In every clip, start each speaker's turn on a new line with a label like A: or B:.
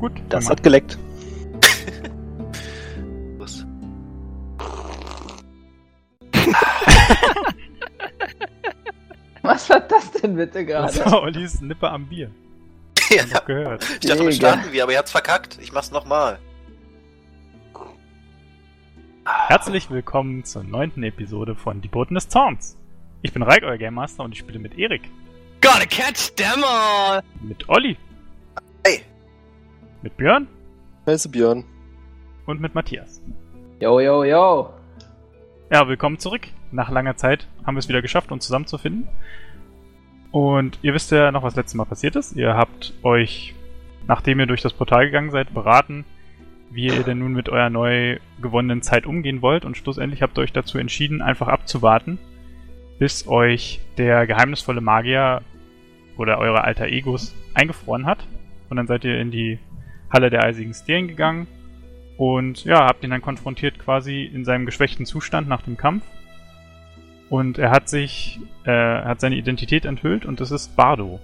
A: Gut,
B: Das
A: dann
B: hat geleckt.
C: Was?
D: Was war das denn bitte
A: mal.
D: gerade?
A: Das war Ollis Nippe am Bier.
C: Ja,
A: Noch gehört.
C: ich dachte,
D: Mega.
C: damit starten wir, aber ihr habt's verkackt. Ich mach's nochmal.
A: Herzlich willkommen zur neunten Episode von Die Boten des Zorns. Ich bin Raik, euer Game Master, und ich spiele mit Erik,
E: Gotta catch them all!
A: mit Olli,
C: Hey.
A: mit Björn
B: Scheiße, Björn.
A: und mit Matthias.
D: Yo, yo, yo.
A: Ja, willkommen zurück. Nach langer Zeit haben wir es wieder geschafft, uns zusammenzufinden. Und ihr wisst ja noch, was letztes Mal passiert ist. Ihr habt euch, nachdem ihr durch das Portal gegangen seid, beraten, wie ihr denn nun mit eurer neu gewonnenen Zeit umgehen wollt. Und schlussendlich habt ihr euch dazu entschieden, einfach abzuwarten, bis euch der geheimnisvolle Magier oder eure alter Egos eingefroren hat. Und dann seid ihr in die Halle der eisigen Stelen gegangen und ja, habt ihn dann konfrontiert quasi in seinem geschwächten Zustand nach dem Kampf. Und er hat sich, äh, hat seine Identität enthüllt und es ist Bardo.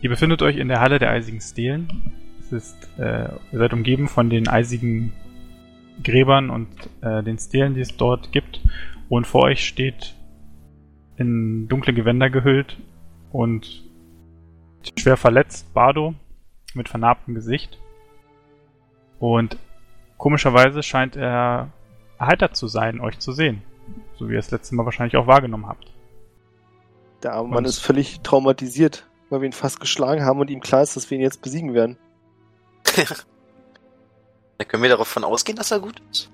A: Ihr befindet euch in der Halle der eisigen Stelen. Es ist, äh, ihr seid umgeben von den eisigen Gräbern und äh, den Stelen, die es dort gibt. Und vor euch steht in dunkle Gewänder gehüllt und schwer verletzt Bardo mit vernarbtem Gesicht. Und Komischerweise scheint er erheitert zu sein, euch zu sehen. So wie ihr es letztes Mal wahrscheinlich auch wahrgenommen habt.
B: Der arme
A: Und-
B: Mann ist völlig traumatisiert, weil wir ihn fast geschlagen haben und ihm klar ist, dass wir ihn jetzt besiegen werden.
C: Ja, können wir davon ausgehen, dass er gut ist?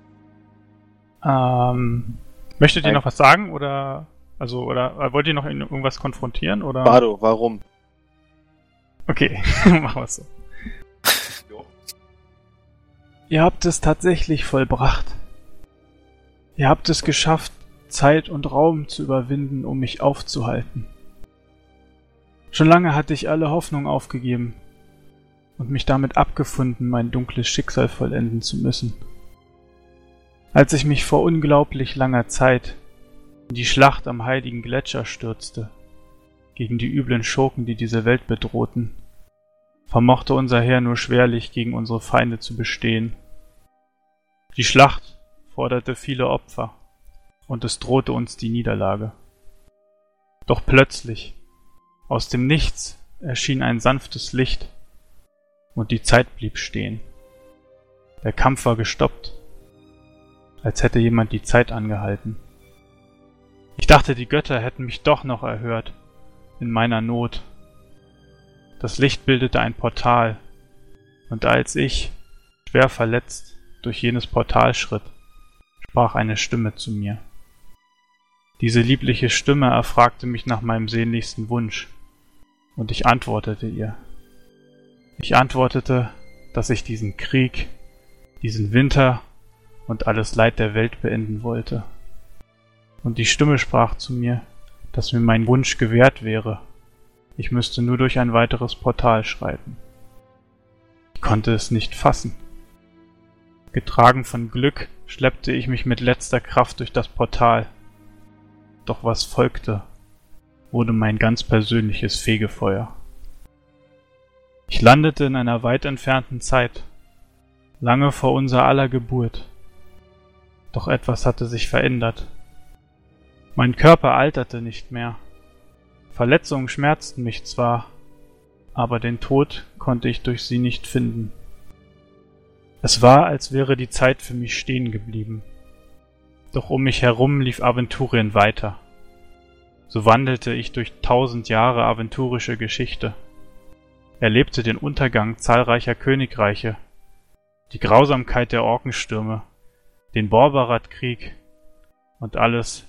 A: Ähm, möchtet ihr
B: Nein.
A: noch was sagen oder also oder äh, wollt ihr noch in irgendwas konfrontieren oder?
B: Bardo, warum?
A: Okay, machen wir es so.
C: Jo.
A: Ihr habt es tatsächlich vollbracht. Ihr habt es geschafft, Zeit und Raum zu überwinden, um mich aufzuhalten. Schon lange hatte ich alle Hoffnung aufgegeben und mich damit abgefunden, mein dunkles Schicksal vollenden zu müssen. Als ich mich vor unglaublich langer Zeit in die Schlacht am heiligen Gletscher stürzte, gegen die üblen Schurken, die diese Welt bedrohten, vermochte unser Heer nur schwerlich gegen unsere Feinde zu bestehen. Die Schlacht forderte viele Opfer, und es drohte uns die Niederlage. Doch plötzlich, aus dem Nichts, erschien ein sanftes Licht, und die Zeit blieb stehen. Der Kampf war gestoppt, als hätte jemand die Zeit angehalten. Ich dachte, die Götter hätten mich doch noch erhört, in meiner Not, das Licht bildete ein Portal, und als ich, schwer verletzt, durch jenes Portal schritt, sprach eine Stimme zu mir. Diese liebliche Stimme erfragte mich nach meinem sehnlichsten Wunsch, und ich antwortete ihr. Ich antwortete, dass ich diesen Krieg, diesen Winter und alles Leid der Welt beenden wollte. Und die Stimme sprach zu mir, dass mir mein Wunsch gewährt wäre, ich müsste nur durch ein weiteres Portal schreiten. Ich konnte es nicht fassen. Getragen von Glück schleppte ich mich mit letzter Kraft durch das Portal. Doch was folgte, wurde mein ganz persönliches Fegefeuer. Ich landete in einer weit entfernten Zeit, lange vor unser aller Geburt. Doch etwas hatte sich verändert. Mein Körper alterte nicht mehr. Verletzungen schmerzten mich zwar, aber den Tod konnte ich durch sie nicht finden. Es war, als wäre die Zeit für mich stehen geblieben. Doch um mich herum lief Aventurien weiter. So wandelte ich durch tausend Jahre aventurische Geschichte, erlebte den Untergang zahlreicher Königreiche, die Grausamkeit der Orkenstürme, den Borbarat-Krieg und alles,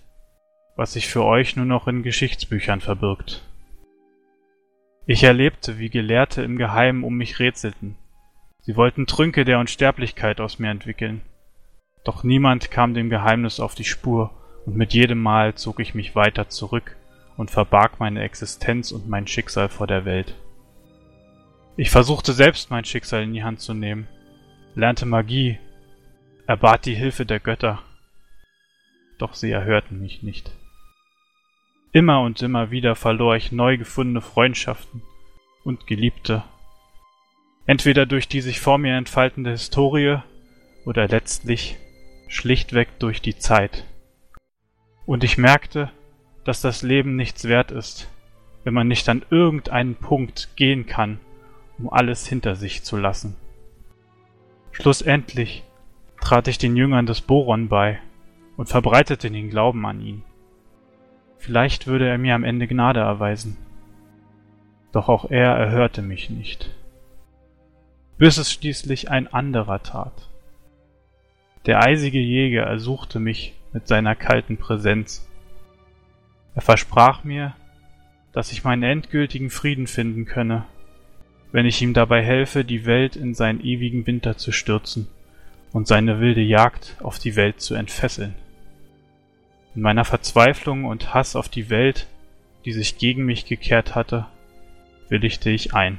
A: was sich für euch nur noch in Geschichtsbüchern verbirgt. Ich erlebte, wie Gelehrte im Geheimen um mich rätselten. Sie wollten Trünke der Unsterblichkeit aus mir entwickeln. Doch niemand kam dem Geheimnis auf die Spur, und mit jedem Mal zog ich mich weiter zurück und verbarg meine Existenz und mein Schicksal vor der Welt. Ich versuchte selbst mein Schicksal in die Hand zu nehmen, lernte Magie, erbat die Hilfe der Götter, doch sie erhörten mich nicht. Immer und immer wieder verlor ich neu gefundene Freundschaften und Geliebte. Entweder durch die sich vor mir entfaltende Historie oder letztlich schlichtweg durch die Zeit. Und ich merkte, dass das Leben nichts wert ist, wenn man nicht an irgendeinen Punkt gehen kann, um alles hinter sich zu lassen. Schlussendlich trat ich den Jüngern des Boron bei und verbreitete den Glauben an ihn. Vielleicht würde er mir am Ende Gnade erweisen. Doch auch er erhörte mich nicht. Bis es schließlich ein anderer tat. Der eisige Jäger ersuchte mich mit seiner kalten Präsenz. Er versprach mir, dass ich meinen endgültigen Frieden finden könne, wenn ich ihm dabei helfe, die Welt in seinen ewigen Winter zu stürzen und seine wilde Jagd auf die Welt zu entfesseln. In meiner Verzweiflung und Hass auf die Welt, die sich gegen mich gekehrt hatte, willigte ich ein.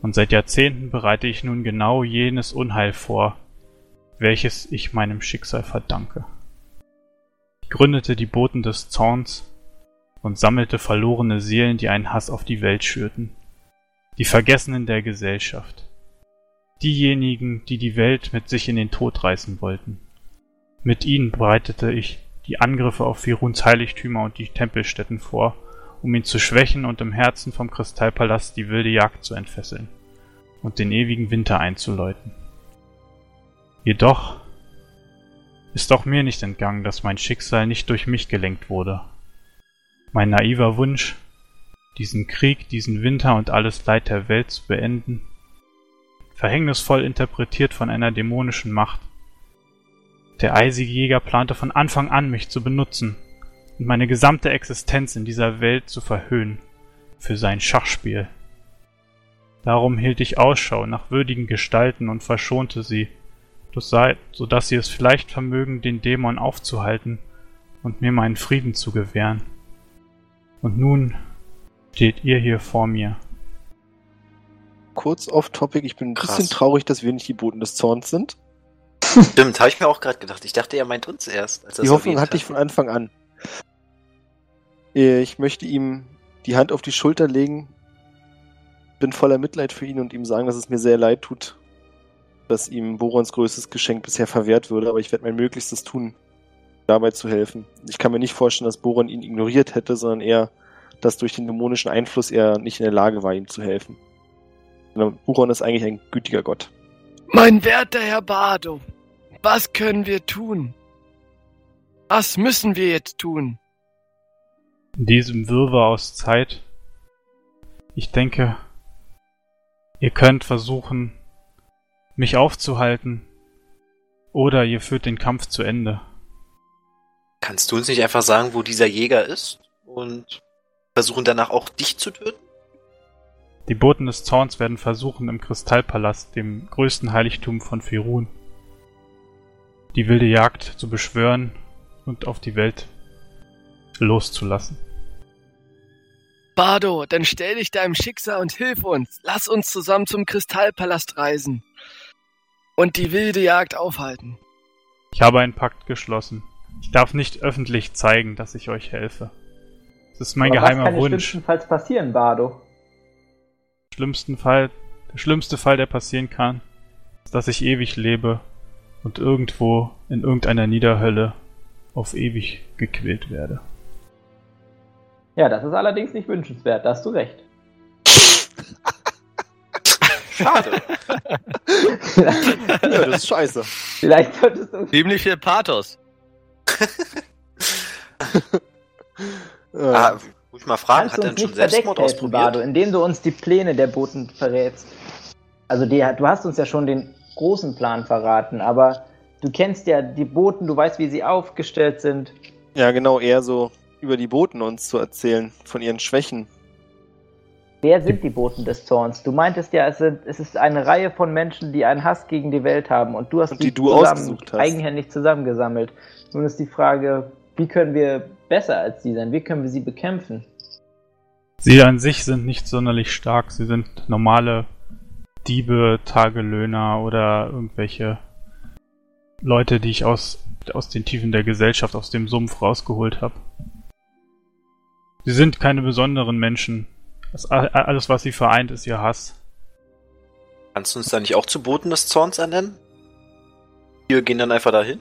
A: Und seit Jahrzehnten bereite ich nun genau jenes Unheil vor, welches ich meinem Schicksal verdanke. Ich gründete die Boten des Zorns und sammelte verlorene Seelen, die einen Hass auf die Welt schürten. Die Vergessenen der Gesellschaft. Diejenigen, die die Welt mit sich in den Tod reißen wollten. Mit ihnen breitete ich die Angriffe auf Firuns Heiligtümer und die Tempelstätten vor, um ihn zu schwächen und im Herzen vom Kristallpalast die wilde Jagd zu entfesseln und den ewigen Winter einzuläuten. Jedoch ist auch mir nicht entgangen, dass mein Schicksal nicht durch mich gelenkt wurde. Mein naiver Wunsch, diesen Krieg, diesen Winter und alles Leid der Welt zu beenden, verhängnisvoll interpretiert von einer dämonischen Macht. Der eisige Jäger plante von Anfang an, mich zu benutzen und meine gesamte Existenz in dieser Welt zu verhöhnen für sein Schachspiel. Darum hielt ich Ausschau nach würdigen Gestalten und verschonte sie, das sei, so dass sie es vielleicht vermögen, den Dämon aufzuhalten und mir meinen Frieden zu gewähren. Und nun steht ihr hier vor mir.
B: Kurz off topic, ich bin ein
C: Krass.
B: bisschen traurig, dass wir nicht die Boten des Zorns sind.
C: Stimmt, habe ich mir auch gerade gedacht. Ich dachte, er meint uns erst. Als er
B: die
C: es
B: Hoffnung
C: erwähnt
B: hatte ich von Anfang an. Äh, Ich möchte ihm die Hand auf die Schulter legen, bin voller Mitleid für ihn und ihm sagen, dass es mir sehr leid tut, dass ihm Borons größtes Geschenk bisher verwehrt würde, aber ich werde mein Möglichstes tun, dabei zu helfen. Ich kann mir nicht vorstellen, dass Boron ihn ignoriert hätte, sondern eher, dass durch den dämonischen Einfluss er nicht in der Lage war, ihm zu helfen. Sondern Boron ist eigentlich ein gütiger Gott.
F: Mein werter Herr Bardo, was können wir tun? Was müssen wir jetzt tun?
A: in diesem Wirrwarr aus Zeit. Ich denke, ihr könnt versuchen, mich aufzuhalten, oder ihr führt den Kampf zu Ende.
C: Kannst du uns nicht einfach sagen, wo dieser Jäger ist? Und versuchen danach auch dich zu töten?
A: Die Boten des Zorns werden versuchen, im Kristallpalast, dem größten Heiligtum von Firun, die wilde Jagd zu beschwören und auf die Welt loszulassen.
F: Bardo, dann stell dich deinem Schicksal und hilf uns. Lass uns zusammen zum Kristallpalast reisen und die wilde Jagd aufhalten.
A: Ich habe einen Pakt geschlossen. Ich darf nicht öffentlich zeigen, dass ich euch helfe. Es ist mein
D: Aber
A: geheimer
D: was kann dir
A: Wunsch.
D: schlimmstenfalls passieren, Bardo?
A: schlimmsten Fall, der schlimmste Fall, der passieren kann, ist, dass ich ewig lebe und irgendwo in irgendeiner Niederhölle auf ewig gequält werde.
D: Ja, das ist allerdings nicht wünschenswert, da hast du recht.
C: Schade.
B: Ja, das ist scheiße.
D: Vielleicht solltest du.
F: Ziemlich viel Pathos.
B: Äh,
C: ah, muss ich mal fragen,
D: Kannst
C: hat er
D: du
C: denn
D: uns
C: schon
D: nicht verdeckt
C: Selbstmord
D: helfen, Bardo,
C: ausprobiert?
D: indem du uns die Pläne der Boten verrätst. Also die, du hast uns ja schon den großen Plan verraten, aber du kennst ja die Boten, du weißt, wie sie aufgestellt sind.
B: Ja, genau, eher so über die Boten uns zu erzählen, von ihren Schwächen.
D: Wer sind die Boten des Zorns? Du meintest ja, es, sind, es ist eine Reihe von Menschen, die einen Hass gegen die Welt haben und du hast
B: Und
D: die
B: die du
D: zusammen,
B: ausgesucht hast.
D: eigenhändig zusammengesammelt. Nun ist die Frage, wie können wir besser als sie sein? Wie können wir sie bekämpfen?
A: Sie an sich sind nicht sonderlich stark. Sie sind normale Diebe, Tagelöhner oder irgendwelche Leute, die ich aus, aus den Tiefen der Gesellschaft, aus dem Sumpf rausgeholt habe. Sie sind keine besonderen Menschen. Das, a- alles, was sie vereint, ist ihr Hass.
C: Kannst du uns da nicht auch zu Boten des Zorns ernennen? Wir gehen dann einfach dahin.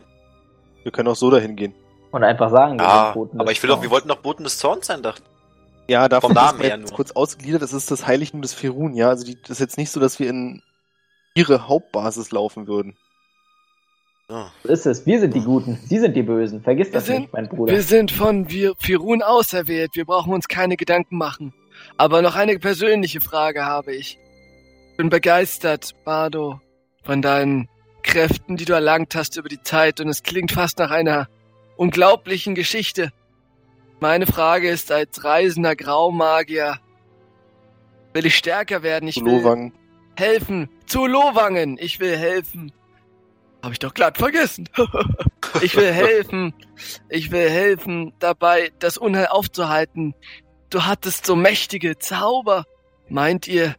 B: Wir können auch so dahin gehen.
D: Und einfach sagen, wir
C: Ja,
D: sind Boten
C: Ah, aber
D: des
C: ich will doch,
D: Zorns.
C: wir wollten doch Boten des Zorns sein, dachte
B: Ja, davon
C: Vom Namen
B: ist man
C: her
B: jetzt
C: nur.
B: kurz ausgegliedert, das ist das Heiligtum des Ferun, ja. Also die, das ist jetzt nicht so, dass wir in ihre Hauptbasis laufen würden.
C: ich. Ja.
D: So ist es. Wir sind die Guten. Sie sind die Bösen. Vergiss
F: Wir
D: das
F: sind-
D: nicht, mein
F: Wir
D: Bruder.
F: sind von Wir- Firun auserwählt. Wir brauchen uns keine Gedanken machen. Aber noch eine persönliche Frage habe ich. Ich bin begeistert, Bardo, von deinen Kräften, die du erlangt hast über die Zeit. Und es klingt fast nach einer unglaublichen Geschichte. Meine Frage ist, als reisender Graumagier, will ich stärker werden? Ich will
B: Lowang.
F: helfen. Zu Lowangen. Ich will helfen. Habe ich doch glatt vergessen. ich will helfen. Ich will helfen dabei, das Unheil aufzuhalten. Du hattest so mächtige Zauber. Meint ihr,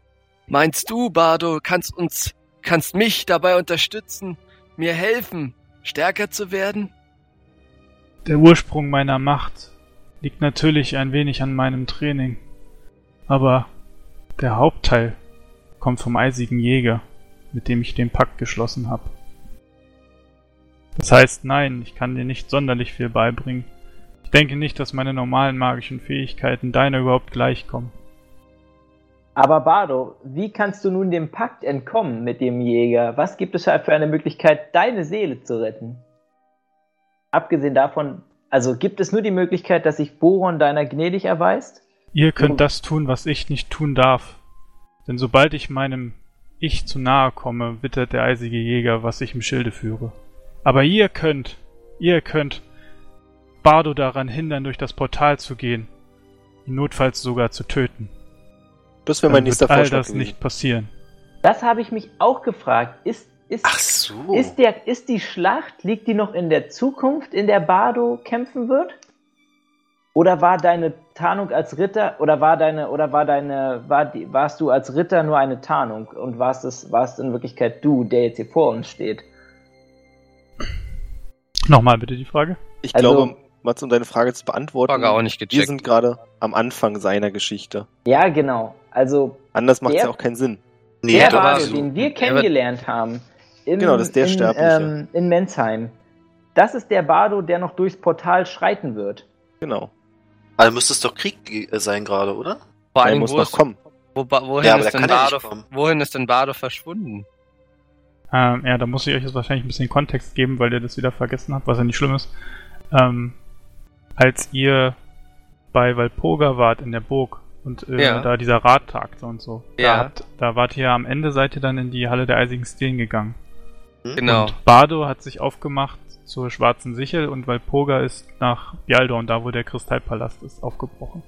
F: meinst du, Bardo, kannst uns, kannst mich dabei unterstützen, mir helfen, stärker zu werden?
A: Der Ursprung meiner Macht liegt natürlich ein wenig an meinem Training, aber der Hauptteil kommt vom eisigen Jäger, mit dem ich den Pakt geschlossen habe. Das heißt, nein, ich kann dir nicht sonderlich viel beibringen. Ich denke nicht, dass meine normalen magischen Fähigkeiten deiner überhaupt gleichkommen.
D: Aber Bardo, wie kannst du nun dem Pakt entkommen mit dem Jäger? Was gibt es halt für eine Möglichkeit, deine Seele zu retten? Abgesehen davon, also gibt es nur die Möglichkeit, dass sich Boron deiner gnädig erweist?
A: Ihr könnt
D: Oh.
A: das tun, was ich nicht tun darf. Denn sobald ich meinem Ich zu nahe komme, wittert der eisige Jäger, was ich im Schilde führe. Aber ihr könnt, ihr könnt Bardo daran hindern, durch das Portal zu gehen. Ihn notfalls sogar zu töten.
B: Das wäre mein
A: Dann
B: nächster
A: wird all
B: Vorschlag.
A: das
B: gewesen.
A: nicht passieren.
D: Das habe ich mich auch gefragt. Ist, ist,
C: Ach
B: Oh.
C: so.
D: ist, der, ist die Schlacht, liegt die noch in der Zukunft, in der Bardo kämpfen wird? Oder war deine Tarnung als Ritter, oder war deine, oder war deine, war die, warst du als Ritter nur eine Tarnung und warst es, warst in Wirklichkeit du, der jetzt hier vor uns steht?
A: Nochmal bitte die Frage.
B: Ich
D: Also-
B: glaube, Mats, um deine Frage zu beantworten,
G: Frage auch nicht
B: wir
G: gecheckt.
B: sind gerade am Anfang seiner Geschichte.
D: Ja, genau. Also
B: Anders macht es
D: Der-
B: ja auch keinen Sinn.
C: nee,
D: der
G: da war
D: Bardo,
G: so.
D: den
G: Der
D: wir
G: war-
D: kennengelernt haben, in,
B: Genau, das ist der
D: in,
B: Sterbliche.
D: ähm, in Mensheim, das ist der Bardo, der noch durchs Portal schreiten wird.
B: Genau.
C: Also müsste es doch Krieg ge- sein gerade, oder?
G: Vor
B: Er
G: allem,
B: muss
G: wo
B: noch
G: ist,
B: kommen.
G: wo, ba- wohin,
C: Ja, aber
G: ist
C: da
G: denn
C: kann er nicht
G: Bardo,
C: kommen.
G: wohin ist denn Bardo verschwunden?
A: Ähm, ja, da muss ich euch jetzt wahrscheinlich ein bisschen Kontext geben, weil ihr das wieder vergessen habt, was ja nicht schlimm ist. Ähm, als ihr bei Walpurga wart in der Burg und äh,
G: Ja.
A: da dieser Rat tagte und so,
G: Ja.
A: da, habt, da wart ihr am Ende, seid ihr dann in die Halle der Eisigen Stelen gegangen.
C: Hm?
G: Genau.
A: Und Bardo hat sich aufgemacht zur Schwarzen Sichel und Walpurga ist nach Bialdorn, da wo der Kristallpalast ist, aufgebrochen.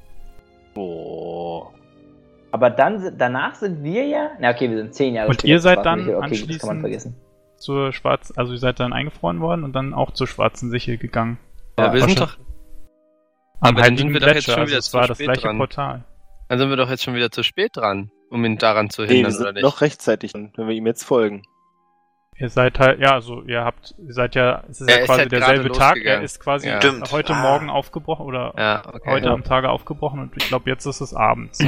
B: Boah.
D: Aber dann, si- danach sind wir ja, na okay, wir sind zehn Jahre
A: Und
D: später.
A: ihr seid
D: Das war
A: dann
D: nicht- okay, das kann man
A: anschließend-
D: vergessen.
A: Zur Schwarz, also ihr seid dann eingefroren worden und dann auch zur Schwarzen Sichel gegangen.
G: Aber wir
A: Ja,
G: sind
A: schon.
G: doch, Aber dann sind wir doch jetzt schon wieder
A: also es
G: zu
A: war das
G: spät
A: gleiche
G: dran.
A: Portal.
G: dann sind wir doch jetzt schon wieder zu spät dran, um ihn daran zu
B: Nee,
G: hindern,
B: wir
G: oder
B: sind
G: nicht?
B: noch rechtzeitig, wenn wir ihm jetzt folgen.
A: Ihr seid halt, ja, also ihr habt, ihr seid ja, es ist
G: Er
A: ja
G: ist
A: quasi
G: halt gerade
A: derselbe Tag, er
G: losgegangen.
A: ist quasi
G: Ja.
C: Stimmt.
A: heute
C: Ah.
A: Morgen aufgebrochen oder
G: ja, okay.
A: heute am Tage aufgebrochen und ich glaube jetzt ist es abends.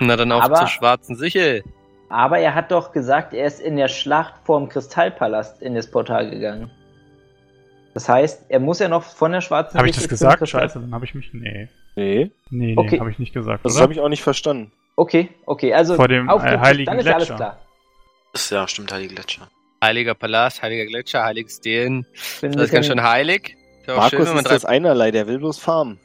G: Na dann auf
D: Aber-
G: zur schwarzen Sichel.
D: Aber er hat doch gesagt, er ist in der Schlacht vorm Kristallpalast in das Portal gegangen. Das heißt, er muss ja noch von der schwarzen
A: habe ich das
D: Sichel zum
A: gesagt?
D: Kristall-
A: Scheiße, dann habe ich mich, nee,
B: Nee,
A: nee, nee,
D: Okay.
A: habe ich nicht gesagt,
B: das
A: oder?
B: habe ich auch nicht verstanden.
D: Okay, okay, also
A: Vor dem,
D: auf
A: äh,
D: den-
A: heiligen
D: dann ist ja alles
A: Gletscher.
D: klar.
C: Ist ja, stimmt, Heilige Gletscher.
G: Heiliger Palast, heiliger Gletscher, heilige Stelen.
D: Ich bin ein
G: Das ist ganz
D: bisschen-
G: schön heilig. Ist ja auch schön, wenn
B: Markus
G: man
B: ist
G: drei...
B: das einerlei, der will bloß farmen.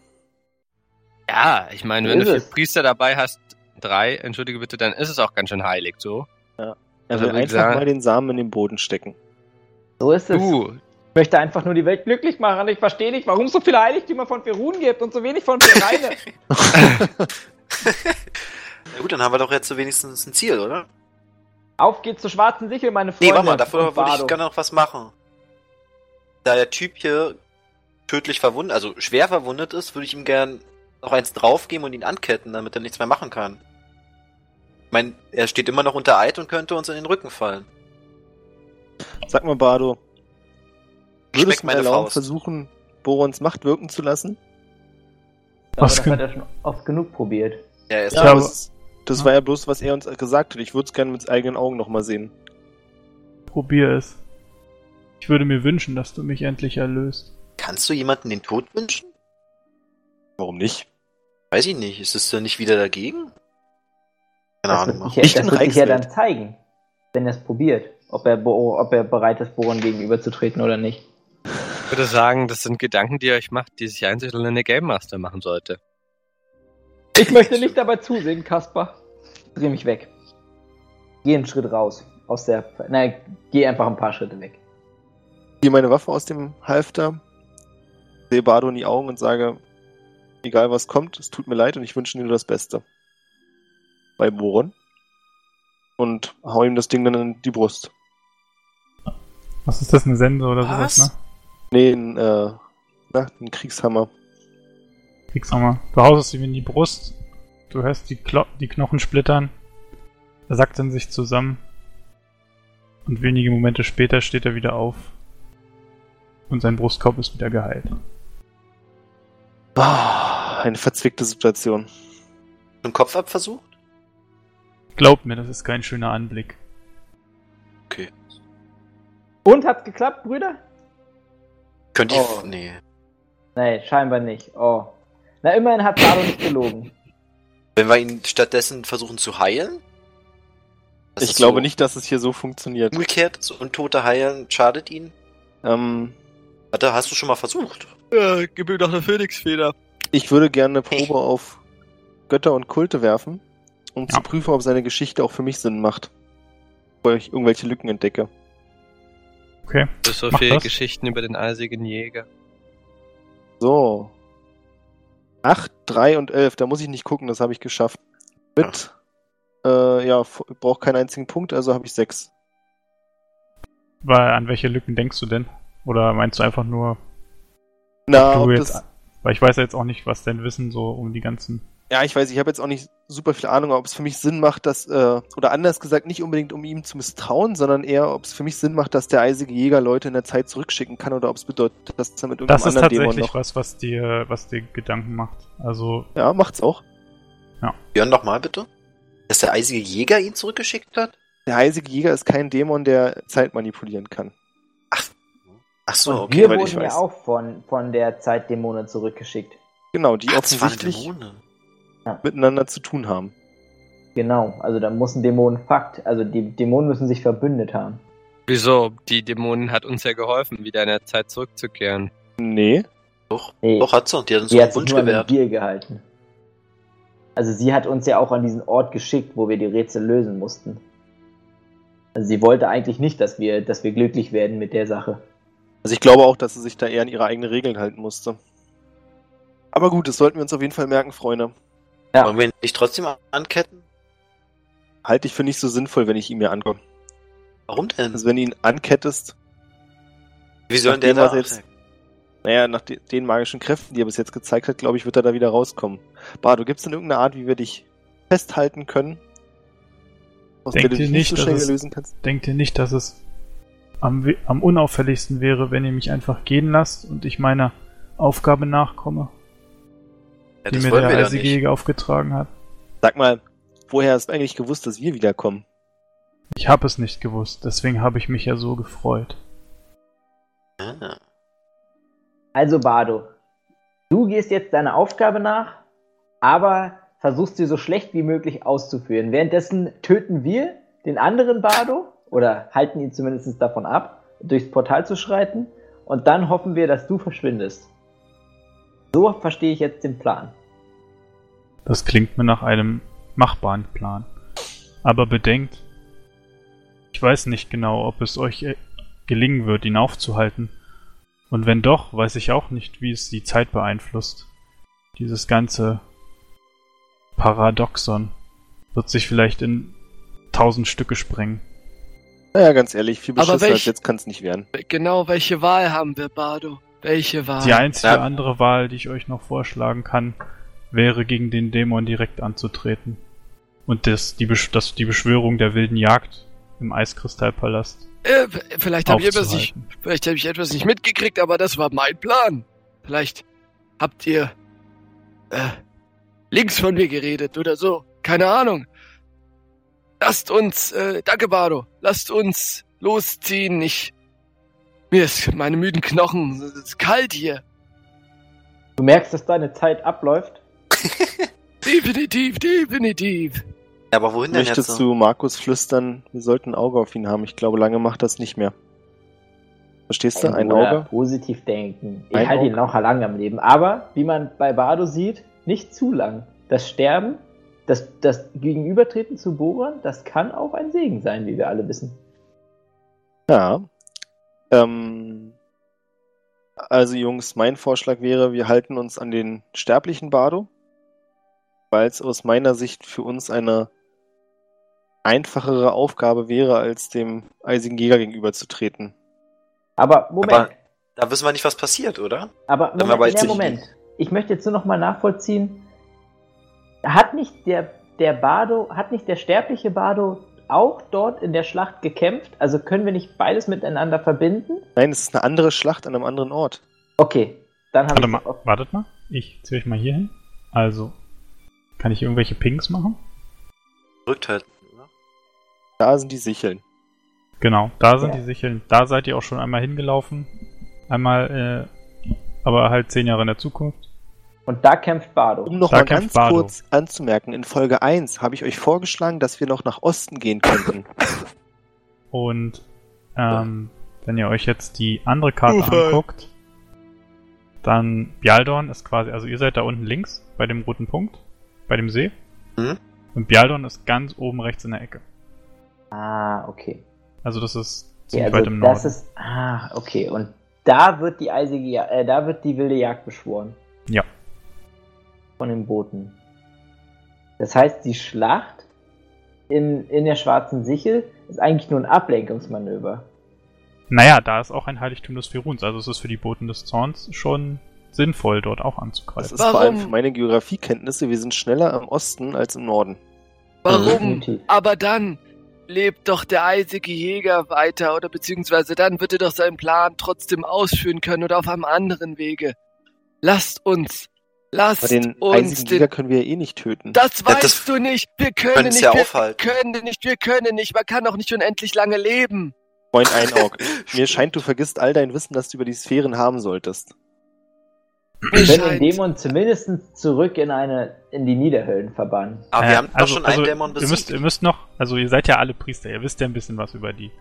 G: Ja, ich meine, wenn
D: Ist
G: du vier
D: es.
G: Priester dabei hast, drei, entschuldige bitte, dann ist es auch ganz schön heilig, so.
B: Er
G: Also
B: will
G: wie
B: einfach
G: gesagt-
B: mal den Samen in den Boden stecken.
D: So ist es.
C: Uh.
G: Du,
D: Ich möchte einfach nur die Welt glücklich machen. Ich verstehe nicht, warum es so viele Heiligtümer von Perun gibt und so wenig von Pereine.
C: Na gut, dann haben wir doch jetzt so wenigstens ein Ziel, oder?
D: Auf geht's zur schwarzen Sichel, meine
C: Nee,
D: Freunde.
C: warte mal, davor
D: Und
C: würde ich
D: Bardo.
C: gerne noch was machen. Da der Typ hier tödlich verwundet, also schwer verwundet ist, würde ich ihm gern noch eins draufgeben und ihn anketten, damit er nichts mehr machen kann. Ich meine, er steht immer noch unter Eid und könnte uns in den Rücken fallen.
B: Sag mal, Bardo, würdest
C: Schmeckt
B: du mir
C: meine
B: erlauben,
C: Faust.
B: versuchen, Borons Macht wirken zu lassen?
D: Aber
A: Was
D: das
A: gen-
D: hat er schon oft genug probiert.
C: Ja, er ist
A: Ja,
B: aber
A: aber-
B: das, das war ja bloß, was er uns gesagt hat. Ich würde es gerne mit eigenen Augen nochmal sehen.
A: Probier es. Ich würde mir wünschen, dass du mich endlich erlöst.
C: Kannst du jemanden den Tod wünschen?
B: Warum nicht?
C: Weiß ich nicht. Ist es dann nicht wieder dagegen? Keine
D: Das
C: Ahnung.
D: wird sich
C: Mach.
D: ja,
B: Nicht
D: das
B: in
D: wird sich ja
B: Reichswelt.
D: dann zeigen, wenn er es probiert, ob er, Bo ob er bereit ist, Boron gegenüberzutreten oder nicht.
H: Ich würde sagen, das sind Gedanken, die ihr euch macht, die sich einzig in der Game Master machen sollte.
D: Ich möchte nicht dabei zusehen, Kaspar. Dreh mich weg. Geh einen Schritt raus. Aus der. Nein, geh einfach ein paar Schritte weg.
B: ziehe meine Waffe aus dem Halfter, sehe Bardo in die Augen und sage, egal was kommt, es tut mir leid und ich wünsche dir nur das Beste. Bei Boron. Und hau ihm das Ding dann in die Brust.
A: Was ist das, eine Sense oder
C: Was?
A: sowas,
B: Nee, ein, äh, na, ein Kriegshammer.
A: ne? Kriegshammer. Du haust es ihm in die Brust. Du hörst die, Klo die Knochen splittern. Er sackt in sich zusammen. Und wenige Momente später steht er wieder auf. Und sein Brustkorb ist wieder geheilt.
B: Ah, eine verzwickte Situation.
C: Einen Kopf abversucht?
A: Glaub mir, das ist kein schöner Anblick.
D: Und hat's geklappt, Brüder?
C: Könnte ich.
D: Oh.
C: Nee.
D: Nein, scheinbar nicht. Oh. Na, immerhin hat Bardo nicht gelogen.
C: Wenn wir ihn stattdessen versuchen zu heilen? Das
B: ich
C: ist
B: glaube
C: so
B: nicht, dass es hier so funktioniert.
C: Umgekehrt, so Untote heilen schadet ihnen.
B: Ähm,
C: Warte, hast du schon mal versucht?
F: Ja, gib ihm doch eine Phoenix-Feder.
B: ich würde gerne eine Probe auf Götter und Kulte werfen, um
A: Ja.
B: zu prüfen, ob seine Geschichte auch für mich Sinn macht. Bevor ich irgendwelche Lücken entdecke.
H: Du hast so
A: Mach
H: viele
A: das.
H: Geschichten über den eisigen Jäger.
B: So. 8, 3 und 11. Da muss ich nicht gucken, das habe ich geschafft. Mit, äh, ja, brauche keinen einzigen Punkt, also habe ich 6.
A: Weil an welche Lücken denkst du denn? Oder meinst du einfach nur,
B: Na,
A: du
B: ob
A: jetzt.
B: das,
A: Weil ich weiß ja jetzt auch nicht, was dein Wissen so um die ganzen.
B: ja, ich weiß, ich habe jetzt auch nicht super viel Ahnung, ob es für mich Sinn macht, dass, äh, oder anders gesagt, nicht unbedingt um ihm zu misstrauen, sondern eher, ob es für mich Sinn macht, dass der eisige Jäger Leute in der Zeit zurückschicken kann oder ob es bedeutet, dass er
A: Das
B: mit irgendeinem
A: ist
B: Um anderen Dämon
A: tatsächlich
B: noch.
A: was, was dir, was dir Gedanken macht. Also,
B: Ja, macht's auch.
C: Björn, nochmal bitte. Dass der eisige Jäger ihn zurückgeschickt hat?
B: Der eisige Jäger ist kein Dämon, der Zeit manipulieren kann.
C: Ach so, Oh, okay.
D: Wir
B: weil
D: wurden
B: ich
D: ja
B: weiß.
D: auch von, von der Zeitdämonen zurückgeschickt.
B: Genau, die
C: Ach, das waren
B: offensichtlich
C: Dämonen.
B: miteinander zu tun haben.
D: Genau, also da muss ein Dämonenfakt. Also die Dämonen müssen sich verbündet haben.
H: Wieso? Die Dämonen hat uns ja geholfen, wieder in der Zeit zurückzukehren.
B: Nee.
C: Doch,
D: Nee,
C: doch hat sie. Und die hat uns
D: sie
C: einen
D: hat sich
C: Wunsch
D: nur an
C: gewährt.
D: Gier gehalten. Also sie hat uns ja auch an diesen Ort geschickt, wo wir die Rätsel lösen mussten. Also sie wollte eigentlich nicht, dass wir, dass wir glücklich werden mit der Sache.
B: Also ich glaube auch, dass sie sich da eher an ihre eigenen Regeln halten musste. Aber gut, das sollten wir uns auf jeden Fall merken, Freunde.
D: Ja.
C: Wollen wir ihn nicht trotzdem an- anketten?
B: Halte ich für nicht so sinnvoll, wenn ich ihn mir ankomme.
C: Warum denn?
B: Also wenn du ihn ankettest,
C: Wie soll
B: nachdem,
C: denn der
B: was
C: da?
B: jetzt- naja, nach de den magischen Kräften, die er bis jetzt gezeigt hat, glaube ich, wird er da wieder rauskommen. Bardo, gibt es denn irgendeine Art, wie wir dich festhalten können? Aus
A: Denkt ihr nicht,
B: so
A: dass
B: schnell
A: es-
B: lösen kannst?
A: denkt ihr nicht, dass es am, we- am unauffälligsten wäre, wenn ihr mich einfach gehen lasst und ich meiner Aufgabe nachkomme,
C: Ja,
A: die
C: das
A: mir
C: wollen
A: der
C: wir ja
A: eisige
C: nicht.
A: Jäger aufgetragen hat?
B: Sag mal, woher hast du eigentlich gewusst, dass wir wiederkommen?
A: Ich habe es nicht gewusst, deswegen habe ich mich ja so gefreut.
C: Ah.
D: Also Bardo, du gehst jetzt deiner Aufgabe nach, aber versuchst sie so schlecht wie möglich auszuführen. Währenddessen töten wir den anderen Bardo oder halten ihn zumindest davon ab, durchs Portal zu schreiten und dann hoffen wir, dass du verschwindest. So verstehe ich jetzt den Plan.
A: Das klingt mir nach einem machbaren Plan. Aber bedenkt, ich weiß nicht genau, ob es euch äh, gelingen wird, ihn aufzuhalten. Und wenn doch, weiß ich auch nicht, wie es die Zeit beeinflusst. Dieses ganze Paradoxon wird sich vielleicht in tausend Stücke sprengen.
B: Naja, ganz ehrlich, viel
F: Aber
B: beschissener als
F: welch-
B: jetzt kann es nicht werden.
F: Genau, welche Wahl haben wir, Bardo? Welche Wahl?
A: Die einzige
C: Ja.
A: andere Wahl, die ich euch noch vorschlagen kann, wäre gegen den Dämon direkt anzutreten. Und das, die, Besch das, die Beschwörung der wilden Jagd im Eiskristallpalast
F: Äh, vielleicht habe ich etwas nicht,
A: aufzuhalten.
F: vielleicht habe ich etwas nicht mitgekriegt, aber das war mein Plan. Vielleicht habt ihr äh, links von mir geredet oder so. Keine Ahnung. Lasst uns, äh, danke Bardo, lasst uns losziehen. Ich. Mir ist meine müden Knochen. Es ist kalt hier.
D: Du merkst, dass deine Zeit abläuft.
F: Definitiv, definitiv.
C: Ja, aber wohin denn jetzt?
B: Möchtest
C: so?
B: du Markus flüstern, wir sollten ein Auge auf ihn haben? Ich glaube, lange macht das nicht mehr.
F: Oh,
B: Verstehst du? Ein
D: Oder
B: Auge?
D: Positiv denken. Ich
B: Ein
D: halte
B: Auge.
D: ihn noch lange am Leben. Aber, wie man bei Bardo sieht, nicht zu lang. Das Sterben, das, das Gegenübertreten zu Boran, das kann auch ein Segen sein, wie wir alle wissen.
B: Ja. Ähm, also, Jungs, mein Vorschlag wäre, wir halten uns an den sterblichen Bardo, weil es aus meiner Sicht für uns eine einfachere Aufgabe wäre, als dem eisigen Jäger gegenüberzutreten.
D: Aber Moment.
C: Aber- Da wissen wir nicht, was passiert, oder?
D: Aber
C: wir
D: Moment,
C: aber
D: ja,
C: jetzt nicht
D: Moment. Ich möchte jetzt nur noch mal nachvollziehen. Hat nicht der, der Bardo, hat nicht der sterbliche Bardo auch dort in der Schlacht gekämpft? Also können wir nicht beides miteinander verbinden?
B: Nein, es ist eine andere Schlacht an einem anderen Ort.
D: Okay, dann haben
A: Warte
D: wir
A: mal, wartet mal. Ich ziehe euch mal hier hin. Also, kann ich irgendwelche Pings machen?
C: Drückt halt. oder?
B: Da sind die Sicheln.
A: Genau, da sind
D: Ja.
A: die Sicheln. Da seid ihr auch schon einmal hingelaufen. Einmal, äh, aber halt zehn Jahre in der Zukunft.
D: Und da kämpft Bardo.
B: Um noch
A: Da
B: mal
A: kämpft
B: ganz
A: Bardo.
B: kurz anzumerken, in Folge 1 habe ich euch vorgeschlagen, dass wir noch nach Osten gehen könnten.
A: Und ähm, wenn ihr euch jetzt die andere Karte
I: Ufer.
A: anguckt, dann Bialdorn ist quasi, also ihr seid da unten links bei dem roten Punkt, bei dem See.
C: Mhm.
A: Und Bialdorn ist ganz oben rechts in der Ecke.
D: Ah, okay.
A: Also das ist
D: Ja,
A: ziemlich
D: also
A: weit im
D: das
A: Norden.
D: ist. Ah, okay. Und da wird die eisige, Ja- äh, da wird die wilde Jagd beschworen.
A: Ja.
D: Von den Boten. Das heißt, die Schlacht in, in der schwarzen Sichel ist eigentlich nur ein Ablenkungsmanöver.
A: Naja, da ist auch ein Heiligtum des Feruns, also es ist für die Boten des Zorns schon sinnvoll, dort auch
B: Das
A: anzugreifen.
B: ist vor allem
F: Warum?
B: für meine Geografiekenntnisse, wir sind schneller im Osten als im Norden.
F: Warum?
D: Definitiv.
F: Aber dann lebt doch der eisige Jäger weiter oder beziehungsweise dann wird er doch seinen Plan trotzdem ausführen können oder auf einem anderen Wege. Lasst uns,
B: Aber
F: lasst
B: den
F: uns
B: einzigen
F: den
B: Jäger können wir ja eh nicht töten.
F: Das
C: Ja,
F: weißt
C: das-
F: du nicht. Wir können
C: können es
F: nicht.
C: ja
F: wir
C: aufhalten.
F: können nicht. Wir können nicht. Man kann doch nicht unendlich lange leben.
B: Freund Einaug, mir scheint, du vergisst all dein Wissen, das du über die Sphären haben solltest.
F: Mir
D: Wenn den
F: scheint-
D: Dämon zumindest zurück in eine in die Niederhöhlen verbannen.
C: Aber
A: Äh,
C: wir haben doch schon einen Dämon
A: ihr
C: besiegt.
A: müsst, ihr müsst noch, also ihr seid ja alle Priester, ihr wisst ja ein bisschen was über die.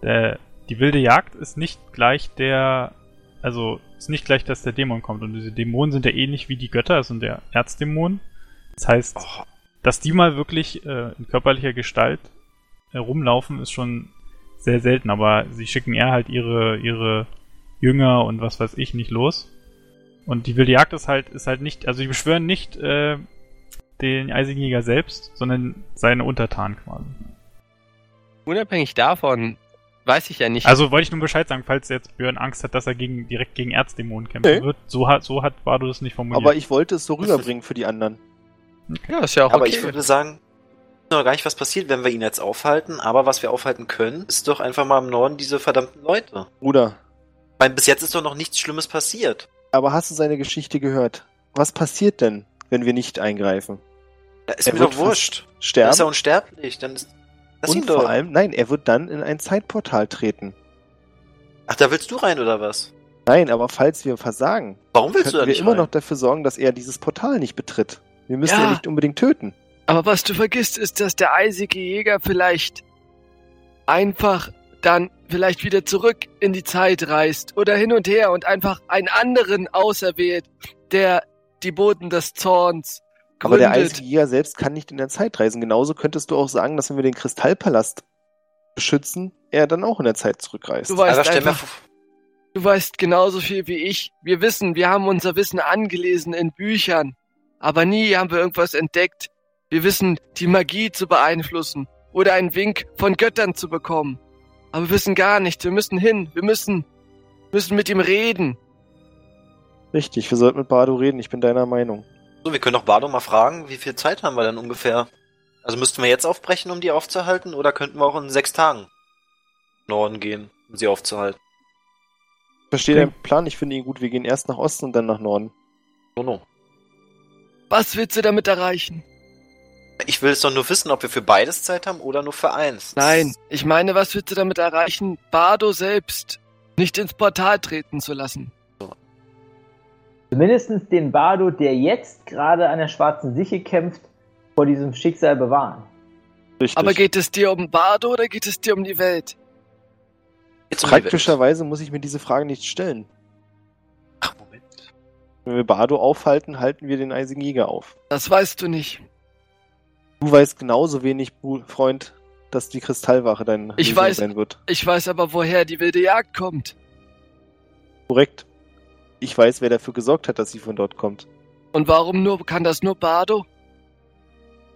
A: Äh, die wilde Jagd ist nicht gleich der, also ist nicht gleich, dass der Dämon kommt. Und diese Dämonen sind ja ähnlich wie die Götter, das sind ja Erzdämonen. Das heißt,
C: Oh.
A: dass die mal wirklich äh, in körperlicher Gestalt äh, rumlaufen, ist schon sehr selten. Aber sie schicken eher halt ihre, ihre Jünger und was weiß ich nicht los. Und die wilde Jagd ist halt, ist halt nicht, also die beschwören nicht äh, den eisigen Jäger selbst, sondern seine Untertanen quasi.
I: Unabhängig davon weiß ich ja nicht.
A: Also wollte ich nur Bescheid sagen, falls jetzt Björn Angst hat, dass er gegen, direkt gegen Erzdämonen kämpfen
B: Nee.
A: wird. So hat, so hat Bardo das nicht formuliert.
B: Aber ich wollte es so rüberbringen für die anderen.
I: ja, ist ja auch
C: Aber
I: okay.
C: ich würde sagen, wir wissen noch gar nicht, was passiert, wenn wir ihn jetzt aufhalten. Aber was wir aufhalten können, ist doch einfach mal im Norden diese verdammten Leute.
B: Bruder,
C: Ich meine, bis jetzt ist doch noch nichts Schlimmes passiert.
B: aber hast du seine Geschichte gehört? Was passiert denn, wenn wir nicht eingreifen?
C: Da ist
B: Er
C: mir
B: wird
C: doch wurscht. Dann ist er
B: Sterben?
C: unsterblich. Dann ist. Lass ihn
B: Und
C: doch.
B: vor allem, nein, er wird dann in ein Zeitportal treten.
C: Ach, da willst du rein oder was?
B: Nein, aber falls wir versagen,
C: Warum willst
B: können
C: du da
B: wir
C: nicht
B: immer
C: rein?
B: noch dafür sorgen, dass er dieses Portal nicht betritt. Wir müssen
F: Ja.
B: ihn nicht unbedingt töten.
F: Aber was du vergisst, ist, dass der eisige Jäger vielleicht einfach dann vielleicht wieder zurück in die Zeit reist oder hin und her und einfach einen anderen auserwählt, der die Boten des Zorns gründet.
B: Aber der eisige Jäger selbst kann nicht in der Zeit reisen. Genauso könntest du auch sagen, dass wenn wir den Kristallpalast beschützen, er dann auch in der Zeit zurückreist.
F: Du weißt
C: Alter, stell mir
F: einfach,
C: vor,
F: Du weißt genauso viel wie ich. Wir wissen, wir haben unser Wissen angelesen in Büchern. Aber nie haben wir irgendwas entdeckt. Wir wissen, die Magie zu beeinflussen oder einen Wink von Göttern zu bekommen. Aber wir wissen gar nichts. Wir müssen hin. Wir müssen, müssen mit ihm reden.
B: Richtig, wir sollten mit Bardo reden. Ich bin deiner Meinung.
C: So, wir können doch Bardo mal fragen, wie viel Zeit haben wir dann ungefähr? Also müssten wir jetzt aufbrechen, um die aufzuhalten, oder könnten wir auch in sechs Tagen Norden gehen, um sie aufzuhalten?
B: Ich verstehe
A: Okay.
B: deinen Plan. Ich finde ihn gut. Wir gehen erst nach Osten und dann nach Norden.
C: No, no.
F: Was willst du damit erreichen?
C: Ich will es doch nur wissen, ob wir für beides Zeit haben oder nur für eins.
J: Nein, ich meine, was willst du damit erreichen, Bardo selbst nicht ins Portal treten zu lassen?
D: Zumindestens den Bardo, der jetzt gerade an der schwarzen Siche kämpft, vor diesem Schicksal bewahren.
B: Richtig.
J: Aber geht es dir um Bardo oder geht es dir um die Welt?
C: Jetzt um die Welt.
B: Praktischerweise muss ich mir diese Frage nicht stellen.
C: Ach, Moment.
B: Wenn wir Bardo aufhalten, halten wir den eisigen Jäger auf.
J: Das weißt du nicht.
B: Du weißt genauso wenig, Bu- Freund, dass die Kristallwache dein
J: Ich
B: Lösung
J: weiß-
B: sein wird.
J: Ich weiß aber, woher die wilde Jagd kommt.
B: Korrekt. Ich weiß, wer dafür gesorgt hat, dass sie von dort kommt.
J: Und warum nur kann das nur Bardo?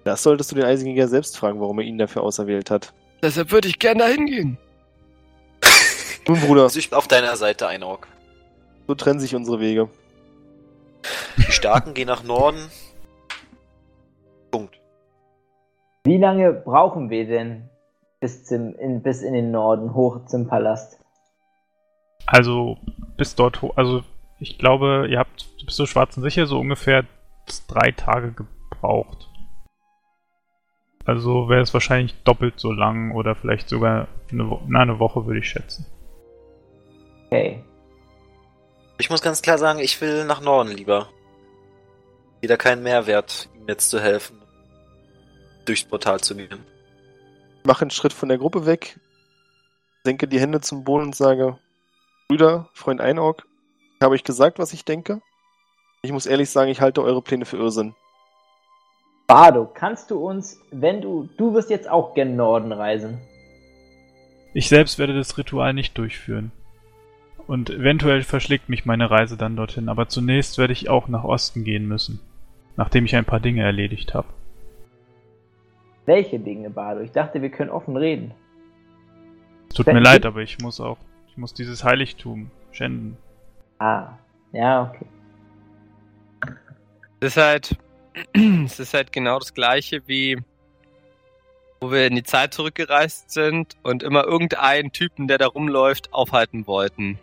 B: Das solltest du den eisigen Jäger selbst fragen, warum er ihn dafür auserwählt hat.
J: Deshalb würde ich gern dahin gehen.
B: Nun, Bruder,
C: Also ich bin auf deiner Seite, Einorg.
B: so trennen sich unsere Wege.
C: Die Starken gehen nach Norden. Punkt.
D: Wie lange brauchen wir denn bis, zum, in, bis in den Norden, hoch zum Palast?
A: Also bis dort hoch. Also ich glaube, ihr habt bis zur schwarzen Sicher so ungefähr drei Tage gebraucht. Also wäre es wahrscheinlich doppelt so lang oder vielleicht sogar eine, Wo na, eine Woche, würde ich schätzen.
D: Okay.
C: Ich muss ganz klar sagen, ich will nach Norden lieber. Wieder keinen Mehrwert, ihm jetzt zu helfen. Durchs Portal zu gehen.
B: Mach einen Schritt von der Gruppe weg, senke die Hände zum Boden und sage, Brüder, Freund Einorg, ich habe euch gesagt, was ich denke. Ich muss ehrlich sagen, ich halte eure Pläne für Irrsinn.
D: Bardo, kannst du uns, wenn du, du wirst jetzt auch gen Norden reisen.
K: Ich selbst werde das Ritual nicht durchführen. Und eventuell verschlägt mich meine Reise dann dorthin, aber zunächst werde ich auch nach Osten gehen müssen, nachdem ich ein paar Dinge erledigt habe.
D: Welche Dinge, Bardo? Ich dachte, wir können offen reden.
K: Es tut
D: Wenn-
K: mir leid, aber ich muss auch, ich muss dieses Heiligtum schänden.
D: Ah, ja, okay.
F: Es ist halt, es ist halt genau das gleiche wie wo wir in die Zeit zurückgereist sind und immer irgendeinen Typen, der da rumläuft, aufhalten wollten.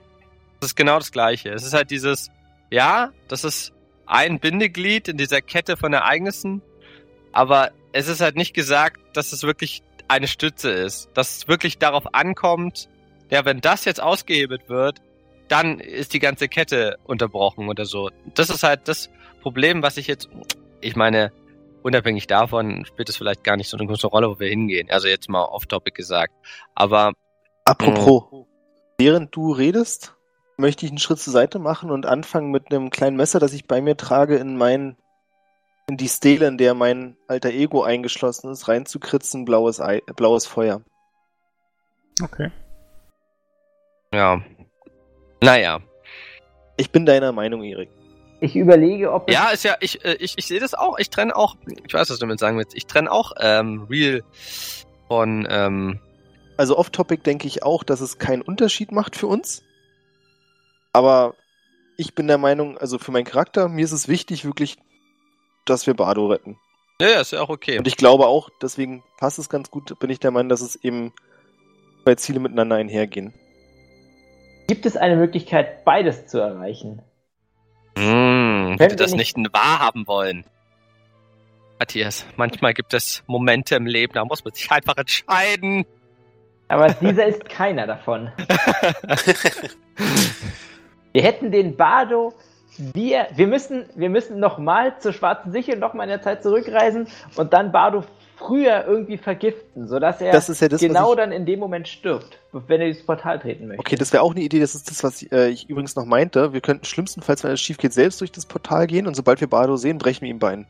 F: Das ist genau das gleiche. Es ist halt dieses, ja, das ist ein Bindeglied in dieser Kette von Ereignissen, aber es ist halt nicht gesagt, dass es wirklich eine Stütze ist, dass es wirklich darauf ankommt, ja, wenn das jetzt ausgehebelt wird, dann ist die ganze Kette unterbrochen oder so. Das ist halt das, Problem, was ich jetzt, ich meine, unabhängig davon spielt es vielleicht gar nicht so eine große Rolle, wo wir hingehen. Also jetzt mal off-topic gesagt. Aber
B: Apropos, während du redest, möchte ich einen Schritt zur Seite machen und anfangen mit einem kleinen Messer, das ich bei mir trage, in mein, in die Stele, in der mein alter Ego eingeschlossen ist, reinzukritzen, blaues, Ei, blaues Feuer.
K: Okay.
F: ja, naja.
B: Ich bin deiner Meinung, Erik.
D: Ich überlege, ob es
F: Ja, ist ja, ich, äh, ich, ich sehe das auch. Ich trenne auch, ich weiß, was du damit sagen willst. Ich trenne auch ähm, Real von, ähm,
B: Also off-topic denke ich auch, dass es keinen Unterschied macht für uns. Aber ich bin der Meinung, also für meinen Charakter, mir ist es wichtig wirklich, dass wir Bardo retten.
F: ja, ja, ist ja auch okay.
B: Und ich glaube auch, deswegen passt es ganz gut, bin ich der Meinung, dass es eben zwei Ziele miteinander einhergehen.
D: gibt es eine Möglichkeit, beides zu erreichen.
F: Hm,
D: Wenn
F: wenn
D: wir
F: wir das
D: nicht-
F: nicht wahrhaben wollen. Matthias, manchmal gibt es Momente im Leben, da muss man sich einfach entscheiden.
D: Aber dieser ist keiner davon. Wir hätten den Bardo. Wir, wir müssen, wir müssen nochmal zur schwarzen Sichel, nochmal in der Zeit zurückreisen und dann Bardo früher irgendwie vergiften, sodass er
B: Das ist ja das,
D: genau
B: was
D: dann in dem Moment stirbt, wenn er durchs Portal treten
B: ich,
D: möchte.
B: Okay, das wäre auch eine Idee, das ist das, was äh, ich übrigens noch meinte. Wir könnten schlimmstenfalls, wenn alles schief geht, selbst durch das Portal gehen und sobald wir Bardo sehen, brechen wir ihm Bein.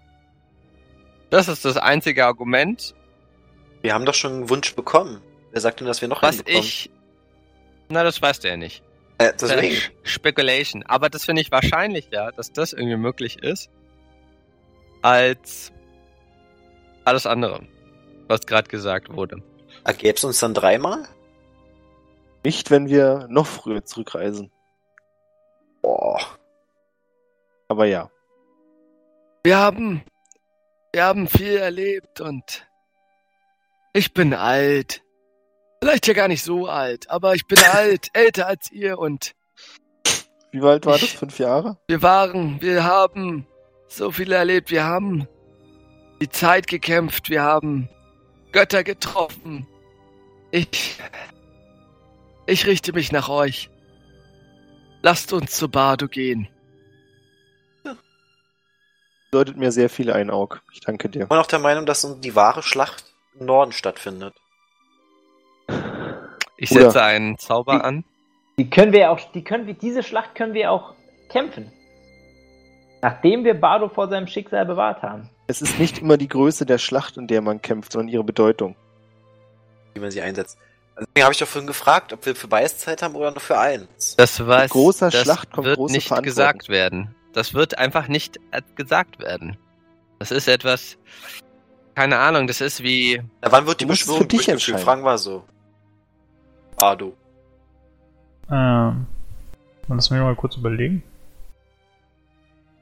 F: Das ist das einzige Argument,
C: Wir haben doch schon einen Wunsch bekommen. Wer sagt denn, dass wir noch
F: Was
C: einen bekommen?
F: ich. Na, das weißt du ja nicht.
C: Äh,
F: Das ist ja
C: deswegen.
F: Speculation. Aber das finde ich wahrscheinlicher, dass das irgendwie möglich ist, als alles andere, was gerade gesagt wurde.
C: Ergäbe es uns dann dreimal?
B: Nicht, wenn wir noch früher zurückreisen.
C: Boah.
B: Aber ja.
J: Wir haben, wir haben viel erlebt und ich bin alt. Vielleicht ja gar nicht so alt, aber ich bin alt, älter als ihr und
B: Wie alt war das?
J: Ich-
B: Fünf Jahre?
J: wir waren, wir haben so viel erlebt, wir haben die Zeit gekämpft, wir haben Götter getroffen. Ich. Ich richte mich nach euch. Lasst uns zu Bardo gehen.
B: Bedeutet mir sehr viel ein, Aug. Ich danke dir.
C: immer noch der Meinung, dass die wahre Schlacht im Norden stattfindet.
F: Ich
B: Bruder.
F: setze einen Zauber an.
D: Die können wir ja auch, die können wir, diese Schlacht können wir auch kämpfen. Nachdem wir Bardo vor seinem Schicksal bewahrt haben.
B: Es ist nicht immer die Größe der Schlacht, in der man kämpft, sondern ihre Bedeutung.
C: wie man sie einsetzt. Also Deswegen habe ich doch vorhin gefragt, ob wir für beides Zeit haben oder nur für eins.
F: Das weiß,
B: großer
F: das
B: Schlacht kommt
F: wird
B: große
F: nicht
B: Verantwortung.
F: gesagt werden. Das wird einfach nicht äh, gesagt werden. Das ist etwas, keine Ahnung, das ist wie,
C: Na, wann wird die
B: Du musst es
C: Beschwörung
B: für dich
C: durchgeführt?
B: entscheiden.
C: Fragen wir so. Ah, du.
A: Ähm. Lass mich mal kurz überlegen.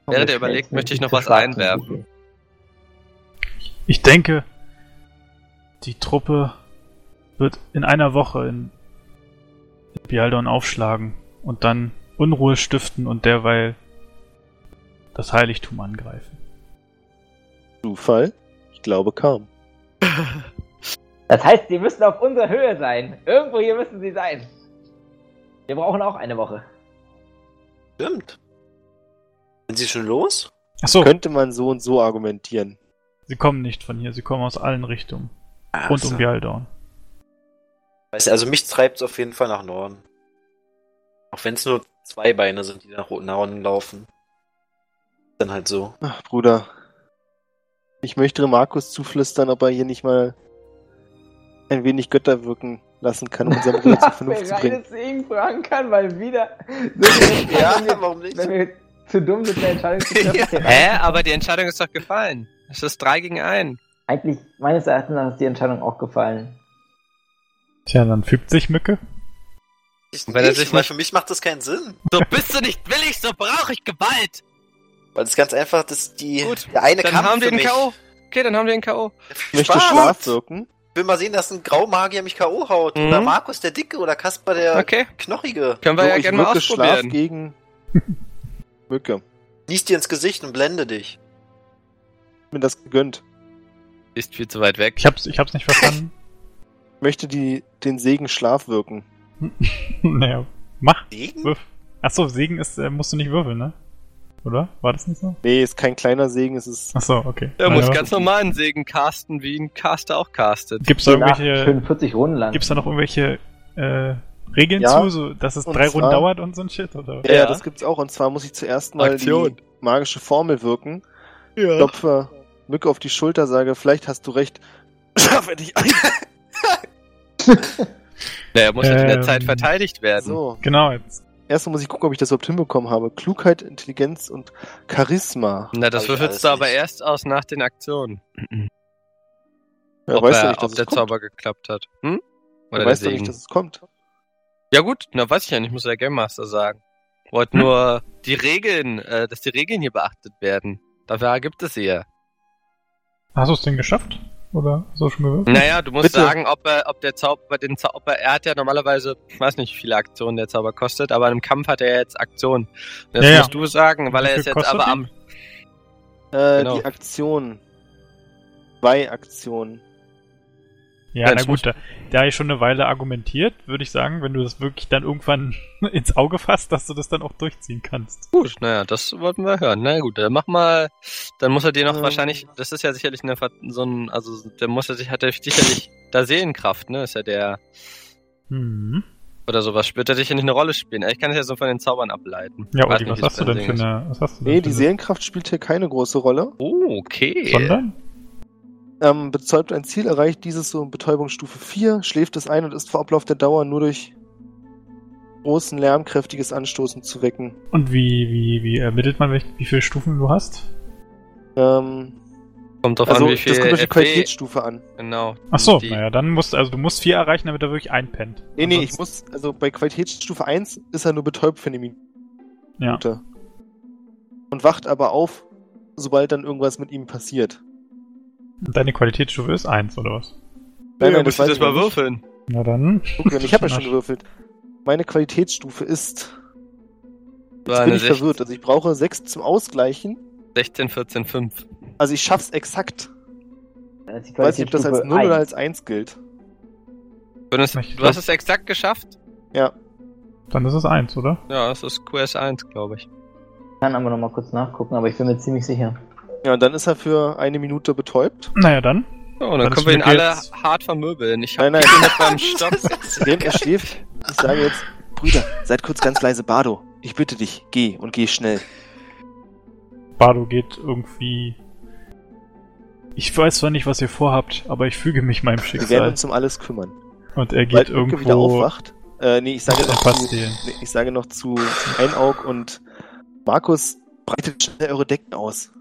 F: während er überlegt, möchte ich noch was einwerfen.
A: Ich denke, die Truppe wird in einer Woche in Bialdon aufschlagen und dann Unruhe stiften und derweil das Heiligtum angreifen.
B: Zufall? Ich glaube kaum.
D: Das heißt, die müssen auf unserer Höhe sein. Irgendwo hier müssen sie sein. Wir brauchen auch eine Woche.
C: Stimmt. Sind sie schon los?
A: Achso,
B: Könnte man so und so argumentieren.
A: sie kommen nicht von hier, sie kommen aus allen Richtungen.
C: Ach
A: Rund
C: Ah, so.
A: um Bialdorn.
C: Weißt du, Also mich treibt es auf jeden Fall nach Norden. Auch wenn es nur zwei Beine sind, die nach Norden laufen. Dann halt so.
B: Ach, Bruder. Ich möchte Markus zuflüstern, ob er hier nicht mal ein wenig Götter wirken lassen kann, um unseren Bruder zur Vernunft zu bringen.
D: Segen fragen kann, weil wieder. Sind wir jetzt- wenn wir-
C: warum nicht?
D: wenn wir zu dumm sind, eine Entscheidung zu treffen.
F: Hä? Aber die Entscheidung ist doch gefallen. Es ist drei gegen ein.
D: Eigentlich, meines Erachtens nach, ist die Entscheidung auch gefallen.
A: Tja, dann fügt sich Mücke.
C: Ich
F: Wenn er
C: nicht,
F: sich
C: weil
F: nicht-
C: für mich macht das keinen Sinn.
F: So bist du nicht willig, so brauche ich Gewalt.
C: Weil es ganz einfach, dass die
F: Gut,
C: der eine
F: Dann
C: Kampf
F: haben wir
C: für
F: den
C: mich.
F: K.O. Okay, dann haben wir den K.O.
B: Ich möchte
C: Spaß.
B: Schlaf wirken.
C: Ich will mal sehen, dass ein Graumagier mich K.O. haut.
F: Mhm.
C: Oder Markus der Dicke oder Kaspar der
F: Okay,
C: Knochige.
F: können wir
B: So,
F: ja
B: ich
F: gerne mal
B: wirke Schlaf
F: ausprobieren.
B: gegen Mücke.
C: Nies dir ins Gesicht und blende dich.
B: Mir das gegönnt.
F: Ist viel zu weit weg.
A: Ich hab's, ich hab's nicht verstanden.
B: Ich möchte die, den Segen Schlaf wirken.
A: naja, mach.
C: Segen?
A: Wirf. Achso, Segen ist, äh, musst du nicht würfeln, ne? Oder? War das nicht so?
B: Nee, ist kein kleiner Segen, es ist
A: Achso, okay.
F: Er muss
A: Naja.
F: ganz normal einen Segen casten, wie ein Caster auch castet.
A: Gibt's da
D: Nach
A: irgendwelche,
D: schön 40 Runden lang.
A: gibt's da noch irgendwelche, äh, Regeln
B: Ja.
A: zu, so, dass es
B: Und
A: drei Runden
B: zwar-
A: dauert und so ein Shit, oder?
B: Ja,
F: Ja.
B: ja, das gibt's auch. Und zwar muss ich zuerst mal
F: Aktion.
B: die magische Formel wirken. Ja. Klopfe Mücke auf die Schulter, sage, vielleicht hast du recht. Schaff endlich ein.
F: Ja, er muss halt in der
A: Ähm,
F: Zeit verteidigt werden.
B: So.
A: Genau, jetzt.
B: Erstmal muss ich gucken, ob ich das überhaupt hinbekommen habe. Klugheit, Intelligenz und Charisma.
F: Na, das
C: Hab ich alles
F: würfelst du aber
C: nicht.
F: erst aus nach den Aktionen.
B: Ja,
F: ob
B: weißt du
F: er,
B: nicht, dass
F: ob
B: es
F: der
B: kommt.
F: Zauber geklappt hat. Hm? Oder
B: Du
F: der
B: weißt doch
F: Segen.
B: nicht, dass es kommt.
F: ja gut, na weiß ich ja nicht, muss ja Game Master sagen. Wollt
B: Hm?
F: nur die Regeln, äh, dass die Regeln hier beachtet werden. Dafür gibt es sie ja.
A: Hast du es denn geschafft? Oder hast du schon gewürfelt?
F: Naja, du musst
B: Bitte.
F: sagen, ob er, ob der Zauber, den Zauber, er hat ja normalerweise, ich weiß nicht, wie viele Aktionen der Zauber kostet, aber im Kampf hat er jetzt Aktionen. Und Das
A: Ja, ja.
F: musst du sagen, weil
A: Wie
F: er
A: viel
F: ist jetzt
A: kostet
F: aber
A: die?
F: am.
B: Äh,
F: Genau.
B: Die Aktion. Zwei Aktionen.
A: Ja, na
F: das
A: gut, da, da ihr schon eine Weile argumentiert, würde ich sagen, wenn du das wirklich dann irgendwann ins Auge fasst, dass du das dann auch durchziehen kannst.
F: Gut, naja, das wollten wir hören. Na gut, dann mach mal. Dann muss er dir noch
B: Ähm.
F: wahrscheinlich, das ist ja sicherlich eine, Ver- so ein, also der muss er sich, hat er sicherlich da Seelenkraft, ne? Ist ja der,
A: Hm.
F: oder sowas, wird er sicher nicht eine Rolle spielen. Ich kann es ja so von den Zaubern ableiten.
A: Ja,
F: Weiß
A: Uli,
F: nicht,
A: was
F: wie
A: hast du
F: das
A: denn
F: Ding
A: für
F: ist.
A: eine. Was hast du denn
B: Nee,
A: für
B: die Seelenkraft spielt hier keine große Rolle.
F: Oh, okay.
A: Sondern?
B: Ähm, betäubt ein Ziel, erreicht dieses so in Betäubungsstufe 4, schläft es ein und ist vor Ablauf der Dauer nur durch großen Lärm kräftiges Anstoßen zu wecken.
A: Und wie, wie, wie ermittelt man, welch- wie viele Stufen du hast?
B: Ähm,
F: Kommt drauf
B: also,
F: an, wie
B: das
F: viel
B: kommt auf die
F: FP,
B: Qualitätsstufe an.
F: genau.
A: Ach so,
F: die-
A: naja, dann musst also du musst vier erreichen, damit er wirklich einpennt.
B: Nee, nee, ich
A: Ansonsten-
B: muss, also bei Qualitätsstufe 1 ist er nur betäubt für eine Minute.
A: Ja.
B: Und wacht aber auf, sobald dann irgendwas mit ihm passiert.
A: Deine Qualitätsstufe ist eins, oder was?
F: Ja,
B: Nein, nein,
F: musst
B: das
F: du
B: weiß
F: das
B: ich
F: mal
B: noch nicht.
F: würfeln.
A: Na dann.
B: Guck, ich habe ja schon
A: Arsch.
B: gewürfelt. Meine Qualitätsstufe ist.
F: War
B: Jetzt
F: eine
B: bin ich verwirrt. Also ich brauche 6 zum Ausgleichen.
F: 16, 14, 5.
B: Also ich schaff's exakt.
D: als die
B: Ich weiß nicht, ob das als
D: Qualitätsstufe
B: 0 oder
D: ein.
B: als 1 gilt.
F: Wenn es,
A: Ich
F: du hast es exakt geschafft?
A: Dann ist es eins, oder?
F: Ja, es ist QS1, glaube ich.
D: kann aber nochmal kurz nachgucken, aber ich bin mir ziemlich sicher.
B: Ja, und dann ist er für eine Minute betäubt.
A: Naja, dann.
F: So, und
A: Dann
F: dann können wir
A: ist
F: ihn
A: mir
F: alle
A: jetzt-
F: hart vermöbeln. Ich
B: Nein,
F: habe
B: nein.
F: ihn beim Stopp.
B: Während er schläft, ich sage jetzt, Brüder, seid kurz ganz leise, Bardo. Ich bitte dich, geh und geh schnell.
A: Bardo geht irgendwie. Ich weiß zwar nicht, was ihr vorhabt, aber ich füge mich meinem
B: Wir werden
A: Schicksal.
B: uns um alles kümmern.
A: Und er geht
B: Weil Uke wieder
A: irgendwo.
B: aufwacht. Äh, nee, ich sage noch
A: Platz
B: zu,
A: stehlen.
B: nee, ich sage noch zu Einaug und Markus, breitet schnell eure Decken aus.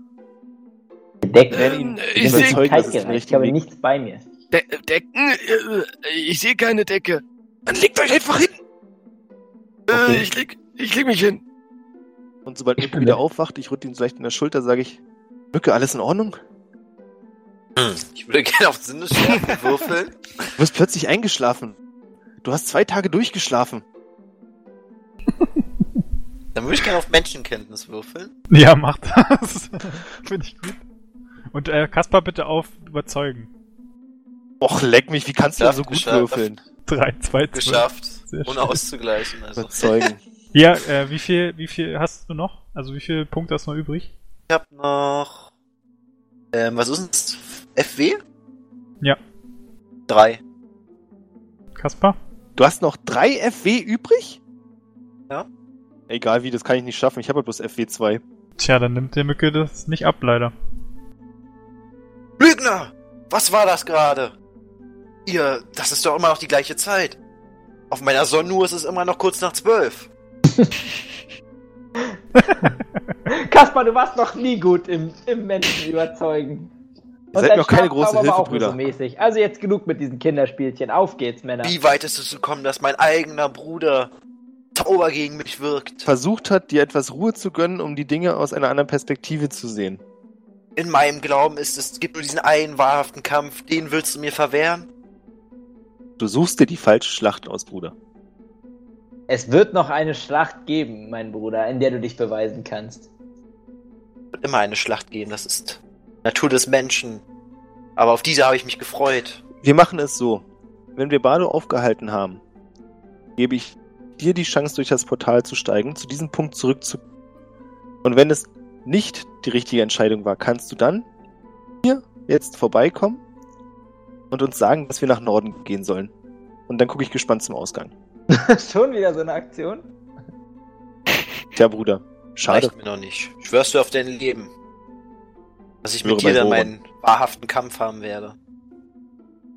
D: Gedeckt.
B: Wir werden ihn
J: Ich
D: Ich,
J: seh-
B: überzeugen, dass es der
D: ich
B: richtige
D: habe
B: Weg ist.
D: nichts bei mir.
J: De Decken? Äh, Ich sehe keine Decke.
F: Dann legt euch einfach hin.
J: Äh,
B: Okay.
J: Ich leg, ich leg mich hin.
B: Und sobald
D: Ich
B: Uke
D: bin
B: wieder
D: weg.
B: aufwacht, ich rüttle ihn so leicht in der Schulter, sage ich, Mücke, alles in Ordnung?
C: Hm. Ich würde gerne auf Sinnesschärfe würfeln.
B: Du bist plötzlich eingeschlafen. Du hast zwei Tage durchgeschlafen.
C: Dann würde ich gerne auf Menschenkenntnis würfeln.
A: Ja, macht das. Finde ich gut. Und äh, Kaspar bitte auf überzeugen.
B: Och, leck mich, wie kannst du denn so gut
C: Geschafft.
B: würfeln?
A: 3, 2, 2.
C: Geschafft.
A: Sehr schön.
C: Ohne auszugleichen. Also.
B: Überzeugen.
A: Ja, äh, wie viel, wie viel hast du noch? Also wie viel Punkte hast du noch übrig?
C: Ich hab noch. Ähm, was ist denn das? FW?
A: Ja.
C: Drei.
A: Kaspar?
B: Du hast noch drei FW übrig?
C: Ja.
B: Egal wie, das kann ich nicht schaffen. Ich habe halt bloß FW 2.
A: Tja, dann nimmt der Mücke das nicht ab, leider.
C: Lügner! Was war das gerade? Ihr, das ist doch immer noch die gleiche Zeit. Auf meiner Sonnenuhr ist es immer noch kurz nach zwölf.
D: Kaspar, du warst noch nie gut im, im Menschen überzeugen. Und
B: seid
D: dein
B: noch keine
D: Sprachraum
B: große
D: aber
B: Hilfe,
D: auch nur
B: Brüder.
D: So mäßig. Also jetzt genug mit diesen Kinderspielchen. Auf geht's, Männer.
C: Wie weit ist es gekommen, dass mein eigener Bruder Zauber gegen mich wirkt?
B: Versucht hat, dir etwas Ruhe zu gönnen, um die Dinge aus einer anderen Perspektive zu sehen.
C: In meinem Glauben ist es, es gibt nur diesen einen wahrhaften Kampf, den willst du mir verwehren?
B: Du suchst dir die falsche Schlacht aus, Bruder.
D: Es wird noch eine Schlacht geben, mein Bruder, in der du dich beweisen kannst.
C: Es wird immer eine Schlacht geben, das ist Natur des Menschen. Aber auf diese habe ich mich gefreut.
B: Wir machen es so. Wenn wir Bardo aufgehalten haben, gebe ich dir die Chance, durch das Portal zu steigen, zu diesem Punkt zurückzukommen. Und wenn es nicht die richtige Entscheidung war, kannst du dann hier jetzt vorbeikommen und uns sagen, dass wir nach Norden gehen sollen. Und dann gucke ich gespannt zum Ausgang.
D: Schon wieder so eine Aktion?
B: Tja, Bruder, schade.
C: Reicht mir noch nicht. Schwörst du auf dein Leben, dass ich mit
B: Schwöre
C: dir dann
B: bei
C: meinen wahrhaften Kampf haben werde?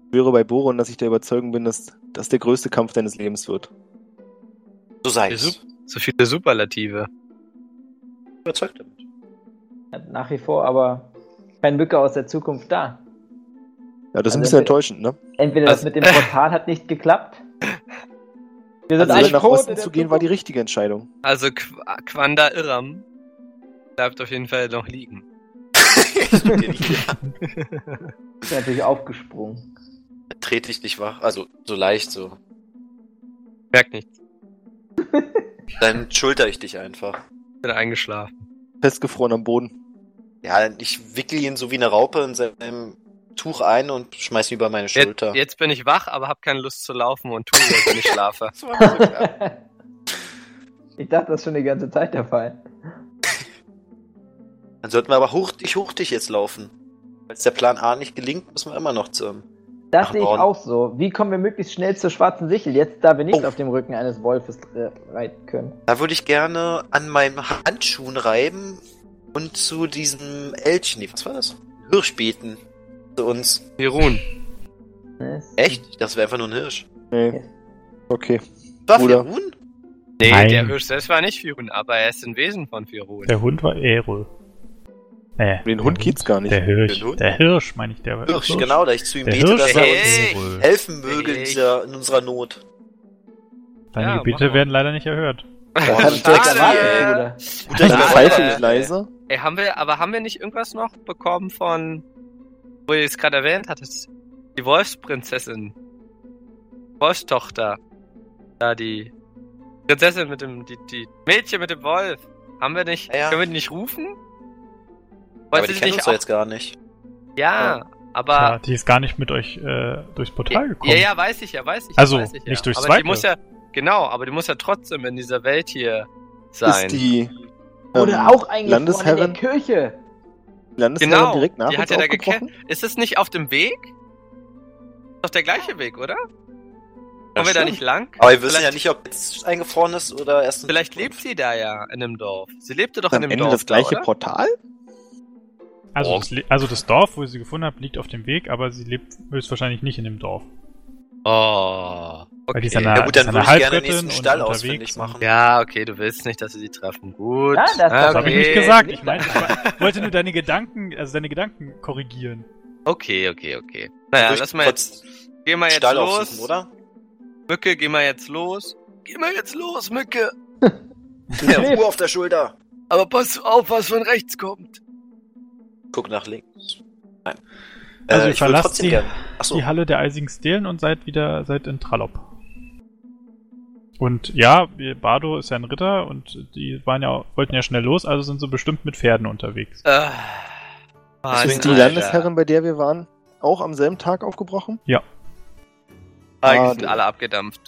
B: Ich schwöre bei Boron, dass ich der Überzeugung bin, dass das der größte Kampf deines Lebens wird.
C: So sei
F: Ja,
C: es.
F: sup- So viele Superlative.
C: Überzeugt damit.
D: Hat Nach wie vor aber kein Mücke aus der Zukunft da.
B: Ja, das ist
D: Also
B: ein bisschen
D: entweder-
B: enttäuschend, ne?
D: Entweder das
F: Also-
D: mit dem Portal hat nicht geklappt. Wir sind
B: Also
D: alle
B: nach
D: tot
B: Osten
D: in der
B: zu gehen, war die
D: Zukunft.
B: richtige Entscheidung.
F: Also Qu Quanda Irram bleibt auf jeden Fall noch liegen.
D: Ist natürlich aufgesprungen.
C: Trete ich dich wach, also so leicht so.
F: Merkt nichts.
C: Dann schulter ich dich einfach.
F: Bin eingeschlafen.
B: Festgefroren am Boden.
C: Ja, ich wickel ihn so wie eine Raupe in seinem Tuch ein und schmeiß ihn über meine
F: Jetzt,
C: Schulter.
F: jetzt bin ich wach, aber habe keine Lust zu laufen und tue, jetzt, wenn ich schlafe.
C: Das war mir so klar.
D: ich dachte, das ist schon die ganze Zeit der Fall.
C: Dann sollten wir aber hurtig, hurtig jetzt laufen. Falls der Plan A nicht gelingt, müssen wir immer noch zum.
D: Das
C: Ach,
D: sehe ich
C: Gordon.
D: auch so. Wie kommen wir möglichst schnell zur schwarzen Sichel, jetzt da wir nicht
C: Oh.
D: auf dem Rücken eines Wolfes äh, reiten können?
C: Da würde ich gerne an meinen Handschuhen reiben und zu diesem Elch, nee, was war das? Hirsch beten. Zu uns.
F: Hirun.
D: Ne?
C: Echt? Das wäre einfach nur ein Hirsch.
B: Nee. Okay.
C: War
B: Bruder.
C: Firun?
F: Nee,
A: Nein.
F: der Hirsch selbst war nicht Firun, aber er ist ein Wesen von Firun.
A: Der Hund war Ero. Nee.
B: Um den
A: der
B: Hund geht's gar nicht.
A: Der Hirsch.
C: Den Hund?
A: Der Hirsch, meine ich, der war
C: Hirsch, genau, da ich zu ihm
A: Der
C: bete,
A: Hirsch
C: dass
A: war
C: er uns
F: Hey.
A: Erol.
C: helfen möge in,
F: Hey.
C: dieser, in unserer Not.
A: Deine
F: Ja, mach
A: Gebete
F: mal.
A: werden leider nicht erhört.
B: Da
C: Boah,
B: kann ich direkt
C: schade.
B: erwarten.
D: Bruder.
C: Gut, dass
B: Dann
C: ich
F: Ja.
B: pfeife ich
F: Äh,
B: leise.
F: Ey, haben wir, aber haben wir nicht irgendwas noch bekommen von, wo ihr es gerade erwähnt hattet? Die Wolfsprinzessin. Wolfstochter. Da die Prinzessin mit dem, die, die Mädchen mit dem Wolf. Haben wir nicht,
C: Ja, ja.
F: können wir die nicht rufen?
C: Aber
F: Wollt
C: die
F: ihr
C: kennen
F: nicht
C: uns
F: auch,
C: doch jetzt gar nicht.
F: ja, Aber
A: Ja, die ist gar nicht mit euch äh, durchs Portal gekommen.
F: Ja, ja, weiß ich ja, weiß ich. ja,
A: Also,
F: weiß ich ja.
A: nicht durchs
F: aber die
A: Zweite.
F: muss ja, Genau, aber die muss ja trotzdem in dieser Welt hier sein.
B: Ist die
D: Oder auch eigentlich vorne in der
B: Ähm, Landesherrin,
D: Kirche.
B: Landesherrin
F: Genau,
B: direkt nach
F: die
B: uns
F: hat ja da
B: aufgebrochen?
F: Ist es nicht auf dem Weg? Ist doch der gleiche Weg, oder? Kommen wir da
C: stimmt.
F: nicht lang?
C: Aber wir wissen
F: vielleicht,
C: ja nicht, ob jetzt eingefroren ist oder erst. in
F: Vielleicht lebt
C: Zukunft.
F: sie da ja in einem Dorf. Sie lebte doch
B: Am
F: in einem
B: Ende
F: Dorf.
B: das gleiche
F: da, oder?
B: Portal?
A: Also, das, li- also das Dorf, wo ihr sie gefunden habt, liegt auf dem Weg, aber sie lebt höchstwahrscheinlich nicht in dem Dorf.
F: Oh.
A: Weil die ist
F: Okay.
A: an
C: Ja
A: der-
C: gut, dann
A: Seine
C: würde ich gerne den
A: Halbgöttin
C: nächsten Stall
A: und
C: ausfindig
A: unterwegs
C: machen.
F: Ja, okay, du willst nicht, dass sie sie treffen. Gut.
D: Ja, das- das
F: Ah,
A: Das habe ich nicht
F: okay.
A: gesagt. Ich meinte, ich wa- wollte nur deine Gedanken, also deine Gedanken korrigieren.
F: Okay, okay, okay. Naja,
C: Soll ich
F: lass mal jetzt.
C: kurz
F: Geh mal jetzt
C: Stall
F: los.
C: aufsuchen, oder?
F: Mücke, geh mal jetzt los. Geh mal jetzt los, Mücke.
C: Ja, Ruhe auf der Schulter.
J: Aber pass auf, was von rechts kommt.
C: Guck nach links. Nein. Äh,
A: Also ihr
C: ich würde
A: verlasst
C: trotzdem
A: die-
C: gerne. Achso,
A: Die Halle der eisigen Stelen und seid wieder seid in Trallop. Und ja, ihr- Bardo ist ja ein Ritter und die waren ja, wollten ja schnell los, also sind sie bestimmt mit Pferden unterwegs.
F: Äh, Mann,
B: Ist die
F: Ah, Alter.
B: Landesherrin, bei der wir waren, auch am selben Tag aufgebrochen?
F: Eigentlich Ah, sind
B: Schade.
F: alle abgedampft.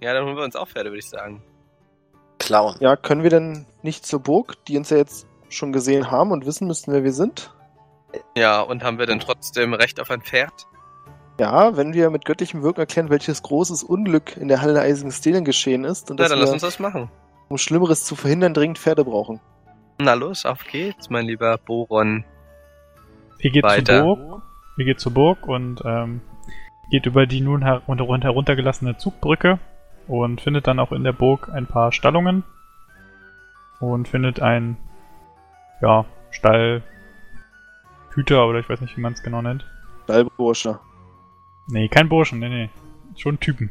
F: Ja, dann holen wir uns auch Pferde, würde ich sagen.
C: Clown.
B: Ja, können wir denn nicht zur Burg, die uns ja jetzt schon gesehen haben und wissen müssten, wer wir sind?
F: Ja, und haben wir dann trotzdem Recht auf ein Pferd?
B: Ja, wenn wir mit göttlichem Wirken erklären, welches großes Unglück in der Halle der Eisigen Stelen geschehen ist und
F: Na,
B: dass
F: dann lass
B: wir,
F: uns das machen.
B: um Schlimmeres zu verhindern, dringend Pferde brauchen.
F: Na los, auf geht's, mein lieber Boron.
A: Ihr geht
F: Weiter.
A: zur Burg, ihr geht zur Burg und ähm, geht über die nun her unter- heruntergelassene Zugbrücke und findet dann auch in der Burg ein paar Stallungen und findet einen ja, Stallhüter oder ich weiß nicht, wie man es genau nennt.
B: Dalbursche.
A: Nee, kein Burschen, nee, nee. Schon Typen.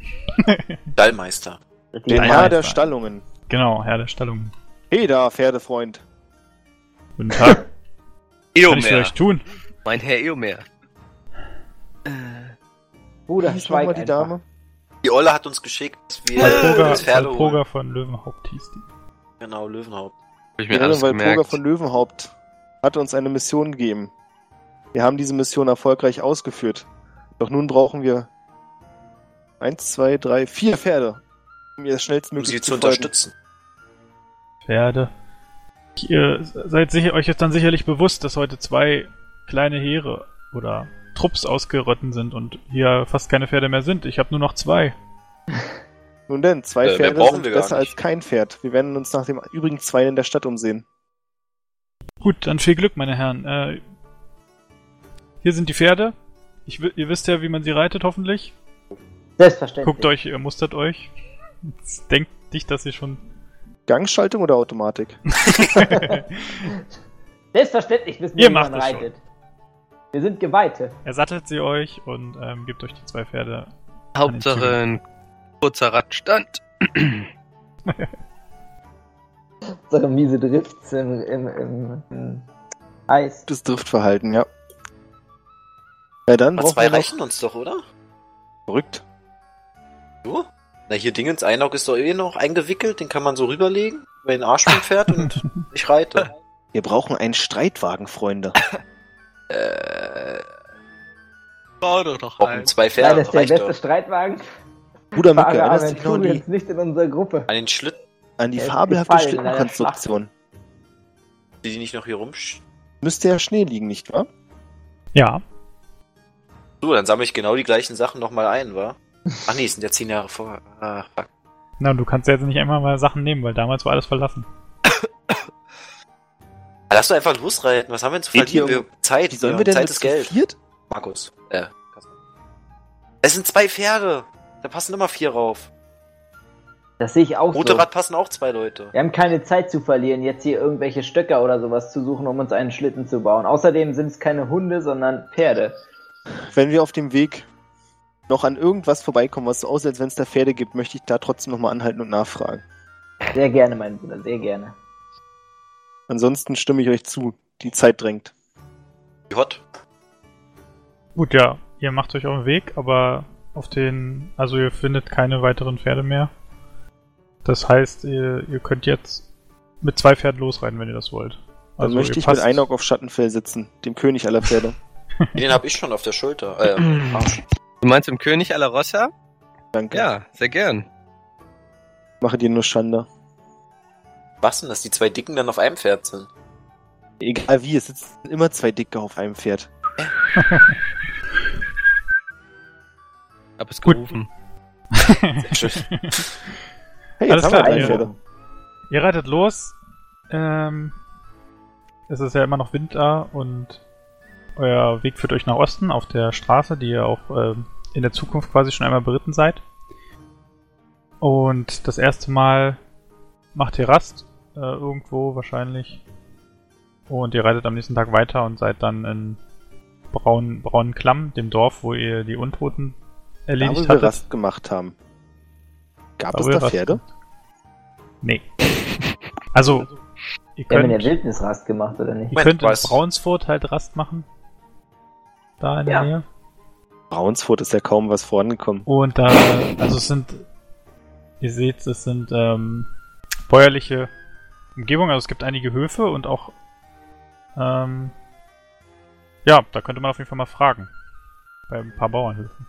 C: Stallmeister.
B: Den
A: Nein,
B: Herr
A: nein,
B: der
A: nein.
B: Stallungen.
A: Genau, Herr der Stallungen.
B: Hey da, Pferdefreund.
A: Guten Tag, kann ich für
F: Eomer.
A: euch tun?
F: Mein Herr Eomer.
B: Wie
D: Bruder,
B: hieß
D: schweig
B: nochmal die
D: einfach.
B: Dame?
C: Die Olle hat uns geschickt, dass wir
A: Walpurga,
C: das Pferde holen.
A: Walpurga von Löwenhaupt hieß die.
C: Genau, Löwenhaupt.
F: Hab ich mir
B: Irene
F: alles
B: Walpurga
F: gemerkt.
B: von Löwenhaupt hat uns eine Mission gegeben. Wir haben diese Mission erfolgreich ausgeführt. Doch nun brauchen wir eins, zwei, drei, vier Pferde, um ihr
C: Um
B: schnellstmöglich
C: sie zu
B: folgen.
C: unterstützen.
A: Pferde. Ihr seid sicher, euch ist dann sicherlich bewusst, dass heute zwei kleine Heere oder Trupps ausgerotten sind und hier fast keine Pferde mehr sind. Ich habe nur noch zwei.
B: Nun denn, zwei
C: Äh, mehr
B: Pferde
C: brauchen
B: sind
C: wir gar
B: besser
C: nicht.
B: als kein Pferd. Wir werden uns nach dem übrigen zwei in der Stadt umsehen.
A: Gut, dann viel Glück, meine Herren. Äh, hier sind die Pferde. Ich, wi- ihr wisst ja, wie man sie reitet, hoffentlich.
D: Selbstverständlich.
A: Guckt euch, ihr mustert euch. Jetzt Denkt nicht, dass ihr schon.
B: Gangschaltung oder Automatik?
D: Selbstverständlich wissen
A: Ihr
D: wie man
A: macht es schon.
D: Wir sind Geweihte.
A: er sattelt sie euch und ähm, gibt euch die zwei Pferde.
F: Hauptsache ein kurzer Radstand.
D: So miese Drifts im, im, im, im Eis.
B: Das Driftverhalten, ja. Ja, dann
C: Aber
B: brauchen
C: zwei
B: wir noch...
C: reichen uns doch, oder?
B: Verrückt.
C: Du? Na, hier Dingens Einock ist doch eh noch eingewickelt, den kann man so rüberlegen, über den Arsch vom Pferd und ich reite.
B: Wir brauchen einen Streitwagen, Freunde.
C: Äh,
F: Bau doch noch
C: brauchen zwei
D: Ja,
C: Pferde,
D: das ist der
C: reicht
D: beste
C: doch.
D: Streitwagen.
B: Bruder Mücke,
D: Fahrer
B: erinnerst du dich noch
D: Aventur
B: an die,
D: jetzt nicht in unserer Gruppe.
C: An den Schlitten,
B: an die
D: Er ist
B: fabelhafte
D: gefallen in einer
B: Schlittenkonstruktion?
C: die die nicht noch hier rumsch.
B: Müsste ja Schnee liegen, nicht wahr?
A: Ja,
C: So, dann sammle ich genau die gleichen Sachen nochmal ein, wa? Ach nee, es sind ja zehn Jahre vor. Ah, fuck.
A: na, du kannst ja jetzt nicht einmal mal Sachen nehmen, weil damals war alles verlassen.
C: Ah, Lass doch einfach losreiten, was haben wir denn zu
B: Geht
C: verlieren?
B: hier um-
C: Wir, Zeit,
B: Wie sollen wir denn
C: Zeit
B: mit
C: ist
B: zu
C: Geld.
B: viert?
C: Markus. Äh, Kasper. es sind zwei Pferde. Da passen immer vier rauf.
D: Das sehe ich auch
C: Motorrad passen auch zwei Leute.
D: so. Wir haben keine Zeit zu verlieren, jetzt hier irgendwelche Stöcker oder sowas zu suchen, um uns einen Schlitten zu bauen. Außerdem sind es keine Hunde, sondern Pferde.
B: Wenn wir auf dem Weg noch an irgendwas vorbeikommen, was so aussieht, als wenn es da Pferde gibt, möchte ich da trotzdem nochmal anhalten und nachfragen.
D: Sehr gerne, mein Bruder, sehr gerne.
B: Ansonsten stimme ich euch zu. Die Zeit drängt.
C: Wie hot.
A: Gut, ja, ihr macht euch auf den Weg, aber auf den, also ihr findet keine weiteren Pferde mehr. Das heißt, ihr, ihr könnt jetzt mit zwei Pferden losreiten, wenn ihr das wollt.
B: Dann
A: Also,
B: möchte
A: ihr
B: ich mit
A: passt-
B: Einock auf Schattenfell sitzen, dem König aller Pferde.
C: Den habe ich schon auf der Schulter. Äh, im Arsch.
F: Du meinst im König aller Rossa?
B: Danke.
F: Ja, sehr gern.
B: Mache dir nur Schande.
C: Was denn, dass die zwei Dicken dann auf einem Pferd sind?
B: Egal wie, es sitzen immer zwei Dicke auf einem Pferd.
F: Hab es
A: Gut.
F: gerufen.
C: Sehr schön.
B: Hey,
A: Alles klar,
B: drei
A: ja.
B: Pferde.
A: Ihr reitet los. Ähm, es ist ja immer noch Winter und euer Weg führt euch nach Osten auf der Straße, die ihr auch ähm, in der Zukunft quasi schon einmal beritten seid. Und das erste Mal macht ihr Rast äh, irgendwo wahrscheinlich. Und ihr reitet am nächsten Tag weiter und seid dann in Braun, Braunklamm, dem Dorf, wo ihr die Untoten
B: Da, wo
A: erledigt
B: wir
A: hattet.
B: Rast gemacht haben. Gab
A: Da,
B: es
A: wo wir
B: da
A: Rast
B: Pferde?
A: Nee. Also, ihr
D: Wir
A: könnt...
D: haben in der Wildnis Rast gemacht, oder nicht?
A: Ihr
C: Moment,
A: könnt in
C: was?
A: Braunsfurt halt Rast machen. Da in der
D: Ja.
A: Nähe.
B: Braunsfurt ist ja kaum was vorangekommen.
A: Und da, also es sind, ihr seht, es sind ähm, bäuerliche Umgebungen. Also es gibt einige Höfe und auch, ähm, ja, da könnte man auf jeden Fall mal fragen. Bei ein paar Bauernhöfen.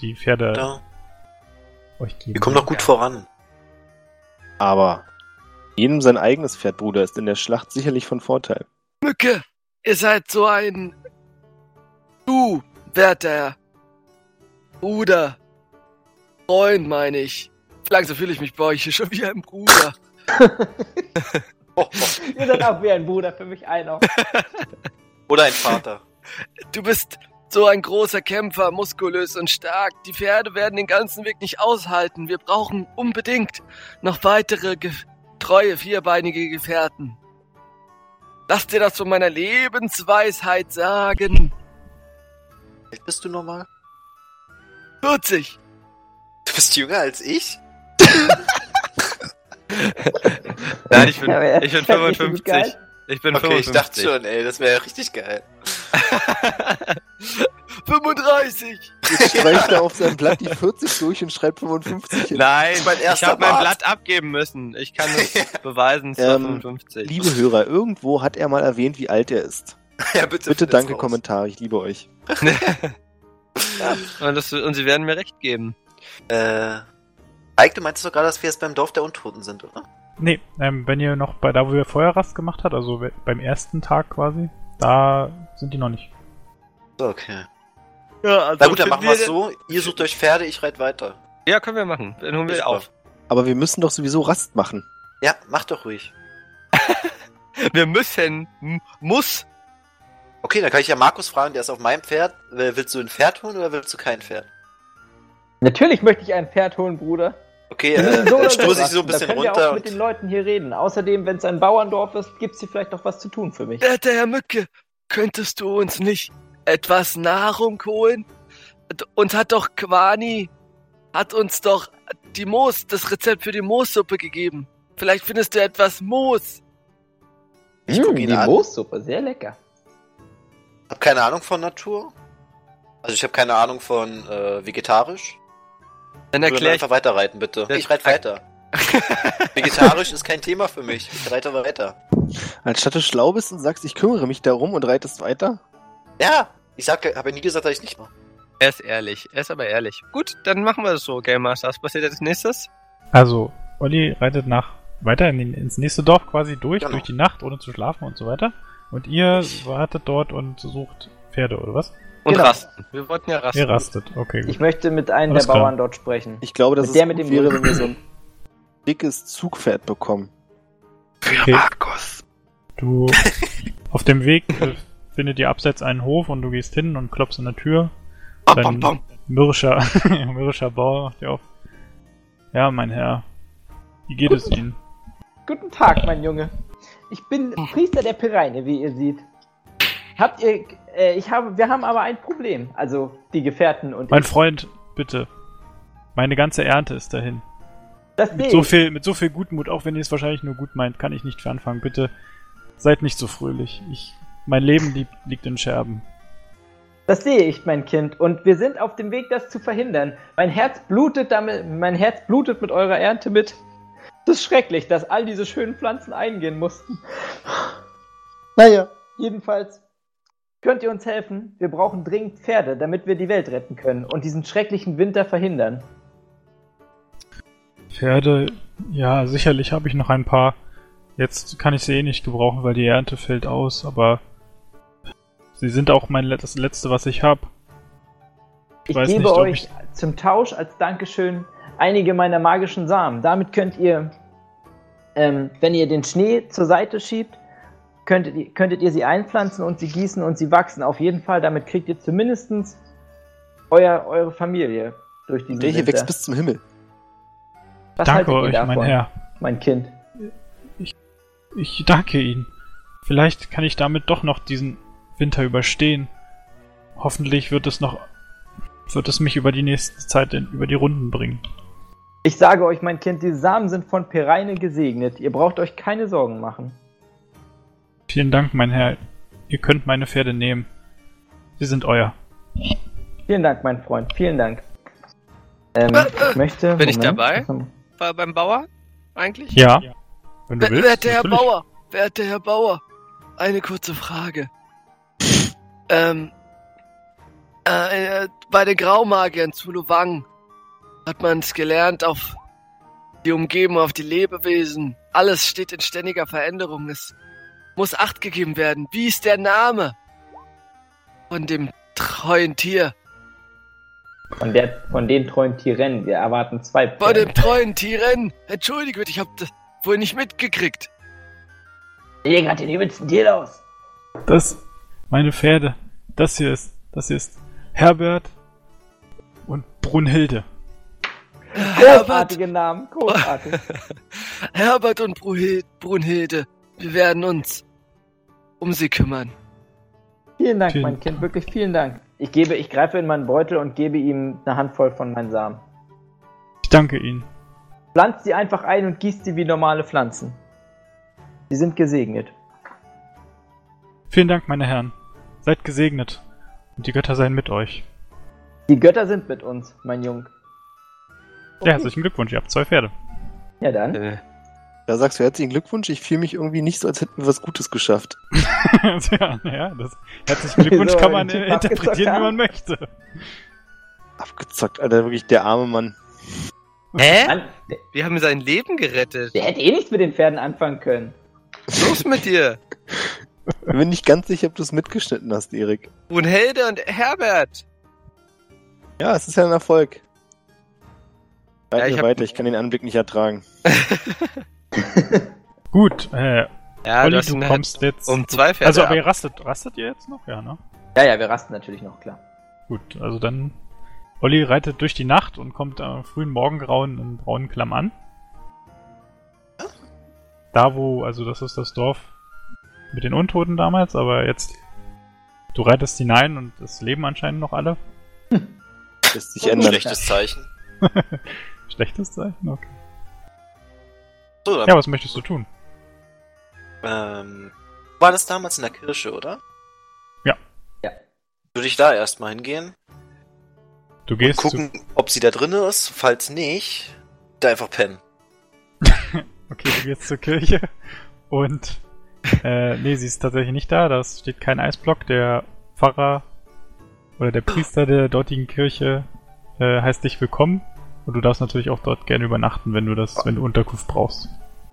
A: Die Pferde
C: Ja.
A: euch geben.
C: Wir kommen doch gut voran.
B: Aber jedem sein eigenes Pferd, Bruder, ist in der Schlacht sicherlich von Vorteil.
J: Mücke, ihr seid so ein. Du, werter Bruder. Freund, meine ich. Langsam fühle ich mich bei euch hier schon wie ein Bruder.
C: Oh, oh.
D: Ihr seid auch wie ein Bruder, für mich einer.
C: Oder ein Vater.
J: Du bist so ein großer Kämpfer, muskulös und stark. Die Pferde werden den ganzen Weg nicht aushalten. Wir brauchen unbedingt noch weitere ge treue vierbeinige Gefährten. Lass dir das von meiner Lebensweisheit sagen.
C: Vielleicht bist du nochmal?
J: 40.
C: Du bist jünger als ich?
F: Nein, ich bin,
D: Ja, aber
F: ich bin
D: das hat mich so
F: 55.
D: geil.
F: Ich bin
C: Okay,
F: 55.
C: ich dachte schon, ey, das wäre ja richtig geil.
J: 35.
B: Jetzt streicht er auf seinem Blatt die 40 durch und schreibt 55 hin.
F: Nein,
C: mein
F: ich
C: erster
F: habe mein
C: Bart.
F: Blatt abgeben müssen. Ich kann es beweisen, es war
B: Ähm,
F: 55.
B: Liebe Hörer, irgendwo hat er mal erwähnt, wie alt er ist.
C: Ja, bitte.
B: Bitte
C: findet's
B: danke
C: raus.
B: Kommentare, ich liebe euch.
F: Und, das, und sie werden mir recht geben.
C: Äh. Eik, du meintest doch gerade, dass wir jetzt beim Dorf der Untoten sind, oder?
A: Nee, ähm, wenn ihr noch bei da, wo ihr Feuerrast gemacht habt, also we- beim ersten Tag quasi, da sind die noch nicht.
C: So, okay.
J: Ja, also
C: Na gut, dann
J: wenn
C: machen wir es
J: denn-
C: so. Ihr sucht euch Pferde, ich reite weiter.
F: Ja, können wir machen. Dann holen
C: Ist
F: wir auf.
B: Aber wir müssen doch sowieso Rast machen.
C: Ja, mach doch ruhig.
F: Wir müssen, m- muss.
C: Okay, dann kann ich ja Markus fragen, der ist auf meinem Pferd. Äh, Willst du ein Pferd holen oder willst du kein Pferd?
D: Natürlich möchte ich ein Pferd holen, Bruder.
C: Okay,
D: Wir
C: äh,
D: müssen so
C: dann
D: lange
C: stoße ich so ein
D: rasten, da
C: bisschen
D: können Wir
C: runter.
D: auch mit den
C: Und,
D: Leuten hier reden. Außerdem, wenn es ein Bauerndorf ist, gibt es hier vielleicht noch was zu tun für mich.
J: Werter Herr Mücke, könntest du uns nicht etwas Nahrung holen? D- Und hat doch Quani, hat uns doch die Moos, das Rezept für die Moossuppe gegeben. Vielleicht findest du etwas Moos.
C: ich gucke ihn
D: Hm, die
C: an.
D: Moossuppe, sehr lecker.
C: Hab keine Ahnung von Natur. Also ich habe keine Ahnung von äh, vegetarisch.
F: Dann
C: Ich würde
F: erkläre ich.
C: einfach weiterreiten, bitte.
F: Ja,
C: Ich reite weiter. vegetarisch ist kein Thema für mich. Ich reite weiter.
B: Anstatt du schlau bist und sagst, ich kümmere mich darum und reitest weiter.
C: Ja, ich sag, habe ja nie gesagt, dass ich nicht mache.
F: Er ist ehrlich. Er ist aber ehrlich. Gut, dann machen wir das so, Game Master. Was passiert als nächstes?
A: Also, Olli reitet nach weiter in den, ins nächste Dorf quasi durch,
C: Genau.
A: durch die Nacht, ohne zu schlafen und so weiter. Und ihr
C: Ich-
A: wartet dort und sucht Pferde, oder was?
F: Und
D: Genau.
F: rasten. Wir wollten ja rasten.
A: Ihr rastet, okay. Gut.
D: Ich möchte mit einem
A: Alles
D: der
A: klar.
D: Bauern dort sprechen.
B: Ich glaube, dass
D: Mit der
B: es
D: mit
B: gut
D: dem
B: wäre, wenn
D: Rücken.
B: wir so ein dickes Zugpferd bekommen.
A: Okay. Du auf dem Weg äh, findet ihr abseits einen Hof und du gehst hin und klopfst an der Tür. Dann
J: bam, bam.
A: mürrischer, mürrischer Bauer macht dir auf. Ja, mein Herr. Wie geht es Ihnen?
D: Guten Tag, mein Junge. Ich bin Priester der Pereine, wie ihr seht. Habt ihr. Äh, ich habe, wir haben aber ein Problem. Also die Gefährten und
A: Mein
D: ich.
A: Freund, bitte. Meine ganze Ernte ist dahin.
D: Das sehe
A: Mit so viel, mit so viel Gutmut, auch wenn ihr es wahrscheinlich nur gut meint, kann ich nicht für anfangen. Bitte seid nicht so fröhlich. Ich, mein Leben lieb, liegt in Scherben.
D: Das sehe ich, mein Kind, und wir sind auf dem Weg, das zu verhindern. Mein Herz blutet damit, mein Herz blutet mit eurer Ernte mit. Das ist schrecklich, dass all diese schönen Pflanzen eingehen mussten. Naja, jedenfalls Könnt ihr uns helfen? Wir brauchen dringend Pferde, damit wir die Welt retten können und diesen schrecklichen Winter verhindern.
A: Pferde, ja, sicherlich habe ich noch ein paar. Jetzt kann ich sie eh nicht gebrauchen, weil die Ernte fällt aus, aber sie sind auch mein Let das letzte, was ich habe.
D: Ich, gebe
A: nicht, ob
D: euch zum Tausch als Dankeschön einige meiner magischen Samen. Damit könnt ihr, ähm, wenn ihr den Schnee zur Seite schiebt, könntet ihr, könntet ihr sie einpflanzen und sie gießen und sie wachsen. Auf jeden Fall, damit kriegt ihr zumindest euer, eure Familie durch diesen
B: Der hier
D: Winter.
B: wächst bis zum Himmel.
D: Was haltet
A: Danke
D: ihr
A: euch, mein
D: davon,
A: Herr.
D: mein Kind.
A: Ich danke Ihnen. Vielleicht kann ich damit doch noch diesen Winter überstehen. Hoffentlich wird es noch, wird es mich über die nächste Zeit in, über die Runden bringen.
D: Ich sage euch, mein Kind, die Samen sind von Pereine gesegnet. Ihr braucht euch keine Sorgen machen.
A: Vielen Dank, mein Herr. Ihr könnt meine Pferde nehmen. Sie sind euer.
D: Vielen Dank, mein Freund. Vielen Dank. Ähm, ich möchte.
F: Äh, Bin ich dabei?
D: Moment.
F: War beim Bauer eigentlich?
A: Ja. Wenn du
J: Wer,
A: willst.
J: werter Herr
A: natürlich.
J: Bauer, werter Herr Bauer, eine kurze Frage. ähm, äh, äh, bei den Graumagiern zu Luwang hat man es gelernt, auf die Umgebung, auf die Lebewesen. Alles steht in ständiger Veränderung. Es muss Acht gegeben werden. Wie ist der Name von dem treuen Tier?
D: Von, der, von den treuen Tieren. Wir erwarten zwei
J: Von
D: Pferde.
J: dem treuen Tieren? Entschuldige bitte, ich hab das wohl nicht mitgekriegt.
D: Ihr gerade den übelsten Deal aus.
A: Das, meine Pferde. Das hier ist, das hier ist Herbert und Brunhilde.
J: Herbert,
D: Großartige Namen. Großartig.
J: Herbert und Bruhil- Brunhilde, wir werden uns um sie kümmern.
D: Vielen Dank,
A: Vielen
D: mein Kind. Wirklich vielen Dank. Ich, gebe, ich greife in meinen Beutel und gebe ihm eine Handvoll von meinen Samen.
A: Ich danke Ihnen.
D: Pflanzt sie einfach ein und gießt sie wie normale Pflanzen. Sie sind gesegnet.
A: Vielen Dank, meine Herren. Seid gesegnet. Und die Götter seien mit euch.
D: Die Götter sind mit uns, mein Jung.
A: Ja, herzlichen Glückwunsch, ihr habt zwei Pferde.
D: Ja dann.
F: Äh,
B: Da sagst du herzlichen Glückwunsch. Ich fühle mich irgendwie nicht so, als hätten wir was Gutes geschafft.
A: ja, naja, das herzlichen Glückwunsch
D: Wieso,
A: kann
D: weil
A: man
D: die Typen
A: äh, interpretieren,
D: abgezockt
A: wie
D: haben?
A: man möchte.
B: Abgezockt, Alter, wirklich der arme Mann.
F: Hä?
D: Mann, der,
F: Wir haben sein Leben gerettet.
D: der hätte eh nichts mit den Pferden anfangen können.
F: Was ist los mit dir?
B: Ich bin nicht ganz sicher, ob du es mitgeschnitten hast, Erik.
F: Brunhilde und Herbert.
B: Ja, es ist ja ein Erfolg.
F: Ja,
B: Reiten
F: ich
B: wir
F: hab-
B: weiter, ich kann den Anblick nicht ertragen.
A: Gut, äh,
F: Ja,
A: Olli,
F: Ah, hast
A: du
F: ihn
A: kommst jetzt.
F: um zwei Pferde.
A: also, aber
F: ab.
A: ihr rastet, rastet ihr jetzt noch? Ja, ne?
D: Ja, ja, wir rasten natürlich noch, klar.
A: Gut, also dann. Olli reitet durch die Nacht und kommt am frühen Morgengrauen in braunen Klamm an. Da, wo, also das ist das Dorf mit den Untoten damals, aber jetzt. Du reitest hinein und es leben anscheinend noch alle.
B: Lässt sich ändern.
C: Schlechtes Zeichen.
A: Schlechtes Zeichen, okay.
C: So,
A: Ja, was möchtest du tun?
C: ähm, war das damals in der Kirche, oder?
A: Ja.
D: Ja.
C: Würde ich da erstmal hingehen,
A: Du gehst
C: gucken, ob sie da drin ist, falls nicht, da einfach pennen.
A: Okay, du gehst zur Kirche und äh, nee, sie ist tatsächlich nicht da. Da steht kein Eisblock. Der Pfarrer oder der Priester der dortigen Kirche äh, heißt dich willkommen und du darfst natürlich auch dort gerne übernachten, wenn du das, wenn du Unterkunft brauchst.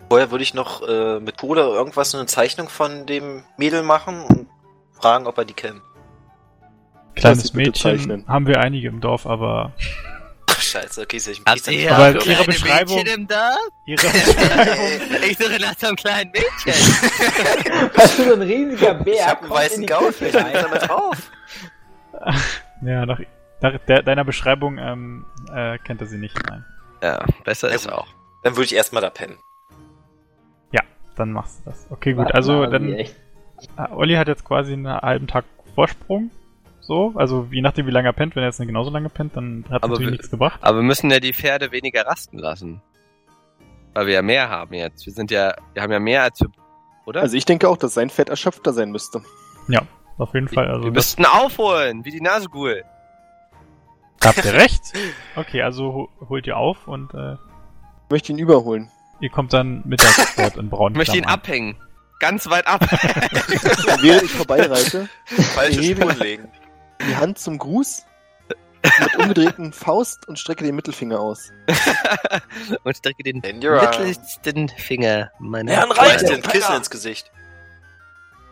C: Vorher würde ich noch äh, mit Kohle irgendwas so eine Zeichnung von dem Mädel machen und fragen, ob er die kennt.
A: Kleines
B: dich bitte
A: Mädchen
B: zeichnen.
A: haben wir einige im Dorf, aber
C: Ach, scheiße, okay, soll ich
F: Habt ihr
A: Aber
F: aber
A: ihre
F: ihre
A: Beschreibung-
F: Mädchen im Dorf?
A: ihre
F: ich suche nach so einem kleinen Mädchen.
D: Was für so ein riesiger Bär.
C: Ich hab einen
D: kommt in
C: weißen
D: die
C: Gaul,
D: Küche
C: steht da
D: rein.
C: damit drauf.
A: ja nach, nach der, deiner Beschreibung ähm, äh, kennt er sie nicht. Nein,
F: Ja, besser
C: Ja,
F: ist
C: gut.
F: auch.
C: Dann würde ich erstmal da pennen.
A: dann machst du das. Okay, gut.
D: Warte
A: Also
D: mal, wie
A: dann
D: echt.
A: Ah, Olli hat jetzt quasi einen halben Tag Vorsprung. So, also je nachdem, wie lange er pennt, wenn er jetzt nicht genauso lange pennt, dann hat
F: Aber
A: natürlich
F: wir-
A: nichts gebracht.
F: Aber wir müssen ja die Pferde weniger rasten lassen. Weil wir ja mehr haben jetzt. Wir sind ja, wir haben ja mehr als wir, oder?
B: Also ich denke auch, dass sein Fett erschöpfter sein müsste.
A: Auf jeden Fall. Also
F: wir müssten aufholen, wie die Nasegul.
A: das- habt ihr recht. Okay, also ho- holt ihr auf und äh,
B: Ich möchte ihn überholen.
A: ihr kommt dann mittags dort in Braun.
F: Ich möchte ihn abhängen. ganz weit ab.
B: Während ich vorbeireite,
C: Falsche
B: Eben.
C: Spuren legen.
B: die Hand zum Gruß mit umgedrehten Faust und strecke den Mittelfinger aus.
F: und strecke den
C: Bend your arm.
F: mittelsten Finger meiner
B: Herrn
C: Du hast
B: Reiter.
C: den Kissen ins Gesicht.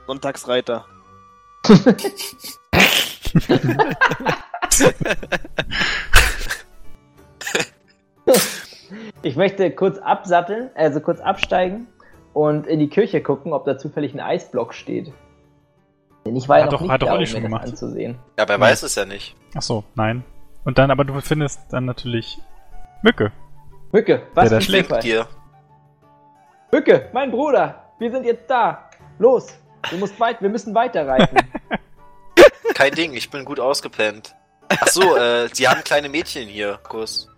B: Sonntagsreiter.
D: Ich möchte kurz absatteln, also kurz absteigen und in die Kirche gucken, ob da zufällig ein Eisblock steht. Denn ich war ja
A: Hat
D: noch
A: doch-
D: nicht
A: hat doch
D: da,
A: Olli
D: um
A: schon
D: mir das
A: gemacht.
D: anzusehen.
C: Ja, aber er
A: Hm.
C: weiß es ja nicht.
A: Ach so, nein. Und dann, aber du findest dann natürlich Mücke.
D: Mücke, was
A: Ja, das
D: für ein
A: schlägt
D: Zufall.
C: Dir.
D: Mücke, mein Bruder, wir sind jetzt da. Los, wir, musst weit, wir müssen weiterreiten.
C: Kein Ding, ich bin gut ausgepennt. Ach so, äh, sie haben kleine Mädchen hier, Kuss.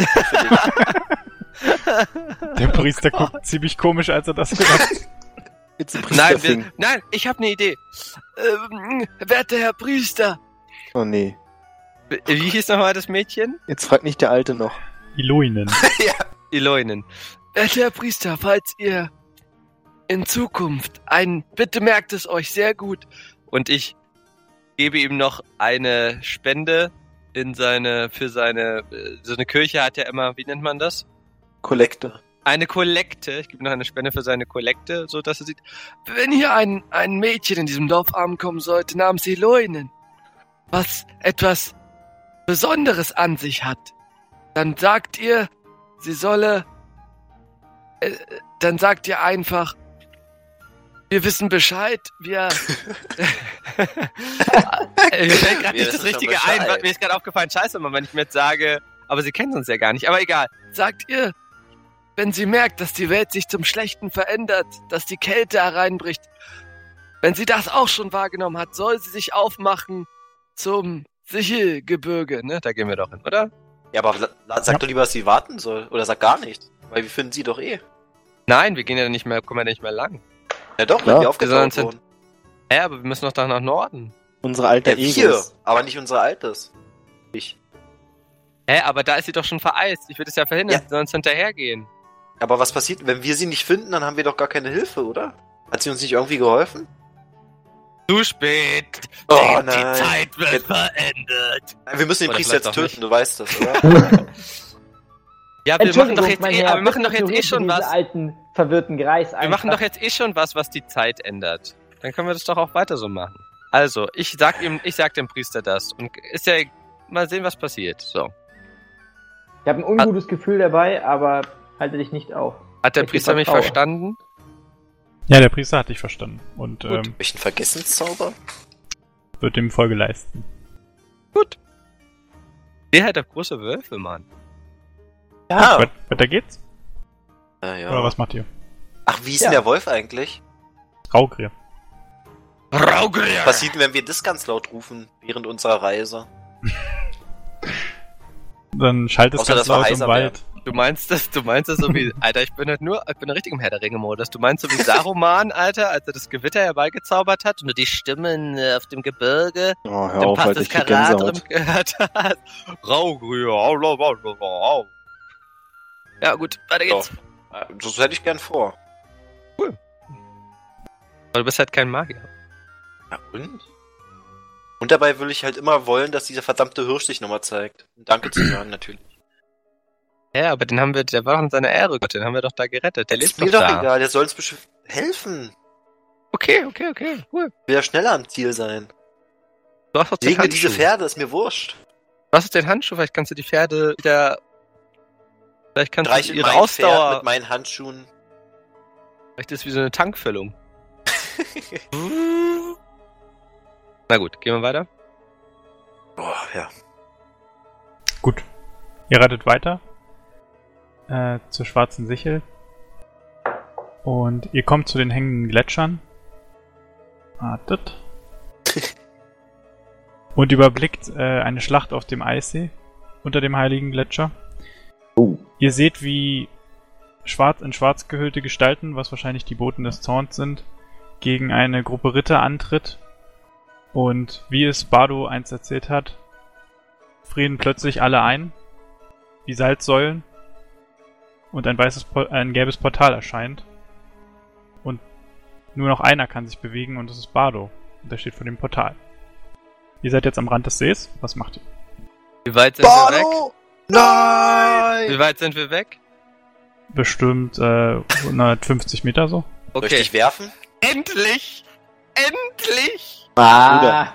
C: Für dich.
A: Der Priester
C: Oh
A: guckt ziemlich komisch, als er das gesagt hat.
B: It's a
F: Nein,
B: Priesterfing.
F: wir, nein, ich habe eine Idee. Ähm, werter Herr Priester.
B: Oh nee.
F: Wie hieß nochmal das Mädchen?
B: Jetzt fragt nicht der Alte noch.
A: Iloinen.
F: Eloinen. Werter Herr Priester, falls ihr in Zukunft ein, bitte merkt es euch sehr gut. Und ich gebe ihm noch eine Spende in seine, für seine, äh, so eine Kirche hat ja immer, wie nennt man das?
B: Kollekte.
F: Eine Kollekte. Ich gebe noch eine Spende für seine Kollekte, so dass er sieht, wenn hier ein, ein Mädchen in diesem Dorf ankommen sollte, namens Eloinen, was etwas Besonderes an sich hat, dann sagt ihr, sie solle, äh, dann sagt ihr einfach, wir wissen Bescheid, wir. Ey, mir fällt gerade
C: Wir
F: nicht das
C: wissen
F: Richtige
C: schon
F: ein,
C: Bescheid.
F: was- mir ist gerade aufgefallen, scheiße, Mann, wenn ich mir jetzt sage, aber sie kennen uns ja gar nicht, aber egal. Sagt ihr, wenn sie merkt, dass die Welt sich zum Schlechten verändert, dass die Kälte hereinbricht, wenn sie das auch schon wahrgenommen hat, soll sie sich aufmachen zum Sichelgebirge, ne? Da gehen wir doch hin, oder?
C: Ja, aber la- la- sag doch lieber, dass sie warten soll. Oder sag gar nichts. Weil wir finden sie doch eh.
F: Nein, wir gehen ja nicht mehr, kommen ja nicht mehr lang.
C: Ja doch,
B: Ja.
C: wenn wir aufgetaucht
F: Sondern-
C: wurden.
F: Hä, aber wir müssen doch dann nach Norden.
B: Unsere alte
C: Ja, wir,
B: Egos.
C: aber nicht unsere Altes. Ich.
F: Hä, aber da ist sie doch schon vereist. Ich würde es ja verhindern,
C: Ja.
F: dass sie sonst hinterhergehen.
C: Aber was passiert, wenn wir sie nicht finden, dann haben wir doch gar keine Hilfe, oder? Hat sie uns nicht irgendwie geholfen?
F: Zu spät.
C: Oh nein.
F: wird
C: Jetzt-
F: verändert.
C: Wir müssen den
F: Oder
C: Priester
F: vielleicht
C: jetzt
F: auch
C: töten, du weißt das, oder?
F: Ja, wir machen doch jetzt eh, aber wir machen doch jetzt eh schon was.
D: Diese alten verwirrten Greis
F: Wir machen doch jetzt eh schon was, was die Zeit ändert. Dann können wir das doch auch weiter so machen. Also, ich sag ihm, ich sag dem Priester das und ist ja mal sehen, was passiert. So.
D: Ich habe ein ungutes Gefühl dabei, aber halte dich nicht auf.
F: Hat der
D: Ich
F: Priester mich
D: vertraue.
F: verstanden?
A: Ja, der Priester hat dich verstanden und
F: Gut.
A: ähm,
C: Welchen Vergessenszauber?
A: wird dem Folge leisten.
F: Der hat doch große Wölfe, Mann.
C: Ja.
A: Weit- Weiter geht's?
C: Ah,
A: Oder
C: ja.
A: was macht ihr?
C: Ach, wie ist
D: Ja.
C: denn der Wolf eigentlich?
A: Raugrier.
F: Raugeier!
C: Was passiert, denn, wenn wir das ganz laut rufen während unserer Reise?
A: Dann schaltest
C: Außer,
A: du ganz
C: dass wir
A: laut im
C: heiser
A: Wald.
F: Du meinst das, du meinst das so wie, Alter, ich bin halt nur, ich bin richtig im Herr der Ringe-Modus. Du meinst so wie Saruman, Alter, als er das Gewitter herbeigezaubert hat und du die Stimmen äh, auf dem Gebirge,
B: Oh, hör
F: den
B: auf,
F: Pass
B: Alter,
F: des
B: ich krieg Gänsehaut.
F: Karadrim gehört hast. Raugrühe, au, au, au, au, au. Ja, gut, weiter
C: So.
F: geht's.
C: Ah, Das hätte ich gern vor.
F: Aber du bist halt kein Magier.
C: Ja, und? Und dabei will ich halt immer wollen, dass dieser verdammte Hirsch sich nochmal zeigt. Um Danke zu sagen, natürlich.
F: Ja, aber den haben wir, der war doch in seiner Ehre, Gott, den haben wir doch da gerettet. Der lebt
C: ist
F: doch,
C: mir doch
F: da.
C: egal, der soll uns bestimmt helfen.
F: Okay, okay, okay, cool.
C: Will ja schneller am Ziel sein.
F: Du hast doch den
C: Segne diese
F: Handschuh.
C: Pferde, ist mir wurscht.
F: Du hast doch den Handschuh, vielleicht kannst du die Pferde wieder, vielleicht kannst
C: Streichel
F: du ihre
C: mein Pferd
F: Ausdauer,
C: mit meinen Handschuhen.
F: Vielleicht ist es wie so eine Tankfüllung. Na gut, gehen wir weiter.
C: Boah, ja.
A: Ihr reitet weiter äh, zur schwarzen Sichel. Und ihr kommt zu den hängenden Gletschern. Wartet. Und überblickt äh, eine Schlacht auf dem Eissee unter dem heiligen Gletscher.
D: Oh.
A: Ihr seht, wie schwarz in schwarz gehüllte Gestalten, was wahrscheinlich die Boten des Zorns sind, gegen eine Gruppe Ritter antritt. Und wie es Bardo einst erzählt hat, frieren plötzlich alle ein, wie Salzsäulen, und ein weißes, Po- ein gelbes Portal erscheint. Und Nur noch einer kann sich bewegen und das ist Bardo. Und der steht vor dem Portal. Ihr seid jetzt am Rand des Sees. Was macht ihr?
F: Wie weit sind wir
C: Bardo!
F: weg?
C: Nein!
F: Wie weit sind wir weg?
A: Bestimmt äh, 150 Meter so.
C: Soll ich
F: Okay.
C: dich werfen?
F: Endlich! Endlich!
D: Ah,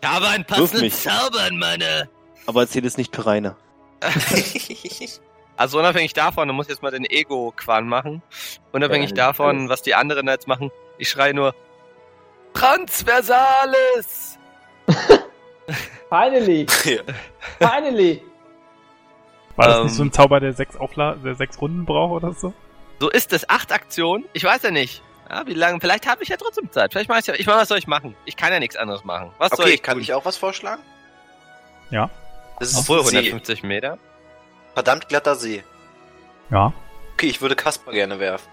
F: Ich habe einen
B: passenden mich.
F: Zauber in meiner.
B: Aber erzähl es nicht Pereiner.
F: Also unabhängig davon, du musst jetzt mal den Ego-Quan machen. Unabhängig
B: Ja,
F: davon, was die anderen jetzt machen, ich schreie nur Transversales!
D: finally, finally.
A: War das
F: Ähm.
A: nicht so ein Zauber, der sechs, Aufla der sechs Runden braucht oder so?
F: So ist es. Acht Aktionen? Ich weiß ja nicht. Ja, wie lange? Vielleicht habe ich ja trotzdem Zeit. Vielleicht mache ich ja. Ich meine, was soll ich machen? Ich kann ja nichts anderes machen. Was soll
C: okay,
F: ich
C: kann
F: tun?
C: ich auch was vorschlagen?
A: Ja.
C: Das ist
F: Obwohl
C: ein See.
F: 150 Meter.
C: Verdammt glatter See.
A: Ja.
C: Okay, ich würde Kasper gerne werfen.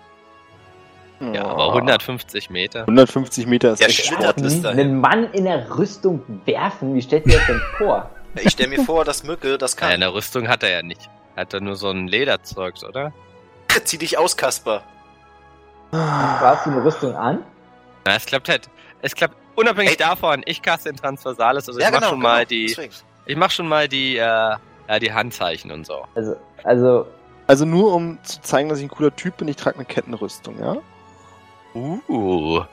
F: Ja, aber
C: Oh.
F: 150 Meter.
B: 150 Oh. Meter ist
C: Der
B: echt
C: schlittert
B: Sport.
C: bis dahin.
D: Einen Mann in der Rüstung werfen, wie stellt ihr das denn vor?
C: Ich stelle mir vor, dass Mücke das
F: Naja,
C: kann.
F: eine Rüstung hat er ja ne? nicht. Hat er nur so ein Lederzeug, oder?
C: Zieh dich aus, Kasper.
D: Warst du eine Rüstung an?
F: Na, es klappt halt. Es klappt unabhängig
C: Ey. genau,
F: davon. Ich kaste den Transversales, also ich mach schon mal die.
C: Deswegen.
F: Ich mach schon mal die, äh, ja, die Handzeichen und so.
D: Also, also,
B: Also nur um zu zeigen, dass ich ein cooler Typ bin, ich trage eine Kettenrüstung, ja?
F: Uh.
D: also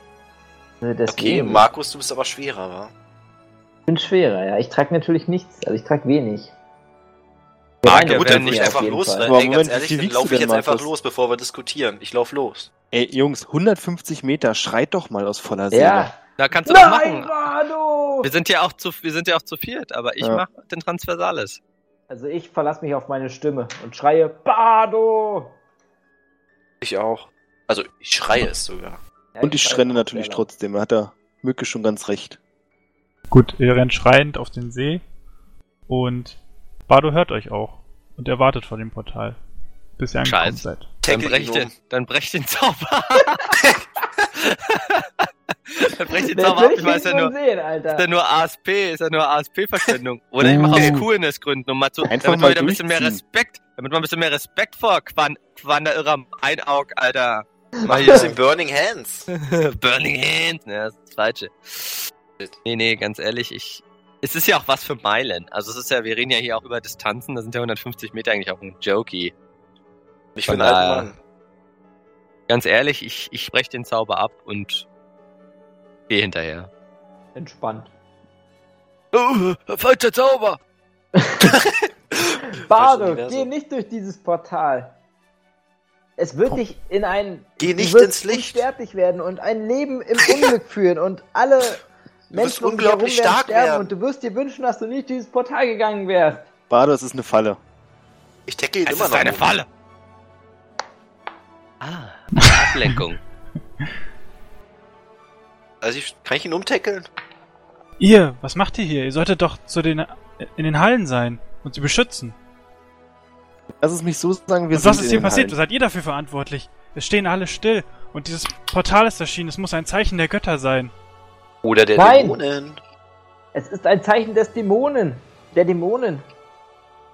C: Okay,
D: deswegen.
C: Markus, du bist aber schwerer, wa?
D: Ich bin schwerer, ja. Ich trage natürlich nichts, also ich trage wenig.
F: Mag
D: Reine
F: ja
C: Gut,
F: gut,
C: dann
F: dann
D: Rüstung
C: nicht
D: auf
C: einfach
D: jeden
C: los.
D: Fall.
C: Ne?
B: Aber
C: Ey, ganz
B: Moment, wie
C: ehrlich,
B: viel
C: dann
B: wiegst
C: laufe
B: du
C: ich
B: denn,
C: jetzt einfach
B: Markus?
C: los, bevor wir diskutieren. Ich lauf los.
B: Ey, Jungs, 150 Meter, schreit doch mal aus voller Seele.
D: Ja.
F: Da kannst du das
D: Nein,
F: machen.
D: Bardo!
F: Wir sind ja auch zu, wir sind ja auch zu viert, aber ich
B: Ja.
F: mach den Transversales.
D: Also ich verlasse mich auf meine Stimme und schreie Bardo!
C: Ich auch. Also, ich schreie es sogar.
D: Ja, genau.
B: Und ich
D: schreie
B: schrenne
D: auch
B: natürlich
D: sehr laut.
B: trotzdem, da hat der Mücke schon ganz recht.
A: Gut, ihr rennt schreiend auf den See und Bardo hört euch auch und er wartet vor dem Portal, bis ihr angekommen
F: Scheiße.
A: seid.
F: Dann
C: Tackle
F: brech,
C: ihn
F: den,
C: um.
F: dann brech den Zauber. dann brech den
D: Nee,
F: Zauber ab.
D: will
F: Ich weiß ja
D: nicht schon
F: nur,
D: sehen,
F: ist ja
D: Alter.
F: nur ASP, ist ja nur ASP-Verschwendung. Oder ich mache aus Coolness-Gründen, um mal zu,
B: Oh. Einfach
F: damit
B: mal
F: man wieder ein bisschen mehr
B: durchziehen.
F: Respekt, damit man ein bisschen mehr Respekt vor Quan, Wanderirrer Einaug, Alter.
C: Mach jetzt den Burning Hands.
F: Burning Hands. Ja, das ist das Falsche. Nee, nee, ganz ehrlich, ich. Es ist ja auch was für Meilen. Also es ist ja, wir reden ja hier auch über Distanzen, da sind ja 150 Meter eigentlich auch ein Jokey.
C: Ich bin ein
F: Von
C: alter
F: daher.
C: Mann.
F: Ganz ehrlich, ich, ich spreche den Zauber ab und gehe hinterher.
D: Entspannt.
J: Oh,
F: Uh,
J: falscher Zauber!
D: Bardo,
C: Universum.
D: geh nicht durch dieses Portal. Es wird dich in ein...
C: Geh
D: du
C: nicht
D: wirst
C: ins Licht.
D: unsterblich werden und ein Leben im Unglück führen und alle Menschen um dich herum werden
C: unglaublich stark
D: sterben
C: werden.
D: und du wirst dir wünschen, dass du nicht durch dieses Portal gegangen wärst.
B: Bardo, das ist eine Falle.
C: Ich tackle ihn
F: Es
C: immer
F: ist
C: noch.
F: eine
C: um.
F: Falle! Ah, Ablenkung.
C: Also, ich, kann ich ihn umtackeln?
A: Ihr, was macht ihr hier? Ihr solltet doch zu den in den Hallen sein und sie beschützen.
B: Lass es mich so sagen, wir
A: und
B: sind
A: was ist
B: in
A: hier
B: den
A: passiert? Was
B: Hallen.
A: seid ihr dafür verantwortlich? Es stehen alle still und dieses Portal ist erschienen. Es muss ein Zeichen der Götter sein.
C: Oder der
D: Nein.
C: Dämonen.
D: Es ist ein Zeichen des Dämonen. Der Dämonen.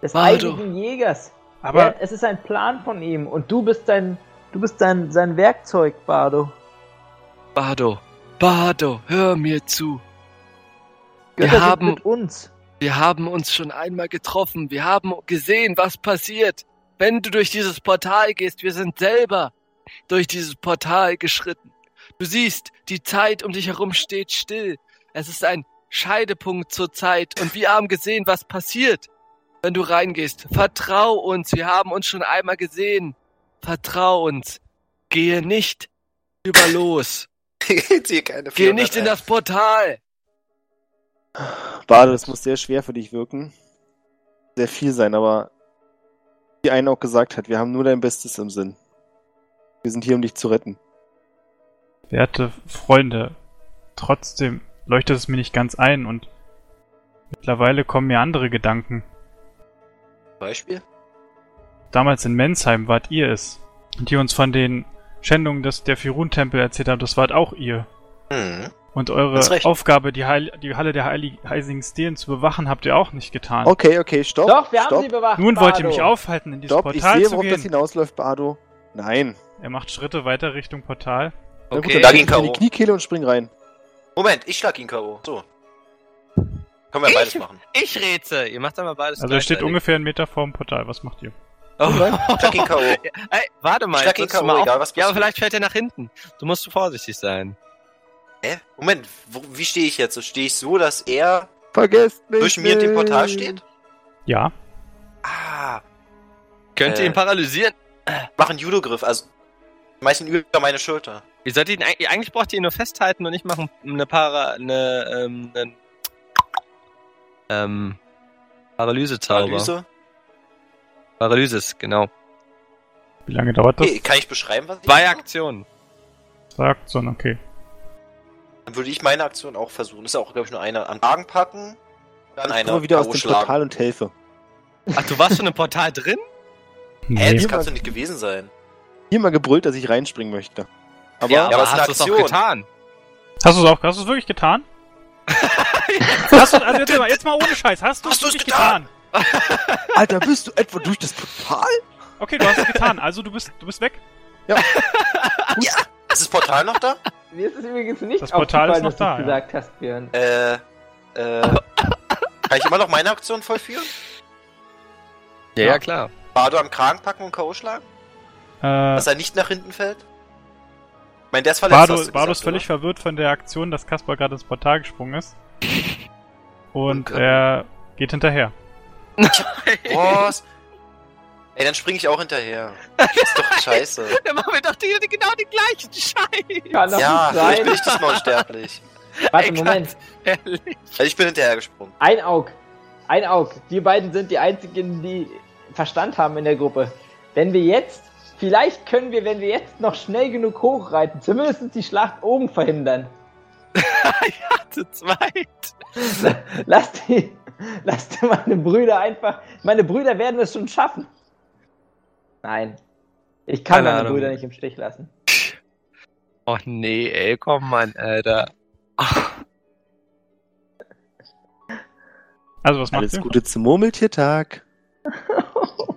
D: Des
J: Bardo.
D: eiligen Jägers.
A: Aber
D: ja, es ist ein Plan von ihm und du bist sein, du bist sein, sein Werkzeug, Bardo.
J: Bardo, Bardo, hör mir zu. Wir
D: Götter sind
J: haben-
D: mit uns.
J: Wir haben uns schon einmal getroffen. Wir haben gesehen, was passiert. Wenn du durch dieses Portal gehst, wir sind selber durch dieses Portal geschritten. Du siehst, die Zeit um dich herum steht still. Es ist ein Scheidepunkt zur Zeit und wir haben gesehen, was passiert, wenn du reingehst. Vertrau uns, wir haben uns schon einmal gesehen. Vertrau uns. Gehe nicht über los.
C: Jetzt hier keine
J: Gehe nicht
C: 401.
J: in das Portal.
B: Bardo, das muss sehr schwer für dich wirken. Sehr viel sein, aber wie einen auch gesagt hat, wir haben nur dein Bestes im Sinn. Wir sind hier, um dich zu retten.
A: Werte Freunde, trotzdem leuchtet es mir nicht ganz ein und mittlerweile kommen mir andere Gedanken.
C: Beispiel?
A: Damals in Mensheim wart ihr es, die uns von den Schändungen des, der Firun-Tempel erzählt habt. Das wart auch ihr.
C: Hm.
A: Und
C: Hast
A: eure
C: recht.
A: Aufgabe, die, Heil die Halle der Heilig Heiligen Stelen zu bewachen, habt ihr auch nicht getan.
B: Okay, okay, stopp.
D: Doch, wir
B: stopp,
D: haben sie bewacht.
A: Nun wollt ihr
D: Bardo.
A: mich aufhalten, in dieses
B: stopp. Ich
A: Portal
B: sehe,
A: zu
B: worauf das
A: gehen.
B: hinausläuft, Bardo. Nein.
A: Er macht Schritte weiter Richtung Portal.
B: Na
F: Okay.
B: dann
C: Da
B: tritt
C: ging
B: ich in
C: K.O..
B: die Kniekehle und spring rein.
C: Moment, ich schlag ihn K.O. So. Können wir
F: Ich?
C: beides machen.
F: Ich rätsel. Ihr macht einmal beides.
A: Also er steht
F: gleichzeitig.
A: ungefähr einen Meter vorm Portal. Was macht ihr?
F: Oh.
C: Ich schlag ihn K.O. Ich
F: Ey, warte mal.
C: schlag ihn
F: jetzt musst
C: K.O.,
F: du mal auf.
C: egal was
F: Ja, aber
C: passiert.
F: vielleicht fällt er nach hinten. Du musst vorsichtig sein.
C: Hä? Moment, wo, wie stehe ich jetzt? Stehe ich so, dass er
B: Vergesst mich
C: zwischen mir und dem
B: nicht.
C: Portal steht?
A: Ja.
C: Ah,
F: Könnt ihr
C: Äh.
F: ihn paralysieren?
C: mach einen Judo-Griff, also meistens über meine Schulter.
F: Ihr sollt ihn eigentlich, eigentlich braucht ihr ihn nur festhalten und nicht machen eine Para, eine, ähm, einen, ähm, Paralyse-Zauber. Paralyse?
C: Analyse.
F: Paralysis, genau.
A: Wie lange dauert das?
C: Okay, kann ich beschreiben, was ich
F: Zwei
C: mache?
F: Aktionen.
A: Sagt, sondern okay.
C: Dann würde ich meine Aktion auch versuchen. Ist ja auch, glaube ich, nur eine am Kragen packen, dann
B: Ich
C: eine
B: komme wieder aus dem
C: K.O. schlagen.
B: Portal und helfe.
F: Ach, du warst schon im Portal drin?
C: Hä,
A: Nee.
C: das kannst du nicht gewesen sein.
B: Hier mal gebrüllt, dass ich reinspringen möchte. Aber
F: ja,
C: aber
F: aber
C: es ist
F: hast du
C: eine
F: es auch
C: Aktion.
F: getan?
A: Hast du es auch, hast du es wirklich getan? hast du, also jetzt, mal, jetzt mal ohne Scheiß, hast du es
C: Hast du es
A: wirklich
C: getan?
A: getan?
B: Alter, bist du etwa durch das Portal?
A: Okay, du hast es getan, also du bist, du bist weg.
C: Ist das Portal noch da?
D: Mir ist es übrigens nicht
A: Das Portal
D: aufgefallen,
A: ist noch
D: dass du
A: da,
D: es gesagt hast, Björn.
C: Äh, äh. Kann ich immer noch meine Aktion vollführen?
F: Ja, ja, klar.
C: Bardo am Kragen packen und K.O. schlagen?
A: Äh,
C: Dass er nicht nach hinten fällt? Ich meine, der ist verletzt.
A: Bardo,
C: hast du
A: Bardo
C: gesagt,
A: ist völlig
C: oder?
A: verwirrt von der Aktion, dass Kaspar gerade ins Portal gesprungen ist. Und
C: Okay.
A: er geht hinterher.
C: Was? Ey, dann springe ich auch hinterher. Ist doch scheiße.
F: Dann machen wir doch die, die- genau den gleichen Scheiß.
D: Kann doch
C: Ja,
D: nicht
C: vielleicht bin
D: sein.
C: ich das mal unsterblich.
D: Warte,
F: Ey,
D: Moment.
F: Ehrlich.
C: Also ich bin hinterher gesprungen.
D: Ein Aug. Ein Aug. Wir beiden sind die einzigen, die Verstand haben in der Gruppe. Wenn wir jetzt, vielleicht können wir, wenn wir jetzt noch schnell genug hochreiten, zumindest die Schlacht oben verhindern.
F: Zu zweit.
D: Lass die, lass die meine Brüder einfach, meine Brüder werden es schon schaffen. Nein. Ich kann
F: Keine
D: meine
F: Ahnung.
D: Brüder nicht im Stich lassen.
F: Oh nee, ey, komm Mann, Alter.
A: Also was macht
B: Alles
A: ihr?
B: Gute zum Murmeltiertag.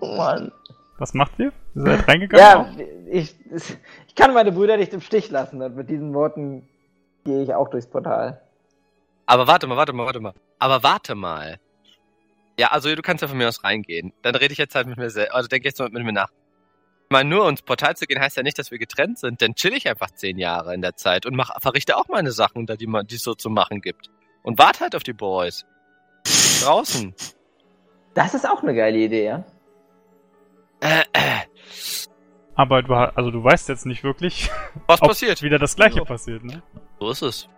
D: Oh Mann.
A: Was macht ihr? Ihr seid reingegangen?
D: Ja, ich, ich kann meine Brüder nicht im Stich lassen und mit diesen Worten gehe ich auch durchs Portal.
F: Aber warte mal, warte mal, warte mal. Aber warte mal. Ja, also du kannst ja von mir aus reingehen. Dann rede ich jetzt halt mit mir selbst. Also denke jetzt mal mit mir nach. Ich meine, nur ins Portal zu gehen heißt ja nicht, dass wir getrennt sind. Dann chill ich einfach zehn Jahre in der Zeit und mach, verrichte auch meine Sachen, da die man- die es so zu machen gibt. Und warte halt auf die Boys. Draußen.
D: Das ist auch eine geile Idee, ja?
F: Äh, äh.
A: Aber du, ha- also du weißt jetzt nicht wirklich,
F: Was
A: Ob-
F: passiert?
A: wieder das gleiche
F: Ja.
A: passiert, ne?
F: So ist es.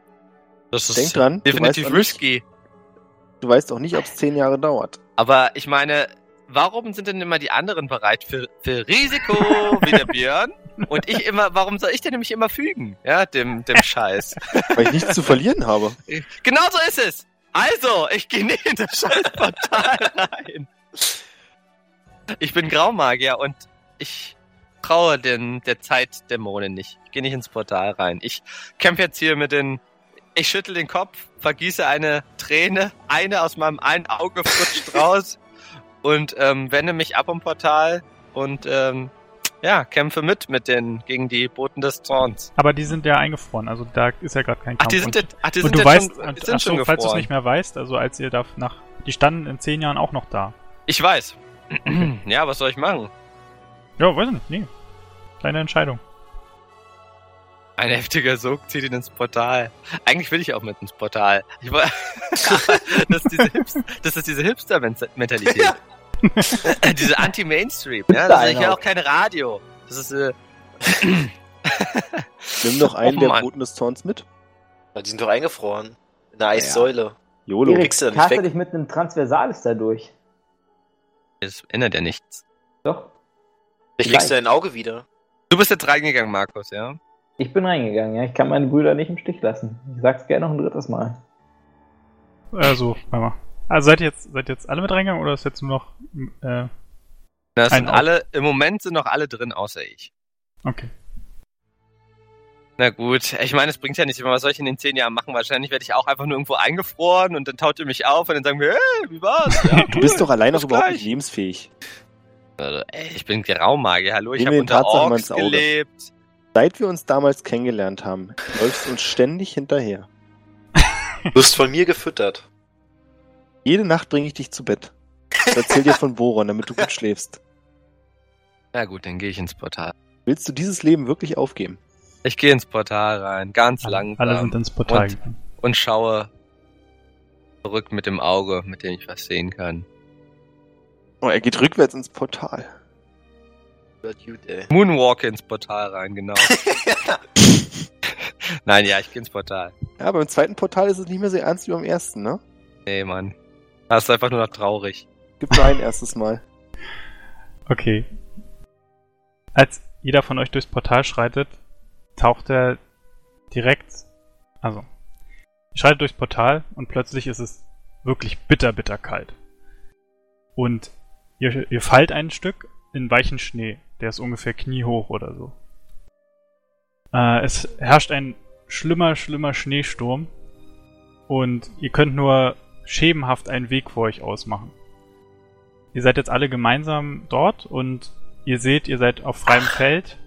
F: Das ist
B: Denk dran, du weißt,
F: definitiv
B: auch nicht,
F: risky.
B: du weißt auch nicht, ob es zehn Jahre dauert.
F: Aber ich meine, warum sind denn immer die anderen bereit für, für Risiko wie der Björn? Und ich immer, warum soll ich denn nämlich immer fügen? Ja, dem, dem Scheiß.
B: Weil ich nichts zu verlieren habe.
F: genau so ist es. Also, ich gehe nicht in das Scheißportal rein. Ich bin Graumagier und ich traue den, der Zeitdämonen nicht. Ich gehe nicht ins Portal rein. Ich kämpfe jetzt hier mit den. Ich schüttel den Kopf, vergieße eine Träne, eine aus meinem einen Auge flutscht raus und ähm, wende mich ab im Portal und ähm, ja, kämpfe mit mit den gegen die Boten des Zorns.
A: Aber die sind ja eingefroren, also da ist ja gerade kein
F: Ach,
A: Kampf.
F: die
A: und,
F: sind jetzt, ach, die
A: und
F: sind
A: du
F: jetzt
A: weißt,
F: schon,
A: und,
F: die sind
A: ach so, falls
F: schon
A: du es
F: gefroren.
A: nicht mehr weißt, also als ihr da nach, die standen in zehn Jahren auch noch da.
F: Ich weiß. ja, was soll ich machen?
A: Ja, weiß ich nicht, nee. Kleine Entscheidung.
F: Ein heftiger Sog zieht ihn ins Portal. Eigentlich will ich auch mit ins Portal. Ich woll- das, ist diese Hipster, das ist diese Hipster-Mentalität. diese Anti-Mainstream. Ja, das ist ja auch kein Radio. Das ist, äh,
B: Nimm noch einen
F: Oh
B: der
F: Mann.
B: Boten des Zorns mit.
C: Ja, Die sind doch eingefroren. In der Eissäule.
B: Jolo.
D: Erik,
C: kriegst du da nicht
D: taste
C: weg.
D: dich mit einem Transversalis dadurch.
F: das ändert ja nichts.
D: Doch,
C: Vielleicht kriegst du dein Auge wieder.
F: Du bist jetzt reingegangen, Markus, ja?
D: ich bin reingegangen, ja. Ich kann meine Brüder nicht im Stich lassen. Ich sag's gerne noch ein drittes Mal.
A: Also, warte mal. Also seid ihr jetzt, seid ihr jetzt alle mit reingegangen oder ist jetzt nur noch, äh,
F: Das
A: Ein
F: sind
A: Auge.
F: alle, im Moment sind noch alle drin, außer ich.
A: okay.
F: Na gut, ich meine, es bringt ja nichts. Ich meine, Was soll ich in den zehn Jahren machen? Wahrscheinlich werde ich auch einfach nur irgendwo eingefroren und dann taut ihr mich auf und dann sagen wir, hey, wie war's? Ja,
B: Du bist doch allein
F: Bis
B: auch überhaupt
F: gleich.
B: nicht lebensfähig.
F: Ey, ich bin Graumagier, hallo, ich
B: Nehmen
F: habe
B: wir den
F: unter
B: Tatsachen mal
F: Orks
B: ins Auge.
F: gelebt.
B: Seit wir uns damals kennengelernt haben, läufst du uns ständig hinterher.
C: Du wirst von mir gefüttert.
B: Jede Nacht bringe ich dich zu Bett. Ich erzähl dir von Boron, damit du gut schläfst.
F: Na gut, dann gehe ich ins Portal.
B: Willst du dieses Leben wirklich aufgeben?
F: Ich gehe ins Portal rein, ganz langsam.
A: Alle sind ins Portal
F: ähm, Und-
A: gegangen.
F: und schaue zurück mit dem Auge, mit dem ich was sehen kann.
B: Oh, er geht rückwärts ins Portal.
C: Wird gut, ey.
F: Moonwalk ins Portal rein, genau. Nein, ja, ich gehe ins Portal.
B: Ja, beim zweiten Portal ist es nicht mehr so ernst wie beim ersten, ne?
F: Nee, Mann. Das ist einfach nur noch traurig.
B: Gib nur ein erstes Mal.
A: Okay. Als jeder von euch durchs Portal schreitet, taucht er direkt. Also, ihr schreitet durchs Portal und plötzlich ist es wirklich bitter, bitter kalt. Und ihr, ihr fallt ein Stück in weichen Schnee. Der ist ungefähr kniehoch oder so. Äh, es herrscht ein schlimmer, schlimmer Schneesturm. Und ihr könnt nur schemenhaft einen Weg vor euch ausmachen. Ihr seid jetzt alle gemeinsam dort und ihr seht, ihr seid auf freiem Feld.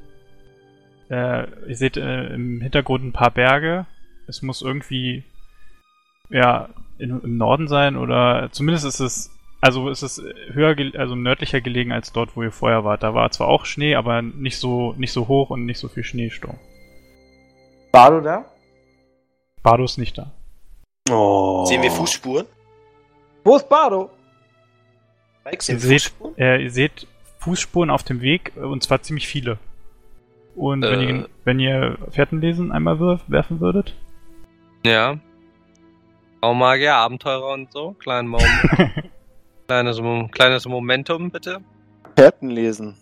A: Äh, ihr seht äh, im Hintergrund ein paar Berge. Es muss irgendwie ja in, im Norden sein oder zumindest ist es also ist es höher ge- also nördlicher gelegen als dort, wo ihr vorher wart. Da war zwar auch Schnee, aber nicht so nicht so hoch und nicht so viel Schneesturm.
D: Bardo da?
A: Bardo ist nicht da.
B: Oh.
C: Sehen wir Fußspuren?
D: Wo ist Bardo?
C: Mike,
A: Ihr seht, äh, ihr seht Fußspuren auf dem Weg äh, und zwar ziemlich viele. Und wenn,
F: Äh.
A: ihr, wenn ihr Fährtenlesen einmal wirf, werfen würdet.
F: Ja. Baumagier, Abenteurer und so. Kleinen Mom kleines, Mo- kleines Momentum, bitte.
B: Fährten lesen.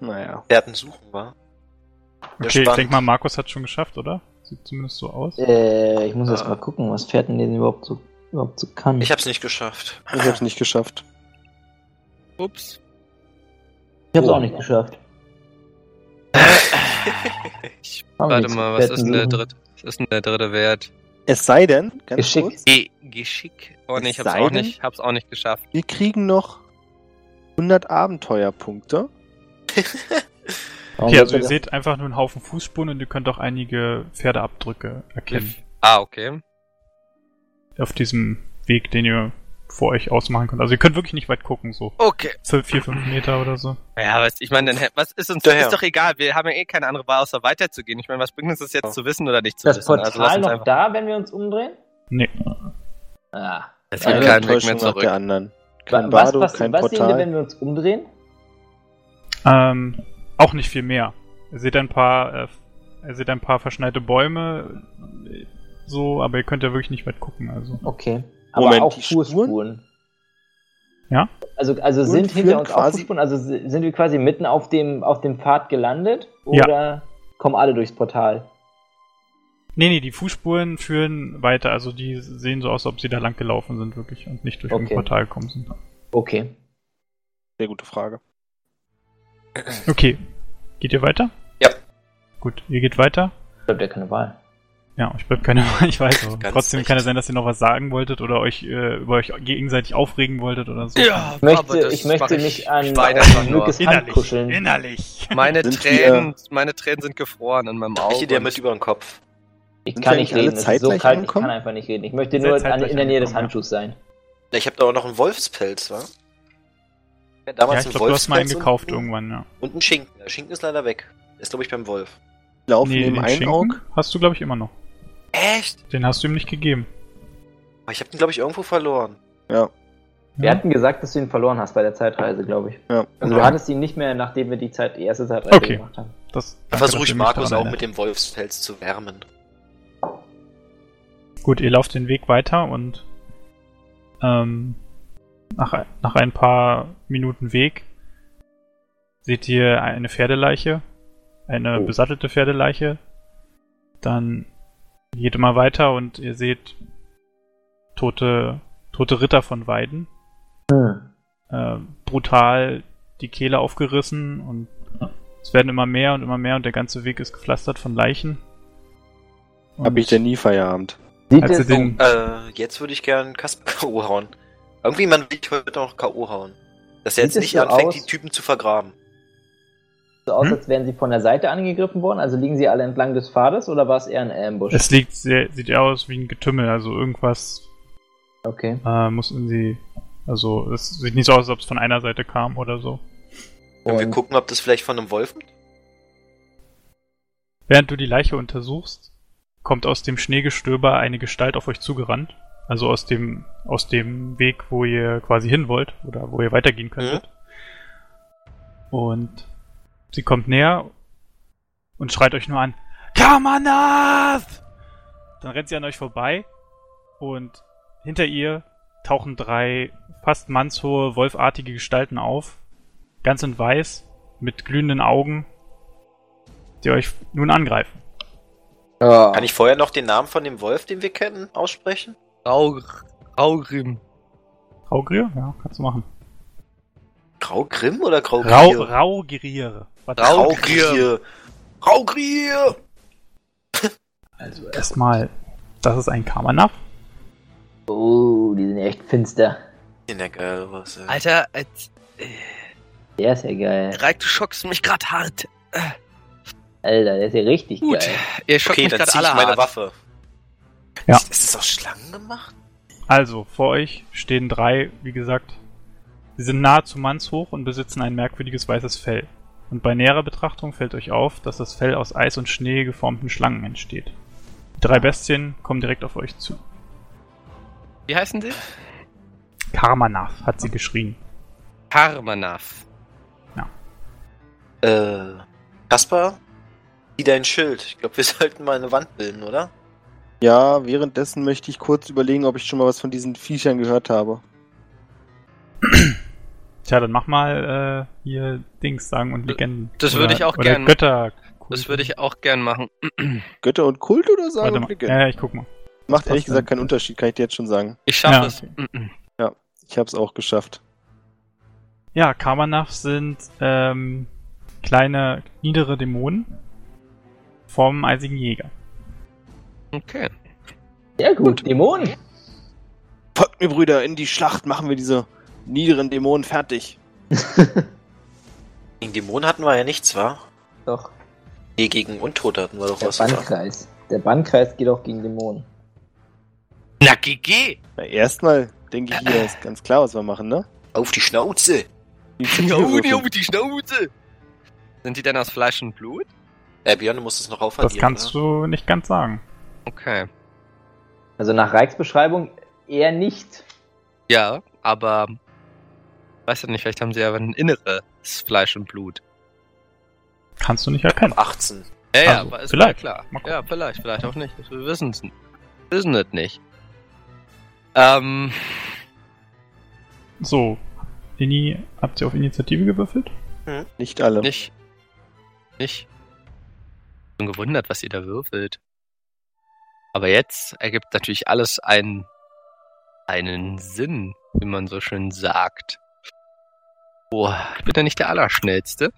B: Naja.
C: Werden suchen, wa? Ja,
A: Okay, ich
C: spannend.
A: denke mal, Markus hat schon geschafft, oder? Sieht zumindest so aus.
D: Äh, ich muss erst
F: Ah.
C: Äh.
D: mal gucken, was Pferdenlesen überhaupt so, überhaupt so kann.
C: Ich hab's nicht geschafft.
B: Ich hab's nicht geschafft.
F: Ups.
D: Ich hab's auch nicht geschafft.
F: Ich,
D: Haben wir
F: warte
D: nichts
F: mal,
D: mit
F: was ist denn der
D: Pferdenlesen.
F: dritte? Was ist denn der dritte Wert?
B: Es sei denn, ganz
D: Geschickt.
B: kurz,
F: E Geschick. Oh nee, ich hab's
B: Sei
F: auch
B: denn-
F: nicht, hab's auch nicht geschafft.
B: wir kriegen noch 100 Abenteuerpunkte.
D: Warum
A: Okay,
D: wird
A: also
D: er
A: ihr
D: da-
A: seht einfach nur einen Haufen Fußspuren und ihr könnt auch einige Pferdeabdrücke erkennen.
F: Ah, okay.
A: Auf diesem Weg, den ihr vor euch ausmachen könnt. Also ihr könnt wirklich nicht weit gucken, so
F: Okay.
A: vier, vier, fünf Meter oder so.
F: Ja, was, ich meine, dann, hä- was ist uns,
C: Daher.
F: ist doch egal, wir haben ja eh keine andere Wahl, außer weiterzugehen. Ich meine, was bringt uns das jetzt zu wissen oder nicht zu
D: das
F: wissen?
D: Portal
F: lass uns
D: noch
F: einfach-
D: da, wenn wir uns umdrehen?
A: Nee.
D: Ah.
F: Es
D: gibt Eine
F: gibt keinen Weg
B: Enttäuschung
F: mehr
B: nach der
F: zurück.
B: anderen. Kein
D: was
B: Bardo,
D: was,
B: kein
D: was sehen wir,
B: Portal.
D: wenn wir uns umdrehen?
A: Ähm, auch nicht viel mehr. Ihr seht ein paar, äh, ihr seht ein paar verschneite Bäume, äh, so, aber ihr könnt ja wirklich nicht weit gucken, also.
D: Okay. Aber
B: Moment,
D: auch
B: die Spuren?
D: Fußspuren.
A: Ja?
D: Also, also
B: Spuren
D: sind
B: führen
D: hinter uns auch
B: quasi-
D: Fußspuren? Also si- sind wir quasi mitten auf dem, auf dem Pfad gelandet?
A: Ja.
D: Oder kommen alle durchs Portal?
A: Nee, nee, die Fußspuren führen weiter, also die sehen so aus, als ob sie da lang gelaufen sind, wirklich, und nicht durch ein
D: Okay.
A: Portal gekommen sind.
D: Okay.
B: Sehr gute Frage.
A: Okay. Geht ihr weiter?
C: Ja.
A: Gut, ihr geht weiter.
D: Ich glaube, der keine Wahl.
A: Ja, ich bleib keine Ich weiß. Aber
C: Ganz
A: trotzdem kann
C: recht.
A: es sein, dass ihr noch was sagen wolltet oder euch äh, über euch gegenseitig aufregen wolltet oder so.
F: Ja,
D: Ich möchte, ich möchte mich an an Lückes Hand kuscheln.
A: Innerlich.
F: Meine
B: Sind
F: Tränen, meine Tränen sind gefroren in meinem Auge.
C: Ich dir
F: und-
C: mit über den Kopf.
D: Ich
B: Sind
D: kann
B: wir
D: nicht
B: nicht alle
D: reden, es ist so
B: zeitgleich
D: kalt, ich
B: angekommen?
D: kann einfach nicht reden. Ich möchte
A: Ihr seid
D: nur an, in der
A: zeitgleich
D: Nähe des
A: angekommen, ja.
D: Handschuhs sein.
C: Na, Ich hab da auch noch einen Wolfspelz, wa? Ja,
A: Ja, ich
C: einen
A: glaube, du hast mal einen
C: Wolfspelz
A: gekauft
C: und,
A: irgendwann, ja.
C: Und einen Schinken. Der Schinken ist leider weg. Der ist, glaube ich, beim Wolf.
B: Lauf
A: Nee,
B: neben
A: den
B: ein Auge.
A: Schinken hast du, glaube ich, immer noch.
C: Echt?
A: Den hast du ihm nicht gegeben.
C: Aber Ich hab den, glaube ich, irgendwo verloren.
D: Wir
A: Mhm.
D: hatten gesagt, dass du ihn verloren hast bei der Zeitreise, glaube ich.
B: Ja.
D: Also du hattest ihn nicht mehr, nachdem wir die, Zeit, die erste Zeitreise
A: Okay.
D: gemacht haben.
A: Das
C: Dann
A: danke,
C: versuche
A: dass
C: ich
A: ihr mich ne?
C: Markus
A: daran
C: auch mit
A: erinnert.
C: dem Wolfspelz zu wärmen.
A: Gut, ihr lauft den Weg weiter und ähm, nach, ein- nach ein paar Minuten Weg seht ihr eine Pferdeleiche, eine
B: Oh.
A: besattelte Pferdeleiche. Dann geht immer weiter und ihr seht tote, tote Ritter von Weiden.
D: Hm.
A: Äh, brutal die Kehle aufgerissen und es werden immer mehr und immer mehr und der ganze Weg ist gepflastert von Leichen.
B: Hab ich denn nie Feierabend.
D: Sieht
A: Als ihr
D: es so
A: den,
C: Äh, jetzt würde ich gern Kasper K.O. hauen. Irgendwie, man will ich heute noch K.O. hauen. Dass er
D: Sieht
C: jetzt
D: es
C: nicht
D: so
C: anfängt,
D: aus?
C: die Typen zu vergraben.
D: so
F: Hm?
D: aus, als wären sie von der Seite angegriffen worden? Also liegen sie alle entlang des Pfades oder war es eher ein Ambush?
A: Es liegt sehr, sieht eher aus wie ein Getümmel, also irgendwas
D: Okay.
A: äh, mussten sie. Also es sieht nicht so aus, als ob es von einer Seite kam oder so.
C: Können wir
D: Und-
C: gucken, ob das vielleicht von einem Wolf
A: Während du die Leiche untersuchst, kommt aus dem Schneegestöber eine Gestalt auf euch zugerannt. Also aus dem, aus dem Weg, wo ihr quasi hin wollt oder wo ihr weitergehen könntet. Und sie kommt näher und schreit euch nur an. Kamanath! Dann rennt sie an euch vorbei und hinter ihr tauchen drei fast mannshohe, wolfartige Gestalten auf. Ganz in weiß, mit glühenden Augen, die euch nun angreifen.
D: Ah.
C: Kann ich vorher noch den Namen von dem Wolf, den wir kennen, aussprechen?
F: Rau, Raugrim.
A: Raugrier? Ja, kannst du machen.
C: Graugrimm oder
A: Rau,
C: Graugrier?
A: Raugrier. Was-
C: Raugrier. Raugrier!
A: Also erstmal, das ist ein Kamanaf.
D: Oh, die sind echt finster.
C: In der äh. Geilrose.
F: Alter, als,
D: Der ist ja geil.
F: Reik, du schockst mich grad hart.
D: Alter, der ist ja richtig
F: Gut.
D: geil.
F: Ihr schockt
C: Okay,
F: mich
C: dann
F: grad
C: zieh ich
F: alle
C: meine
F: hart.
C: Waffe.
A: Ja.
C: Ist, ist das aus Schlangen gemacht?
A: Also, vor euch stehen drei, wie gesagt. Sie sind nahezu mannshoch und besitzen ein merkwürdiges weißes Fell. Und bei näherer Betrachtung fällt euch auf, dass das Fell aus Eis und Schnee geformten Schlangen entsteht. Die drei Bestien kommen direkt auf euch zu.
F: Wie heißen sie?
A: Karmanaf hat sie geschrien.
F: Karmanaf.
C: Äh, Kaspar? Wie dein Schild. Ich glaube, wir sollten mal eine Wand bilden, oder?
B: Ja, währenddessen möchte ich kurz überlegen, ob ich schon mal was von diesen Viechern gehört habe.
A: Tja, dann mach mal äh, hier Dings sagen und Legenden.
F: Äh, das würde ich auch
A: oder
F: gern.
A: Götter.
F: Das würde ich auch gern machen.
B: Götter und Kult oder sagen
A: Warte
B: und
A: mal.
B: Legenden?
A: Ja, ich guck mal.
B: Macht ehrlich
A: passt
B: gesagt
A: dann.
B: keinen Unterschied, kann ich dir jetzt schon sagen.
F: Ich Mm, schaffe
A: Ja,
F: es.
B: Ich hab's auch geschafft.
A: Ja, Karmanaf sind ähm, kleine, niedere Dämonen vom eisigen Jäger.
F: Okay.
D: Sehr gut. Dämonen.
B: Folgt mir, Brüder, in die Schlacht machen wir diese niederen Dämonen fertig.
C: Gegen Dämonen hatten wir ja nichts, war?
D: Doch,
C: Nee, gegen Untote hatten wir doch
D: der
C: was. wa?
D: Bannkreis. Der Bannkreis geht auch gegen Dämonen.
F: Na, GG!
B: Na, erstmal denke ich hier, ist ganz klar, was wir machen, ne?
C: Auf die Schnauze!
B: Die
F: Ja,
B: Würfel.
F: die Schnauze! Sind die denn aus Fleisch und Blut?
C: Äh, Björn, du musst es noch aufhalten.
A: Das kannst du nicht ganz sagen.
F: Okay.
D: Also nach Reichs Beschreibung eher nicht.
F: Ja, aber. Weiß ja nicht, vielleicht haben sie ja ein inneres Fleisch und Blut.
A: Kannst du nicht
C: ne?
A: erkennen.
C: 18.
F: Ja, ja,
A: Also,
F: aber ist
A: vielleicht.
F: mir klar.
A: Mal gucken.
F: Ja, vielleicht, vielleicht auch nicht. Wir wissen es nicht. Wir wissen es nicht. Ähm,
A: So, Inni, habt ihr auf Initiative gewürfelt?
B: Nicht alle.
F: nicht. Nicht. Bin gewundert, was ihr da würfelt. Aber jetzt ergibt natürlich alles einen, einen Sinn, wie man so schön sagt. Boah, ich bin ja nicht der Allerschnellste.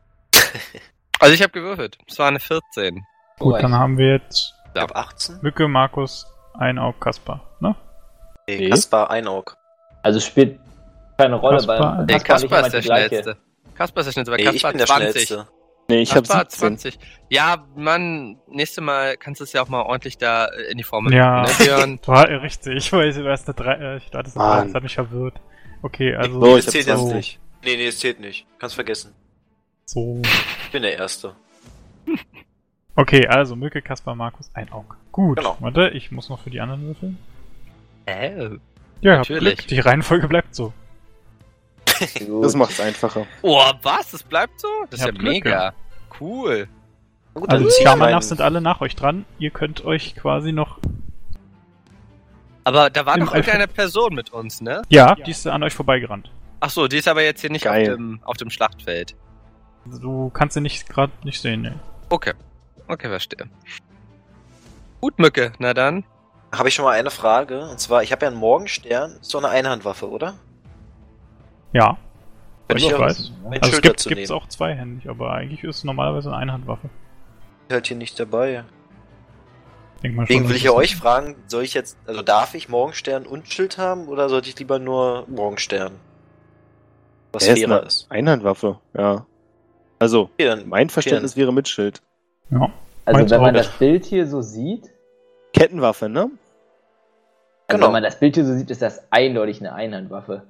F: Also ich habe gewürfelt. Es war eine 14.
A: Gut, dann haben wir jetzt
C: Ich hab 18.
A: Mücke, Markus, Einaug, Kaspar. Ne?
C: Nee,
B: Nee.
C: Kaspar Einaug.
D: Also spielt keine Rolle,
A: Kaspar-
D: weil
F: Nee,
D: liegt
F: Kaspar
D: immer
F: ist der
D: die gleiche.
F: Schnellste. Kaspar ist der Schnellste, weil
C: Nee, ich
F: Kaspar
C: bin der
F: 20.
C: Schnellste.
B: Nee, ich hab
F: Kaspar hat
B: 17.
F: 20. Ja, Mann, nächstes Mal kannst du es ja auch mal ordentlich da äh, in die Formel
A: Ja.
F: packen, ne, Björn?
A: War äh, richtig. Ich weiß, du hast eine 3. Äh, ich dachte, es ist eine
B: Mann.
A: drei, das hat mich verwirrt. Okay, also
B: So,
C: nee,
B: ich
C: das
B: hab
C: zählt jetzt
A: 20.
C: nicht. Nee, nee, das zählt nicht. Kannst vergessen.
A: so.
C: Ich bin der Erste.
A: Okay, also Mücke, Kaspar, Markus, Einaug. Gut.
C: Genau.
A: Warte, ich muss noch für die anderen würfeln.
F: Äh,
A: Ja,
F: Natürlich.
A: Natürlich. Glück. Die Reihenfolge bleibt so.
D: Gut.
B: Das macht's einfacher.
F: oh, was? Das bleibt so?
A: Ich
F: Das ist ja
A: hab Glück,
F: mega. Cool.
C: Na
A: Also
C: gut, dann
A: die
C: zieh ich meinen-
A: Schamanach sind alle nach euch dran. Ihr könnt euch quasi noch.
F: Aber da war
A: Im
F: noch irgendeine Person mit uns, ne?
A: Ja, die ist an euch vorbeigerannt.
F: Ach so, die ist aber jetzt hier nicht auf
B: Geil.
F: dem, auf dem Schlachtfeld.
A: Du kannst sie nicht gerade nicht sehen. Ne?
F: Okay. Okay, verstehe. Gut, Mücke. Na dann.
C: Habe ich schon mal eine Frage. Und zwar, ich habe ja einen Morgenstern. Ist doch eine Einhandwaffe, oder?
A: Ja.
C: Wenn
A: ich
C: ich
A: weiß.
C: Mein
A: Also es
C: Schulter
A: gibt
C: zu
A: gibt's
C: nehmen.
A: auch zweihändig, aber eigentlich ist es normalerweise eine Einhandwaffe.
C: Halt hier nicht dabei.
A: Denk mal
C: Deswegen
A: schon,
C: will
A: dass
C: ich ja
A: es-
C: euch fragen, soll ich jetzt, also darf ich Morgenstern und Schild haben oder sollte ich lieber nur Morgenstern? Was
B: Erstmal
C: fairer ist.
B: Einhandwaffe, ja. Also,
C: Okay, dann
B: mein Verständnis wäre mit Schild.
K: Meins
D: Also wenn man
K: auch.
D: das Bild hier so sieht,
B: Kettenwaffe, ne?
D: also
C: Genau.
D: wenn man das Bild hier so sieht, ist das eindeutig eine Einhandwaffe.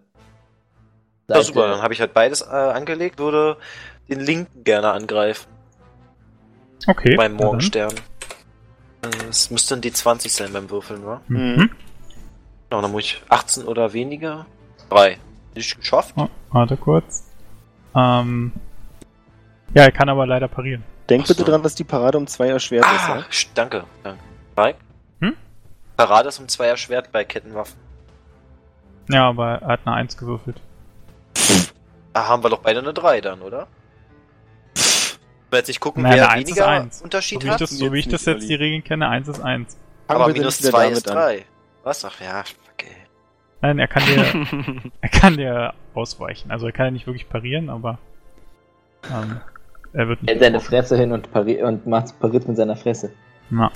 C: Ja,
D: Seite-
C: super, dann habe ich halt beides äh, angelegt, würde den linken gerne angreifen
A: Okay.
C: beim
A: na dann.
C: Morgenstern. Äh, Es müsste ein D20 sein beim Würfeln, wa?
A: Mhm.
C: Genau, dann muss ich 18 oder weniger. 3. Nicht geschafft.
A: Oh, warte kurz. Ähm. Ja, er kann aber leider parieren.
B: Denk
C: Ach so.
B: bitte dran, dass die Parade um zwei erschwert ist.
C: Ah,
B: Ne?
C: sch- danke. danke. Mike?
A: Hm?
C: Parade ist um zwei erschwert bei Kettenwaffen.
A: Ja, aber er hat eine 1 gewürfelt.
C: Ah, haben wir doch beide eine 3 dann, oder? Wir jetzt nicht gucken,
A: Nein,
C: wer
A: eine Eins ist
C: weniger
A: Eins. So
C: Unterschied
A: wie ich
C: hat,
A: das, so wie ich das
B: jetzt nicht,
A: jetzt
B: Olli.
A: die Regeln kenne, 1 ist 1.
B: Fangen
C: aber
B: wir denn
C: minus
B: wieder
C: 2
B: damit
C: ist
B: an.
C: 3. Was? Ach ja, okay.
A: Nein, er kann dir, er kann dir ausweichen. Also er kann ja nicht wirklich parieren, aber ähm, er wird
D: Er
A: nicht.
D: hält seine Fresse hin und, pari und macht pariert mit seiner Fresse.
A: Na,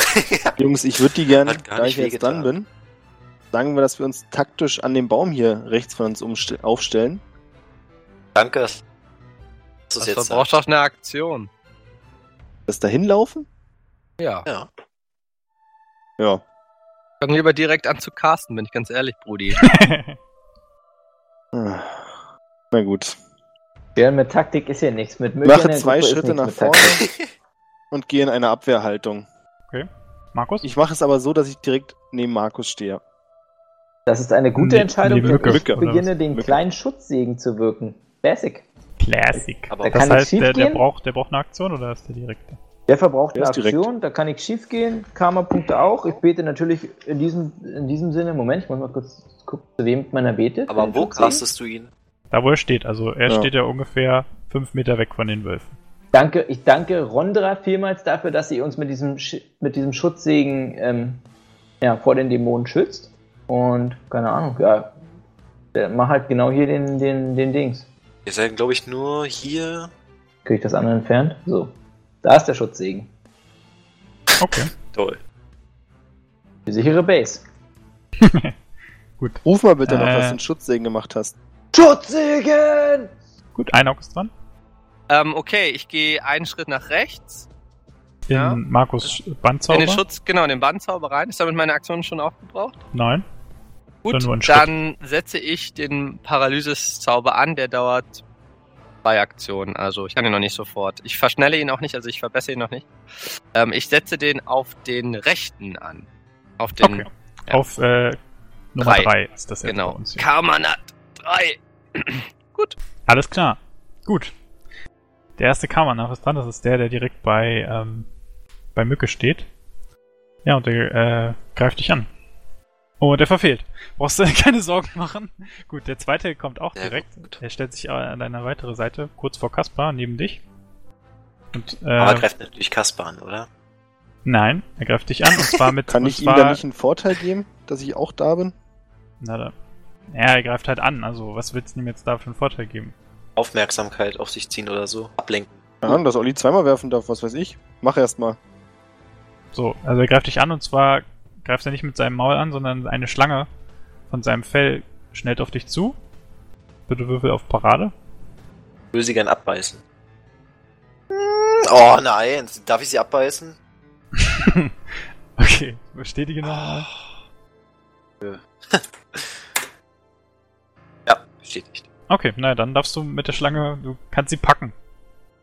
B: Jungs, ich würde die gerne,
C: Hat gar
B: da
C: nicht
B: ich jetzt dran
C: wehgetan.
B: bin, sagen wir, dass wir uns taktisch an dem Baum hier rechts von uns umste- aufstellen.
C: Danke. Das ist
F: Das
C: jetzt
F: verbraucht doch eine Aktion.
B: Das dahin laufen?
F: Ja.
C: Ja.
B: Ja.
F: Fang lieber direkt an zu casten, bin ich ganz ehrlich, Brudi.
B: Ah. Na gut.
D: Ja, mit Taktik ist hier nichts. Mit Müll in
B: Mache
D: der
B: zwei
D: Gruppe ist
B: Schritte
D: nichts
B: nach
D: mit
B: vorne
D: Taktik.
B: und gehe in eine Abwehrhaltung.
A: Markus?
B: Ich mache es aber so, dass ich direkt neben Markus stehe.
D: Das ist eine gute
A: Nee,
D: Entscheidung,
A: nee,
D: denn
A: Mücke,
D: ich
A: oder
D: beginne
A: was?
D: den
B: Mücke.
D: kleinen Schutzsegen zu wirken. Basic.
A: Classic.
C: Aber
D: Da
A: Das
D: kann
A: heißt,
D: nichts
A: der, der,
D: schiefgehen.
A: braucht, der braucht eine Aktion oder ist der direkte?
D: Der verbraucht eine
B: Der ist direkt.
D: Aktion, da kann ich schief gehen, Karma-Punkte auch. Ich bete natürlich in diesem, in diesem Sinne, Moment, ich muss mal kurz gucken, zu wem ich meiner bete.
C: aber
D: Den
C: wo
D: Schutzsegen.
C: castest du ihn?
A: Da, wo er steht. Also er
B: Ja.
A: steht ja ungefähr 5 Meter weg von den Wölfen.
D: Danke, ich danke Rondra vielmals dafür, dass sie uns mit diesem, Sch- mit diesem Schutzsegen ähm, ja, vor den Dämonen schützt. Und keine Ahnung, ja, der- mach halt genau hier den, den, den Dings.
C: Ihr seid, glaube ich, nur hier.
D: Krieg ich das andere entfernt? So, da ist der Schutzsegen.
A: Okay.
C: Toll.
D: Die sichere Base.
B: Ruf mal bitte noch,
A: Äh.
B: was du einen Schutzsegen gemacht hast.
D: Schutzsegen!
A: Gut, ein Auge ist dran.
F: ähm, okay, ich gehe einen Schritt nach rechts.
A: In
F: Ja. Äh,
A: Markus
F: In den
A: Bandzauber.
F: Schutz, genau, in den Bandzauber rein. Ist damit meine Aktion schon aufgebraucht?
A: Nein.
F: Gut,
A: Dann nur
F: dann,
A: einen Schritt.
F: setze ich den Paralysis-Zauber an, der dauert zwei Aktionen, also ich kann ihn noch nicht sofort. Ich verschnelle ihn auch nicht, also ich verbessere ihn noch nicht. Ähm, ich setze den auf den rechten an. Auf den,
A: Okay. Auf äh, Nummer
F: Drei.
A: 3 ist das jetzt bei
F: genau.
A: uns hier.
F: Karmanat 3.
A: Alles klar. Gut. Der erste Kammernach ist dran. Das ist der, der direkt bei, ähm, bei Mücke steht. Ja, und der äh, greift dich an. Oh, der verfehlt. Brauchst du keine Sorgen machen. Gut, der zweite kommt auch
C: Sehr
A: direkt.
C: gut.
A: Er stellt sich an deiner weitere Seite, kurz vor Kaspar, neben dich. Und,
C: Aber
A: äh,
C: greift natürlich Kaspar an, oder?
A: nein, er greift dich an. Und zwar mit.
B: Kann
A: und
B: ich ihm
A: zwar,
B: da nicht einen Vorteil geben, dass ich auch da bin?
A: Na, da. Ja, er greift halt an. Also, was willst du ihm jetzt da für einen Vorteil geben?
C: Aufmerksamkeit auf sich ziehen oder so. Ablenken.
B: Ja, dass Olli zweimal werfen darf, was weiß ich. Mach erst mal.
A: So, also er greift dich an und zwar greift er nicht mit seinem Maul an, sondern eine Schlange von seinem Fell schnellt auf dich zu. Bitte würfel auf Parade.
C: Will sie gern abbeißen. Oh nein, darf ich sie abbeißen?
A: Okay, bestätige nochmal.
C: Ja, steht nicht.
A: Okay, na dann darfst du mit der Schlange, du kannst sie packen.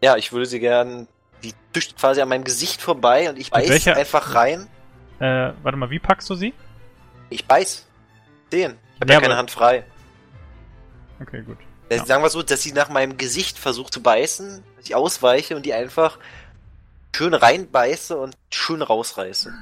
C: Ja, ich würde sie gern. Die tischt quasi an meinem Gesicht vorbei und ich
A: Mit
C: beiß
A: welcher-
C: einfach rein.
A: Äh, warte mal, wie packst du sie?
C: Ich beiß. Den. Ich habe
A: Ja,
C: ja,
A: aber-
C: keine Hand frei.
A: Okay, gut.
C: Ja.
A: Ja.
C: Sagen wir so, dass sie nach meinem Gesicht versucht zu beißen, dass ich ausweiche und die einfach schön reinbeiße und schön rausreiße.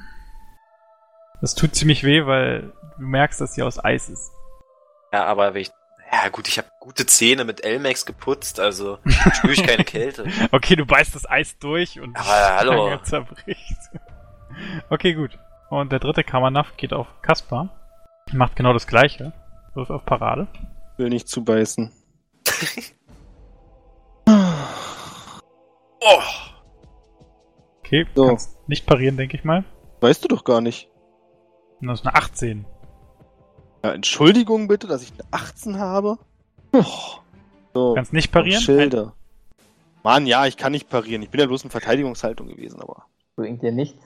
A: Das tut ziemlich weh, weil du merkst, dass sie aus Eis ist.
C: Ja, aber wenn ich. Ja gut, ich habe gute Zähne mit Elmex geputzt, also spüre ich keine Kälte.
A: Okay, du beißt das Eis durch und die
C: Aber Ah, hallo.
A: Schlange zerbricht. Okay, gut. Und der dritte Kammernaf geht auf Kaspar. Macht genau das gleiche. Wirf auf Parade.
B: Will nicht zubeißen.
C: Oh,
A: Okay,
B: So.
A: kannst nicht parieren, denke ich mal.
B: Weißt du doch gar nicht.
A: Und Das ist eine 18.
B: Ja, Entschuldigung bitte, dass ich eine 18 habe. Oh. So,
A: Kannst nicht
B: und
A: parieren.
B: Schilde. Mann, ja, ich kann nicht parieren. Ich bin ja bloß in Verteidigungshaltung gewesen, aber.
D: Bringt dir nichts.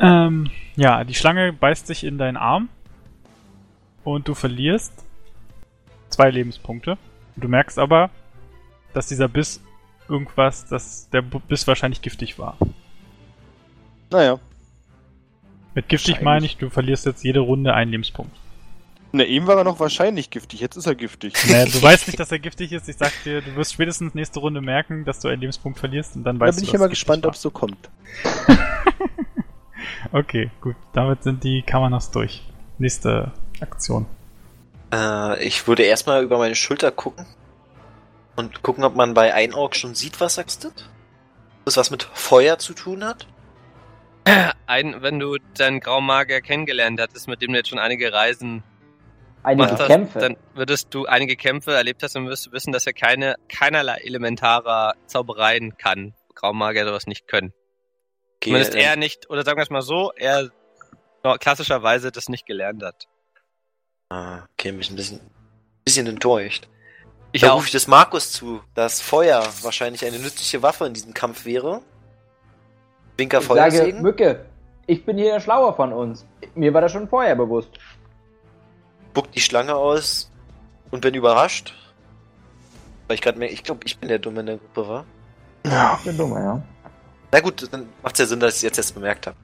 A: Ähm, ja, die Schlange beißt sich in deinen Arm und du verlierst zwei Lebenspunkte. Du merkst aber, dass dieser Biss irgendwas, dass der Bu- Biss wahrscheinlich giftig war.
B: Naja.
A: Mit giftig
B: Wahrscheinlich.
A: meine ich, du verlierst jetzt jede Runde einen Lebenspunkt.
B: Na, Ne, eben war er noch wahrscheinlich giftig. Jetzt ist er giftig.
A: Naja, du weißt nicht, dass er giftig ist. Ich sag dir, du wirst spätestens nächste Runde merken, dass du einen Lebenspunkt verlierst und dann
B: Da
A: weißt
B: bin
A: du,
B: ich
A: dass
B: ja mal
A: es giftig
B: gespannt,
A: war.
B: ob es so kommt.
A: Okay, gut. Damit sind die Kamanos durch. Nächste Aktion.
C: Äh, ich würde erstmal über meine Schulter gucken und gucken, ob man bei Einorg schon sieht, was sagst du? Das was mit Feuer zu tun hat?
F: Ein, wenn du deinen Graumagier kennengelernt hattest, mit dem du jetzt schon einige Reisen
D: Einige
F: gemacht hast,
D: Kämpfe.
F: dann würdest du einige Kämpfe erlebt hast und wirst du wissen, dass er keine, keinerlei elementarer Zaubereien kann. Graumagier sowas nicht können.
C: Okay,
F: Zumindest
C: ähm,
F: er nicht, oder sagen wir es mal so, er no- klassischerweise das nicht gelernt hat.
C: Ah, okay, mich ein bisschen, bisschen enttäuscht.
F: Ich
C: da
F: auch.
C: rufe ich das Markus zu, dass Feuer wahrscheinlich eine nützliche Waffe in diesem Kampf wäre. Winker
D: ich sage,
C: Feuersegen.
D: Mücke, ich bin hier der Schlauer von uns. Mir war das schon vorher bewusst.
C: Buckt die Schlange aus und bin überrascht. Weil ich gerade merke, ich glaube, ich bin der Dumme in der Gruppe, war.
D: Ich bin dumm, ja.
C: Na gut, dann macht's ja Sinn, dass ich es jetzt erst bemerkt habe.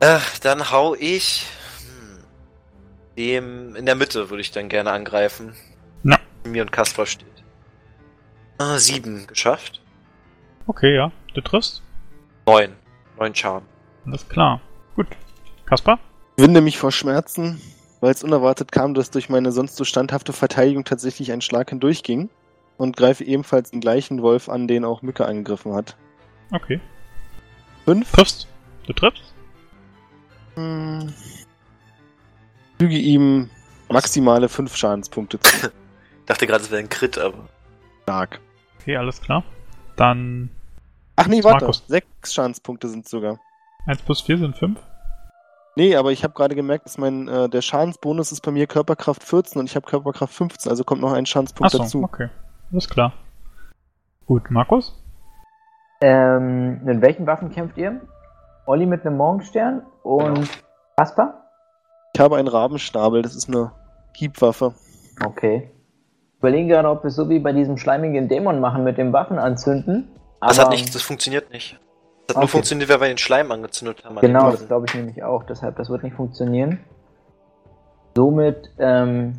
C: Ach, dann hau ich hm, dem in der Mitte würde ich dann gerne angreifen.
A: Na.
C: Mir und Kaspar steht. Ah, sieben geschafft.
A: Okay, ja. Du triffst?
C: Neun. Neun Schaden.
A: Alles klar. Gut. Kaspar?
B: winde mich vor Schmerzen, weil es unerwartet kam, dass durch meine sonst so standhafte Verteidigung tatsächlich ein Schlag hindurchging und greife ebenfalls den gleichen Wolf an, den auch Mücke angegriffen hat.
A: Okay.
B: Fünf.
A: Triffst? Du triffst?
B: Hm. Füge ihm maximale fünf Schadenspunkte zu.
C: Dachte gerade, es wäre ein Crit, aber.
B: Stark.
A: Okay, alles klar. Dann
B: Ach nee, warte.
A: Markus.
B: Sechs Schadenspunkte sind sogar.
A: 1 plus 4 sind 5.
B: Nee, aber ich habe gerade gemerkt, dass mein äh, der Schadensbonus ist bei mir Körperkraft 14 und ich habe Körperkraft 15, also kommt noch ein Schadenspunkt
A: Achso,
B: dazu.
A: okay. Alles klar. Gut, Markus?
D: Ähm, mit welchen Waffen kämpft ihr? Olli mit einem Morgenstern und
C: Genau.
D: Kaspar?
B: Ich habe einen Rabenschnabel, das ist eine Hiebwaffe.
D: Okay. Ich überlege gerade, ob wir es so wie bei diesem schleimigen Dämon machen, mit dem Waffen anzünden. Aber
C: Das hat nicht, das funktioniert nicht. Das hat nur
D: Okay.
C: funktioniert, weil wir den Schleim angezündet haben. Also an den
D: Genau,
C: Waffen.
D: das glaube ich nämlich auch. Deshalb, das wird nicht funktionieren. Somit, ähm,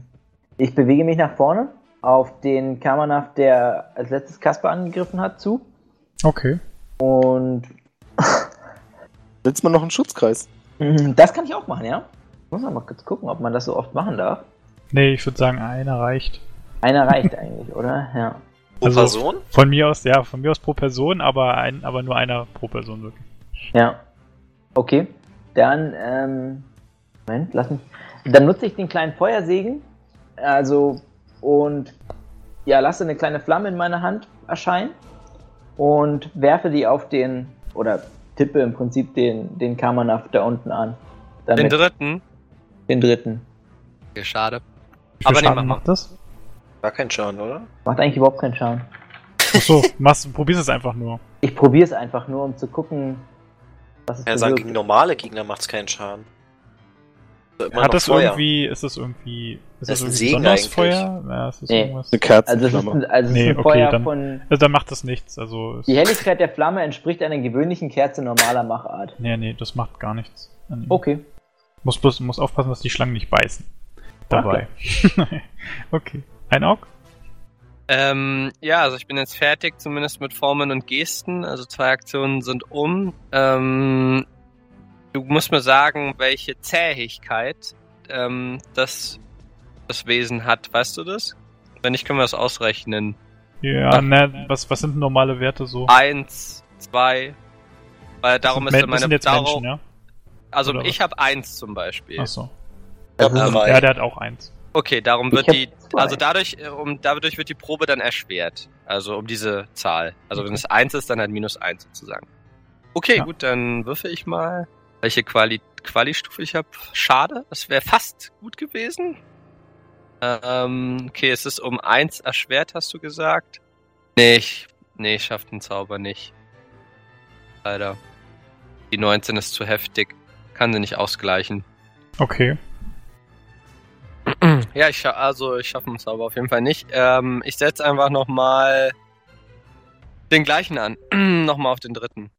D: ich bewege mich nach vorne auf den Kamanaf, der als letztes Kaspar angegriffen hat, zu.
A: Okay.
D: Und
B: Setzt man noch einen Schutzkreis.
D: mm, das kann ich auch machen, ja? Ich muss noch mal kurz gucken, ob man das so oft machen darf.
A: Nee, ich würde sagen, einer reicht.
D: Einer reicht eigentlich, oder? Ja.
C: Pro
A: also-
C: Person?
A: Von mir aus, ja, von mir aus pro Person, aber, ein, aber nur einer pro Person wirklich.
D: Ja. Okay. Dann, ähm. Moment, lass mich. Dann nutze ich den kleinen Feuersegen. Also, und ja, lasse eine kleine Flamme in meiner Hand erscheinen und werfe die auf den, oder tippe im Prinzip den, den Kamanaf da unten an.
F: Den
D: Damit, den,
F: dritten.
D: dritten.
F: Ja, schade.
A: Wie viel
F: Aber nee,
A: Schaden
F: mach mal.
A: macht das?
C: War kein Schaden, oder?
D: Macht eigentlich überhaupt keinen Schaden.
A: Achso, machst, probierst es einfach nur.
D: Ich probiere es einfach nur, um zu gucken, was es
C: Ja, sagen,
D: bewirkt.
C: gegen normale Gegner macht's keinen Schaden. So, immer
A: Hat
C: noch
A: das
C: Feuer.
A: irgendwie, ist das irgendwie, ist
C: Das
A: das,
C: ist ein
A: irgendwie
C: Segen
A: besonders
C: eigentlich.
A: Feuer? Ja, ist das
D: Nee.
A: irgendwas?
B: Eine Kerze.
D: Also, es ist ein, also es
A: Nee,
D: ist ein
A: okay,
D: Feuer
A: dann-
D: von.
A: Also dann macht das nichts, also. es-
D: Die Helligkeit der Flamme entspricht einer gewöhnlichen Kerze normaler Machart.
A: Nee, nee, das macht gar nichts. an ihm.
D: Okay.
A: Muss bloß muss aufpassen, dass die Schlangen nicht beißen. Dabei. okay. Ein Aug?
F: Ähm, ja, also ich bin jetzt fertig, zumindest mit Formen und Gesten. Also zwei Aktionen sind um. Ähm, du musst mir sagen, welche Zähigkeit ähm, das, das Wesen hat. Weißt du das? Wenn nicht, können wir das ausrechnen.
A: Ja, ne, was, was sind normale Werte so?
F: Eins, zwei. Weil Ah, darum
A: das
F: ist
A: sind, Men- das
F: meine
A: sind jetzt
F: darum,
A: Menschen, ja?
F: Also
A: oder
F: ich habe eins zum Beispiel.
A: Achso.
C: Ich hab
F: Ähm,
C: drei.
A: Ja, der hat auch eins.
F: Okay, darum wird
D: hab
F: die,
D: zwei.
F: also dadurch, äh, um, dadurch wird die Probe dann erschwert. Also um diese Zahl. Also wenn es eins ist, dann halt minus eins sozusagen. Okay,
A: Ja.
F: gut, dann würfe ich mal, welche Quali, Quali-Stufe ich habe. Schade, das wäre fast gut gewesen. Ähm, okay, es ist um eins erschwert, hast du gesagt. Nee, ich, nee, ich schaff den Zauber nicht. Leider. Die 19 ist zu heftig. Kann sie nicht ausgleichen.
A: Okay.
F: Ja, ich scha also ich schaffe den Zauber auf jeden Fall nicht. Ähm, ich setze einfach nochmal den gleichen an. nochmal auf den dritten.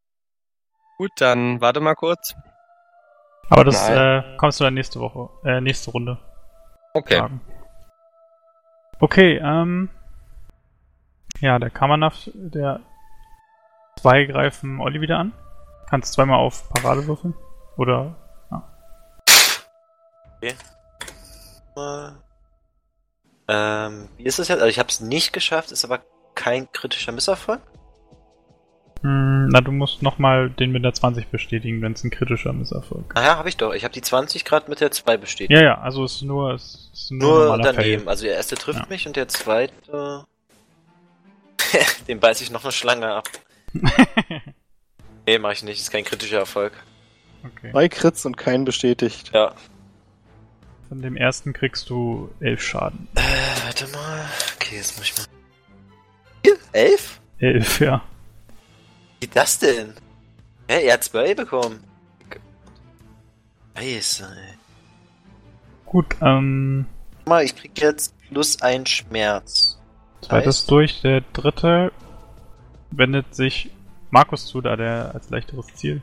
F: Gut, dann warte mal kurz.
A: Aber das äh, kommst du dann nächste Woche, äh, nächste Runde.
F: Okay.
A: Fragen. Okay, ähm. Ja, der Kamanaf, der. Zwei greifen Olli wieder an. Kannst zweimal auf Parade würfeln. Oder.
C: Mal. Ähm, wie ist es jetzt? Also ich habe es nicht geschafft, ist aber kein kritischer Misserfolg.
A: Hm, na, du musst nochmal den mit der 20 bestätigen, wenn es ein kritischer Misserfolg
C: Naja, habe ich doch. Ich habe die 20 Grad mit der 2 bestätigt.
A: Ja, ja, also es ist nur. Es ist nur, ein
C: Nur
A: normaler
C: daneben.
A: Fail.
C: Also der erste trifft
A: Ja.
C: mich und der zweite. Den beiß ich noch eine Schlange ab. Nee, mach ich nicht. Ist kein kritischer Erfolg.
A: okay.
B: Zwei Crits und keinen bestätigt.
C: Ja.
A: Von dem ersten kriegst du 11 Schaden.
C: Äh, warte mal. Okay, jetzt muss ich mal. Hier? Elf?
A: 11, ja.
C: Wie das denn? Hä, er hat zwei bekommen. Scheiße, ey.
A: Gut, ähm.
C: Guck Mal, ich krieg jetzt plus ein Schmerz.
A: Zweites
C: Heißt?
A: durch. Der dritte wendet sich Markus zu, da der als leichteres Ziel.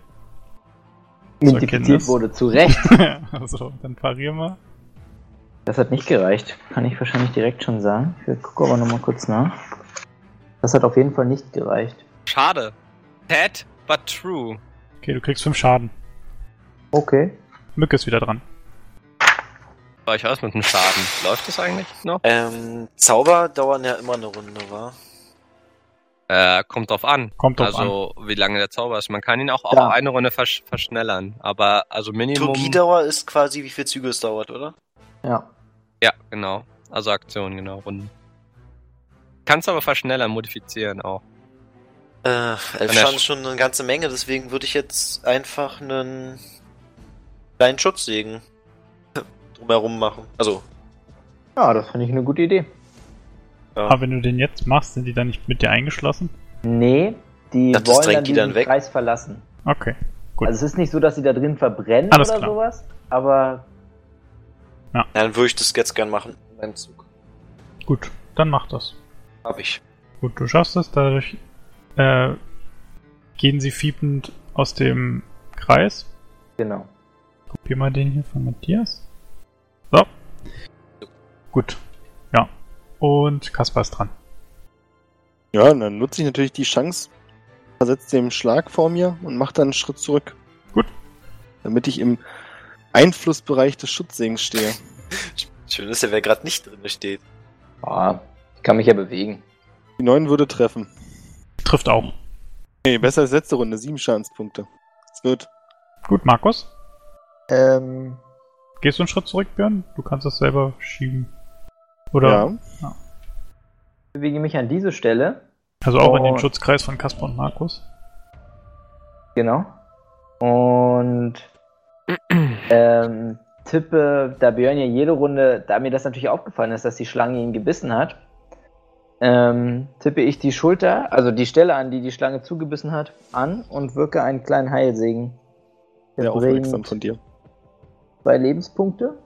D: Identifiziert
A: Erkenntnis.
D: wurde, zu Recht.
A: also, dann parier mal.
D: Das hat nicht gereicht. Kann ich wahrscheinlich direkt schon sagen. Ich gucke aber nochmal kurz nach. Das hat auf jeden Fall nicht gereicht.
F: Schade. Sad, but true.
A: Okay, du kriegst 5 Schaden.
D: Okay.
A: Mücke ist wieder dran.
F: War ich aus mit dem Schaden. Läuft das eigentlich noch?
C: Ähm, Zauber dauern ja immer eine Runde, wa?
F: Äh, kommt drauf an.
A: Kommt drauf
F: also, wie lange der Zauber ist. Man kann ihn auch auf
D: Ja.
F: eine Runde versch verschnellern. Aber, also Minimum.
C: Turgidauer ist quasi, wie viel Züge es dauert, oder?
D: Ja.
F: Ja, genau. Also Aktion, genau, Runden. Kannst aber verschnellern, modifizieren auch.
C: Äh, elf
F: der
C: Schaden
F: Sch-
C: ist schon eine ganze Menge, deswegen würde ich jetzt einfach einen kleinen Schutzsegen drumherum machen. Also,
D: Ja, das finde ich eine gute Idee.
A: an. Aber wenn du den jetzt machst, sind die dann nicht mit dir eingeschlossen?
D: Nee, die
C: Das
D: wollen
C: drängt
D: dann
C: die
D: diesen
C: dann weg.
D: Kreis verlassen.
A: Okay. Gut.
D: Also es ist nicht so, dass sie da drin verbrennen
A: Alles
D: oder
A: klar.
D: sowas, aber
C: ja, dann würde ich das jetzt gern machen. Beim Zug.
A: Gut, dann mach das.
C: Hab ich.
A: Gut, du schaffst es. Dadurch äh, gehen sie fiepend aus dem Kreis.
D: genau.
A: Kopier mal den hier von Matthias. So. Gut. Ja. Und Kaspar ist dran.
B: Ja, und dann nutze ich natürlich die Chance, versetze den Schlag vor mir und mache dann einen Schritt zurück.
A: Gut.
B: Damit ich im Einflussbereich des Schutzsegens stehe.
C: Schön ist ja, wer gerade nicht drin steht.
D: Ah, ich kann mich ja bewegen.
B: Die 9 würde treffen.
A: Trifft auch.
B: Nee, besser als letzte Runde, 7 Schadenspunkte. Es wird.
A: Gut, Markus.
D: Ähm,
A: Gehst du einen Schritt zurück, Björn? Du kannst das selber schieben. Oder?
B: Ja.
D: ich bewege mich an diese Stelle.
A: Also auch in den
D: Oh.
A: Schutzkreis von Kaspar und Markus.
D: Genau. Und ähm, tippe, da Björn ja jede Runde, da mir das natürlich aufgefallen ist, dass die Schlange ihn gebissen hat, ähm, tippe ich die Schulter, also die Stelle an, die die Schlange zugebissen hat, an und wirke einen kleinen Heilsegen. Der
B: Sehr aufmerksam
D: bringt
B: von dir.
D: zwei Lebenspunkte.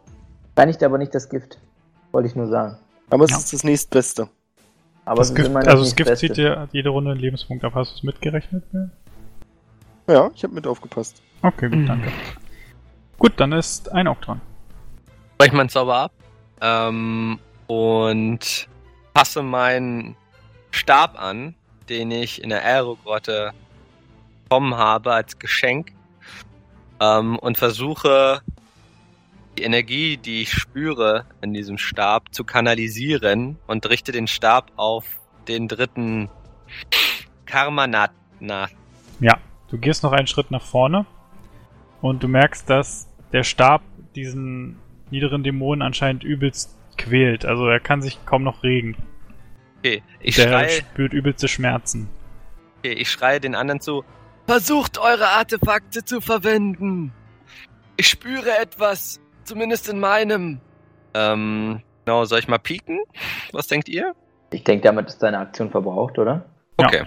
D: Reinigt aber nicht das Gift, wollte ich nur sagen.
B: Aber es
A: Ja.
B: ist das nächstbeste.
D: Aber
A: Das
D: es ist
A: Gift,
D: immer noch
A: also das
D: nicht
A: Gift
D: Beste.
A: zieht dir jede Runde einen Lebenspunkt ab. Hast du es mitgerechnet, Björn?
B: Ja, ich habe mit aufgepasst.
A: Okay, gut,
F: Mhm.
A: danke. Gut, dann ist ein Auge dran.
F: Brech meinen Zauber ab. Ähm, und passe meinen Stab an, den ich in der Aerogrotte bekommen habe als Geschenk. Ähm, und versuche die Energie, die ich spüre in diesem Stab, zu kanalisieren und richte den Stab auf den dritten Karmanat. nach.
A: Du gehst noch einen Schritt nach vorne und du merkst, dass der Stab diesen niederen Dämonen anscheinend übelst quält. Also er kann sich kaum noch regen.
F: Okay, ich
A: der
F: schreie.
A: spürt übelste Schmerzen.
F: Okay, ich schreie den anderen zu. Versucht eure Artefakte zu verwenden. Ich spüre etwas, zumindest in meinem. Ähm, genau, soll ich mal pieken? Was denkt ihr?
D: Ich denke, damit ist deine Aktion verbraucht, oder?
F: Okay.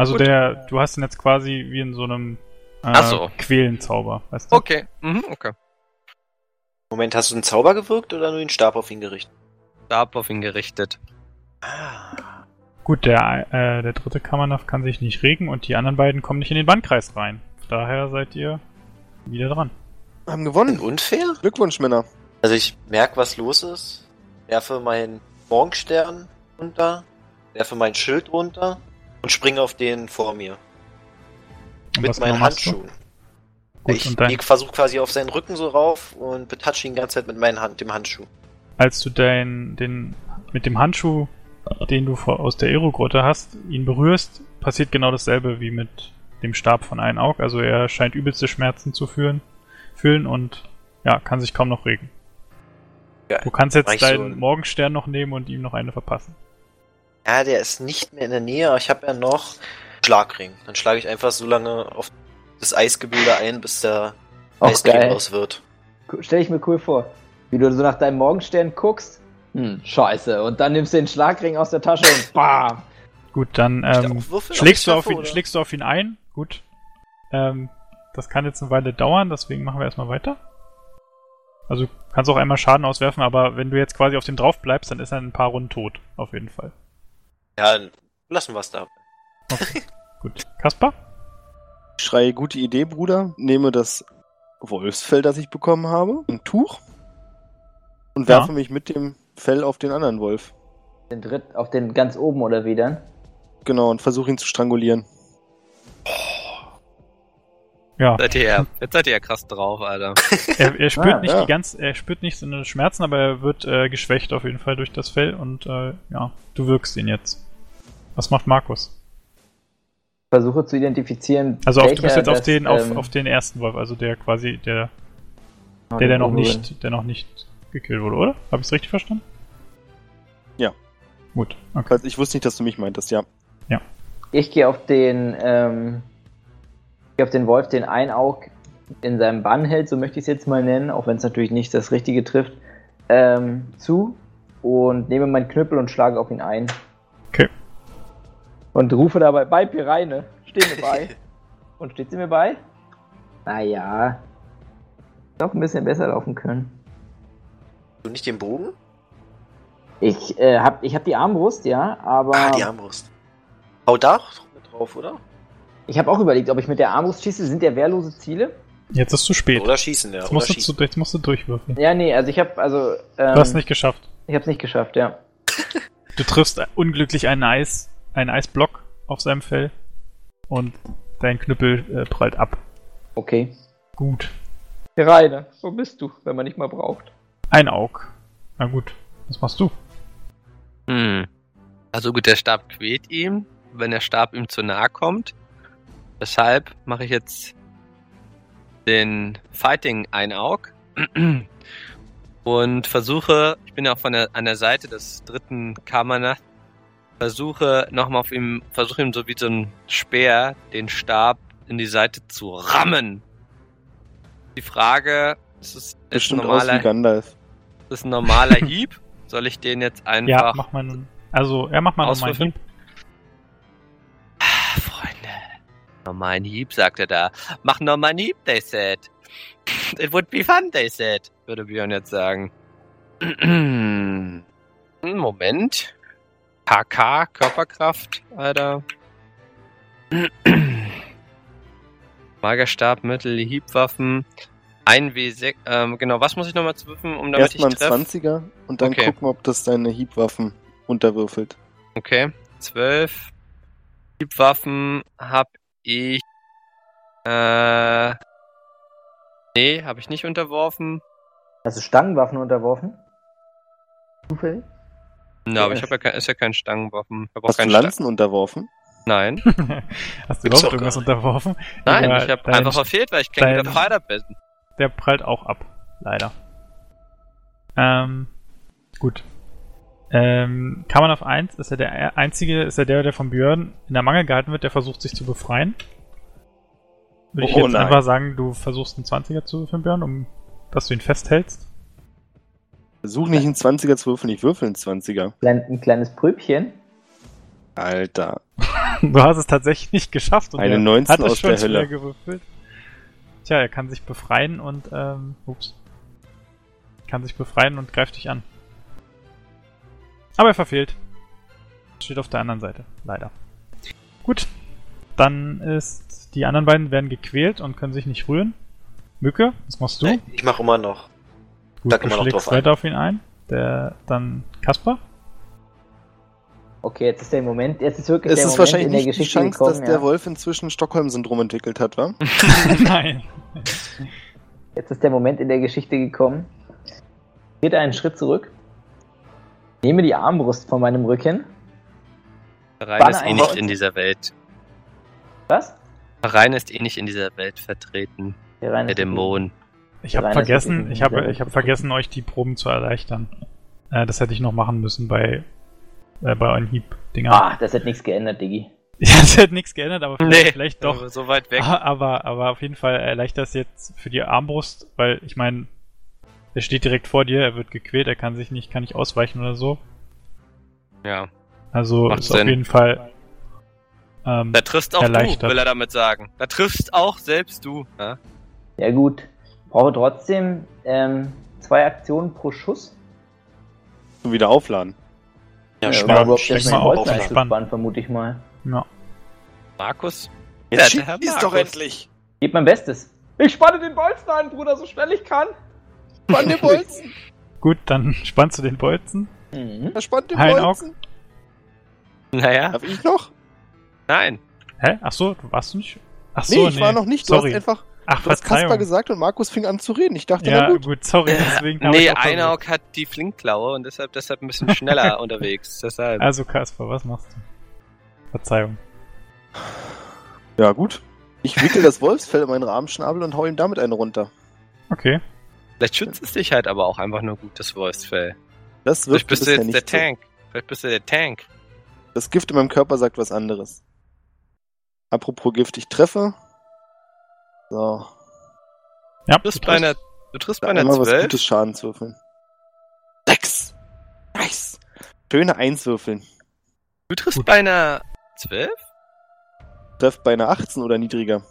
A: Also
F: Gut.
A: der, du hast ihn jetzt quasi wie in so einem äh,
F: Ach so.
A: Quälenzauber, weißt du?
F: Okay. Mhm, okay.
C: Moment, hast du einen Zauber gewirkt oder nur den Stab auf ihn gerichtet?
F: Stab auf ihn gerichtet.
C: Ah.
A: Gut, der, äh, der dritte Kammernach kann sich nicht regen und die anderen beiden kommen nicht in den Bandkreis rein. Daher seid ihr wieder dran.
B: Haben
C: Und
B: gewonnen.
C: unfair?
B: Glückwunsch, Männer.
C: Also ich merke, was los ist. Werfe meinen Morgenstern runter, werfe mein Schild runter und springe auf den vor mir.
A: Und
C: Mit
A: was
C: meinen
A: genau machst du?
C: Handschuhen.
A: Gut,
C: ich
A: und dein-
C: versuche quasi auf seinen Rücken so rauf und betatsche ihn die ganze Zeit mit meinen Hand, dem Handschuh.
A: Als du dein, den, mit dem Handschuh, den du vor, aus der Aero-Grotte hast, ihn berührst, passiert genau dasselbe wie mit dem Stab von Ein Aug. Also er scheint übelste Schmerzen zu fühlen, fühlen und ja, kann sich kaum noch regen.
C: Geil.
A: Du kannst jetzt
C: Reicht so
A: deinen
C: ein-
A: Morgenstern noch nehmen und ihm noch eine verpassen.
C: Ja, der ist nicht mehr in der Nähe, aber ich habe ja noch Schlagring. Dann schlage ich einfach so lange auf das Eisgebilde ein, bis der
D: Auch
C: Eisregen
D: geil.
C: aus wird.
D: Stell ich mir cool vor. Wie du so nach deinem Morgenstern guckst. Hm, scheiße. Und dann nimmst du den Schlagring aus der Tasche und bam.
A: Gut, dann
C: Kann ich da
A: ähm,
C: auch würfeln, ob
A: schlägst,
C: ich
A: du
C: treffe,
A: auf ihn,
C: oder?
A: schlägst du auf ihn ein. Gut. Ähm, das kann jetzt eine Weile dauern, deswegen machen wir erstmal weiter. Also du kannst auch einmal Schaden auswerfen, aber wenn du jetzt quasi auf dem drauf bleibst, dann ist er in ein paar Runden tot. Auf jeden Fall.
C: Ja, dann lassen wir es da.
A: Gut. Kaspar?
B: Ich schreie, gute Idee, Bruder. Nehme das Wolfsfell, das ich bekommen habe, ein Tuch und
A: Ja.
B: werfe mich mit dem Fell auf den anderen Wolf.
D: Den dritt auf den ganz oben oder wie dann?
B: Genau, und versuche ihn zu strangulieren.
A: Ja.
F: Seid ihr ja, jetzt seid ihr ja krass drauf, Alter.
A: Er, er spürt
B: Ah,
A: nicht
B: ja.
A: die ganz, er spürt nicht seine Schmerzen, aber er wird äh, geschwächt auf jeden Fall durch das Fell und äh, ja, du wirkst ihn jetzt. Was macht Markus?
D: Versuche zu identifizieren.
A: Also auf, du
D: welcher
A: bist jetzt auf
D: das,
A: den, auf,
D: ähm,
A: auf den ersten Wolf, also der quasi, der
D: oh,
A: Der, der noch
D: Unruhe.
A: nicht, der noch nicht gekillt wurde, oder? Habe ich es richtig verstanden?
B: Ja.
A: Gut, okay.
B: Falls- Ich wusste nicht, dass du mich meintest, ja.
D: Ich gehe auf den, ähm, geh auf den Wolf, den ein Aug in seinem Bann hält, so möchte ich es jetzt mal nennen, auch wenn es natürlich nicht das Richtige trifft, ähm, zu und nehme meinen Knüppel und schlage auf ihn ein.
A: Okay.
D: Und rufe dabei, bei Pireine, steh mir bei. und steht sie mir bei? Naja, doch ein bisschen besser laufen können.
C: Du nicht den Bogen?
D: Ich äh, hab, ich hab die Armbrust, ja, aber
C: Ah, die Armbrust. Hau da mit drauf, oder?
D: ich habe auch überlegt, ob ich mit der Armbrust schieße. Sind ja wehrlose Ziele?
A: Jetzt ist zu spät.
C: Oder schießen, ja.
A: jetzt,
C: Oder
A: musst du,
C: schießen.
A: zu- jetzt musst du durchwürfeln.
D: Ja, nee, also ich habe also ähm,
A: Du hast nicht geschafft.
D: ich habe es nicht geschafft, ja.
A: Du triffst unglücklich einen Eis, einen Eisblock auf seinem Fell und dein Knüppel äh, prallt ab.
D: Okay.
A: Gut.
D: Reine, wo bist du, wenn man nicht mal braucht?
A: Ein Aug. Na gut, was machst du?
F: Hm. Also gut, der Stab quält ihm, wenn der Stab ihm zu nahe kommt. Deshalb mache ich jetzt den Fighting ein Aug und versuche, ich bin ja auch von der, an der Seite des dritten Kammernachts, versuche nochmal auf ihm, versuche ihm so wie so ein Speer den Stab in die Seite zu rammen. Die Frage, ist es ist ein
B: Bestimmt aus wie
F: normaler,
B: Gandalf.
F: ist ein normaler Hieb? Soll ich den jetzt einfach
A: Ja, mach mal einen. Also, ja, mach mal nochmal
F: Auswürfeln?
A: hin.
F: Ah, Freunde. Nochmal ein Hieb, sagt er da. Mach nochmal einen Hieb, they said. It would be fun, they said, würde Björn jetzt sagen. Moment. KK, Körperkraft, Alter. Magerstab, Mittel, Hiebwaffen. 1W6, ähm, genau, was muss ich nochmal zu würfen, um damit
B: Erstmal ein
F: ich treffe?
B: 20er und dann
F: Okay.
B: gucken, ob das deine Hiebwaffen unterwürfelt.
F: Okay, 12. Hiebwaffen hab ich. Äh. Nee, hab ich nicht unterworfen.
D: Hast du Stangenwaffen unterworfen? Zufällig?
F: Na, aber ich hab ja kein, ist ja kein Stangenwaffen. Ich hab auch
B: Hast du
F: keinen
B: Lanzen unterworfen?
F: Sta- Nein.
A: Hast du
C: Gibt's
A: überhaupt
C: doch
A: irgendwas
C: gar nicht.
A: unterworfen?
F: Nein,
A: Ja,
F: ich hab
A: dein-
F: einfach verfehlt, weil ich kein
A: dein-
F: guter Fighter bin.
A: der prallt auch ab, leider. Ähm, gut. Ähm, Kammern auf 1 ist er der e-, einzige, ist er der, der von Björn in der Mangel gehalten wird, der versucht sich zu befreien. Würde ich
B: Oh
A: jetzt
B: nein.
A: einfach sagen, du versuchst einen 20er zu würfeln, Björn, um dass du ihn festhältst.
B: Versuch nicht einen 20er zu würfeln, ich würfel einen 20er.
D: Klein, ein kleines Prübchen.
B: Alter.
A: Du hast es tatsächlich nicht geschafft.
B: Eine
A: er
B: 19
A: hat es
B: aus
A: schon
B: der
A: schwer
B: Hölle.
A: Gewürfelt. Tja, er kann sich befreien und, ähm, ups. Kann sich befreien und greift dich an. Aber er verfehlt. Steht auf der anderen Seite, leider. Gut. Dann ist, die anderen beiden werden gequält und können sich nicht rühren. Mücke, was machst du?
C: Nein, ich mache immer noch.
A: Gut,
C: da
A: du
C: kann man noch
A: schlägst
C: drauf ein.
A: weiter auf ihn ein. Der, dann Kasper.
D: Okay, jetzt ist der Moment, jetzt ist wirklich
B: Es
D: der
B: ist
D: Moment
B: wahrscheinlich
D: in der
B: nicht die
D: Geschichte
B: Chance,
D: gekommen,
B: dass
D: ja.
B: der Wolf inzwischen Stockholm-Syndrom entwickelt hat, wa?
A: Nein.
D: Jetzt ist der Moment in der Geschichte gekommen. Ich Trete einen Schritt zurück. Nehme die Armbrust von meinem Rücken.
F: Rein ist eh
D: Banner
F: nicht
D: einbauen.
F: in dieser Welt.
D: Was?
F: Rein ist eh nicht in dieser Welt vertreten.
D: Der, reine
F: Der Dämon.
A: Ich habe
D: Rein, das ist
A: vergessen,
D: wirklich
A: ich habe,
D: sehr
A: ich habe vergessen, euch die Proben zu erleichtern. Äh, das hätte ich noch machen müssen bei, äh, bei euren Hieb-Dingern.
D: Ah, das hat nichts geändert, Diggi.
A: Ja, es hätte nichts geändert, aber vielleicht,
F: Nee. Also,
A: vielleicht doch. Ah.
F: So weit weg.
A: Aber, aber auf jeden Fall erleichtert es jetzt für die Armbrust, weil ich meine, er steht direkt vor dir, er wird gequält, er kann sich nicht, kann nicht ausweichen oder so.
F: Ja.
A: Also
F: Macht
A: ist auf
F: Sinn.
A: jeden Fall. Ähm,
F: Da triffst auch
A: Erleichtert.
F: du, will er damit sagen. Da triffst auch selbst du. Ja?
D: Ja gut. Brauche trotzdem ähm, zwei Aktionen pro Schuss.
B: Und wieder aufladen.
C: Ja,
D: um
A: ja,
D: überhaupt
A: steck
D: erst
A: mal
D: den
A: auf,
D: Bolzen
A: entspannt.
D: einzuspannen, vermute ich mal.
A: ja.
F: Markus?
B: Jetzt
F: Ja,
B: schießt
F: der Herr
B: doch
F: Markus.
B: endlich!
D: Gib mein Bestes. Ich spanne den Bolzen ein, Bruder, so schnell ich kann.
B: Spann den Bolzen!
A: Gut, dann spannst du den Bolzen.
D: Mhm.
B: Spann den
A: Hein
B: Bolzen!
F: Naja,
B: Darf ich noch?
F: nein.
A: Hä? Ach so, du warst nicht? Ach
B: Nee,
A: so,
B: ich war noch nicht. Du
A: sorry.
B: hast einfach
A: Ach,
B: du hast Kasper
A: Verzeihung.
B: gesagt und Markus fing an zu reden. Ich dachte,
A: Ja,
B: na
A: gut.
B: gut.
A: sorry, deswegen habe
F: nee,
A: ich auch versucht.
F: Einauk hat die Flinkklaue und deshalb, deshalb ein bisschen schneller unterwegs. Deshalb.
A: Also Kasper, was machst du? Verzeihung.
B: Ja, gut. Ich wickel das Wolfsfell in meinen Rahmenschnabel und hau ihm damit eine runter.
A: Okay.
F: Vielleicht schützt es dich halt aber auch einfach nur gut, das Wolfsfell.
B: Das
F: Vielleicht
B: wirkt
F: bist du
B: bisher
F: jetzt
B: nicht
F: der
B: so.
F: Tank. Vielleicht bist du der Tank.
B: Das Gift in meinem Körper sagt was anderes. Apropos Gift, ich treffe. So.
A: Ja,
F: Du triffst
A: du
F: bei
A: triffst.
F: einer, du triffst bei
B: Da
F: einer
B: einmal was
F: 12.
B: Gutes Schaden zu würfeln. Sechs! Nice! Schöne Eins würfeln.
F: Du triffst bei einer 12?
B: Treff bei einer 18 oder niedriger.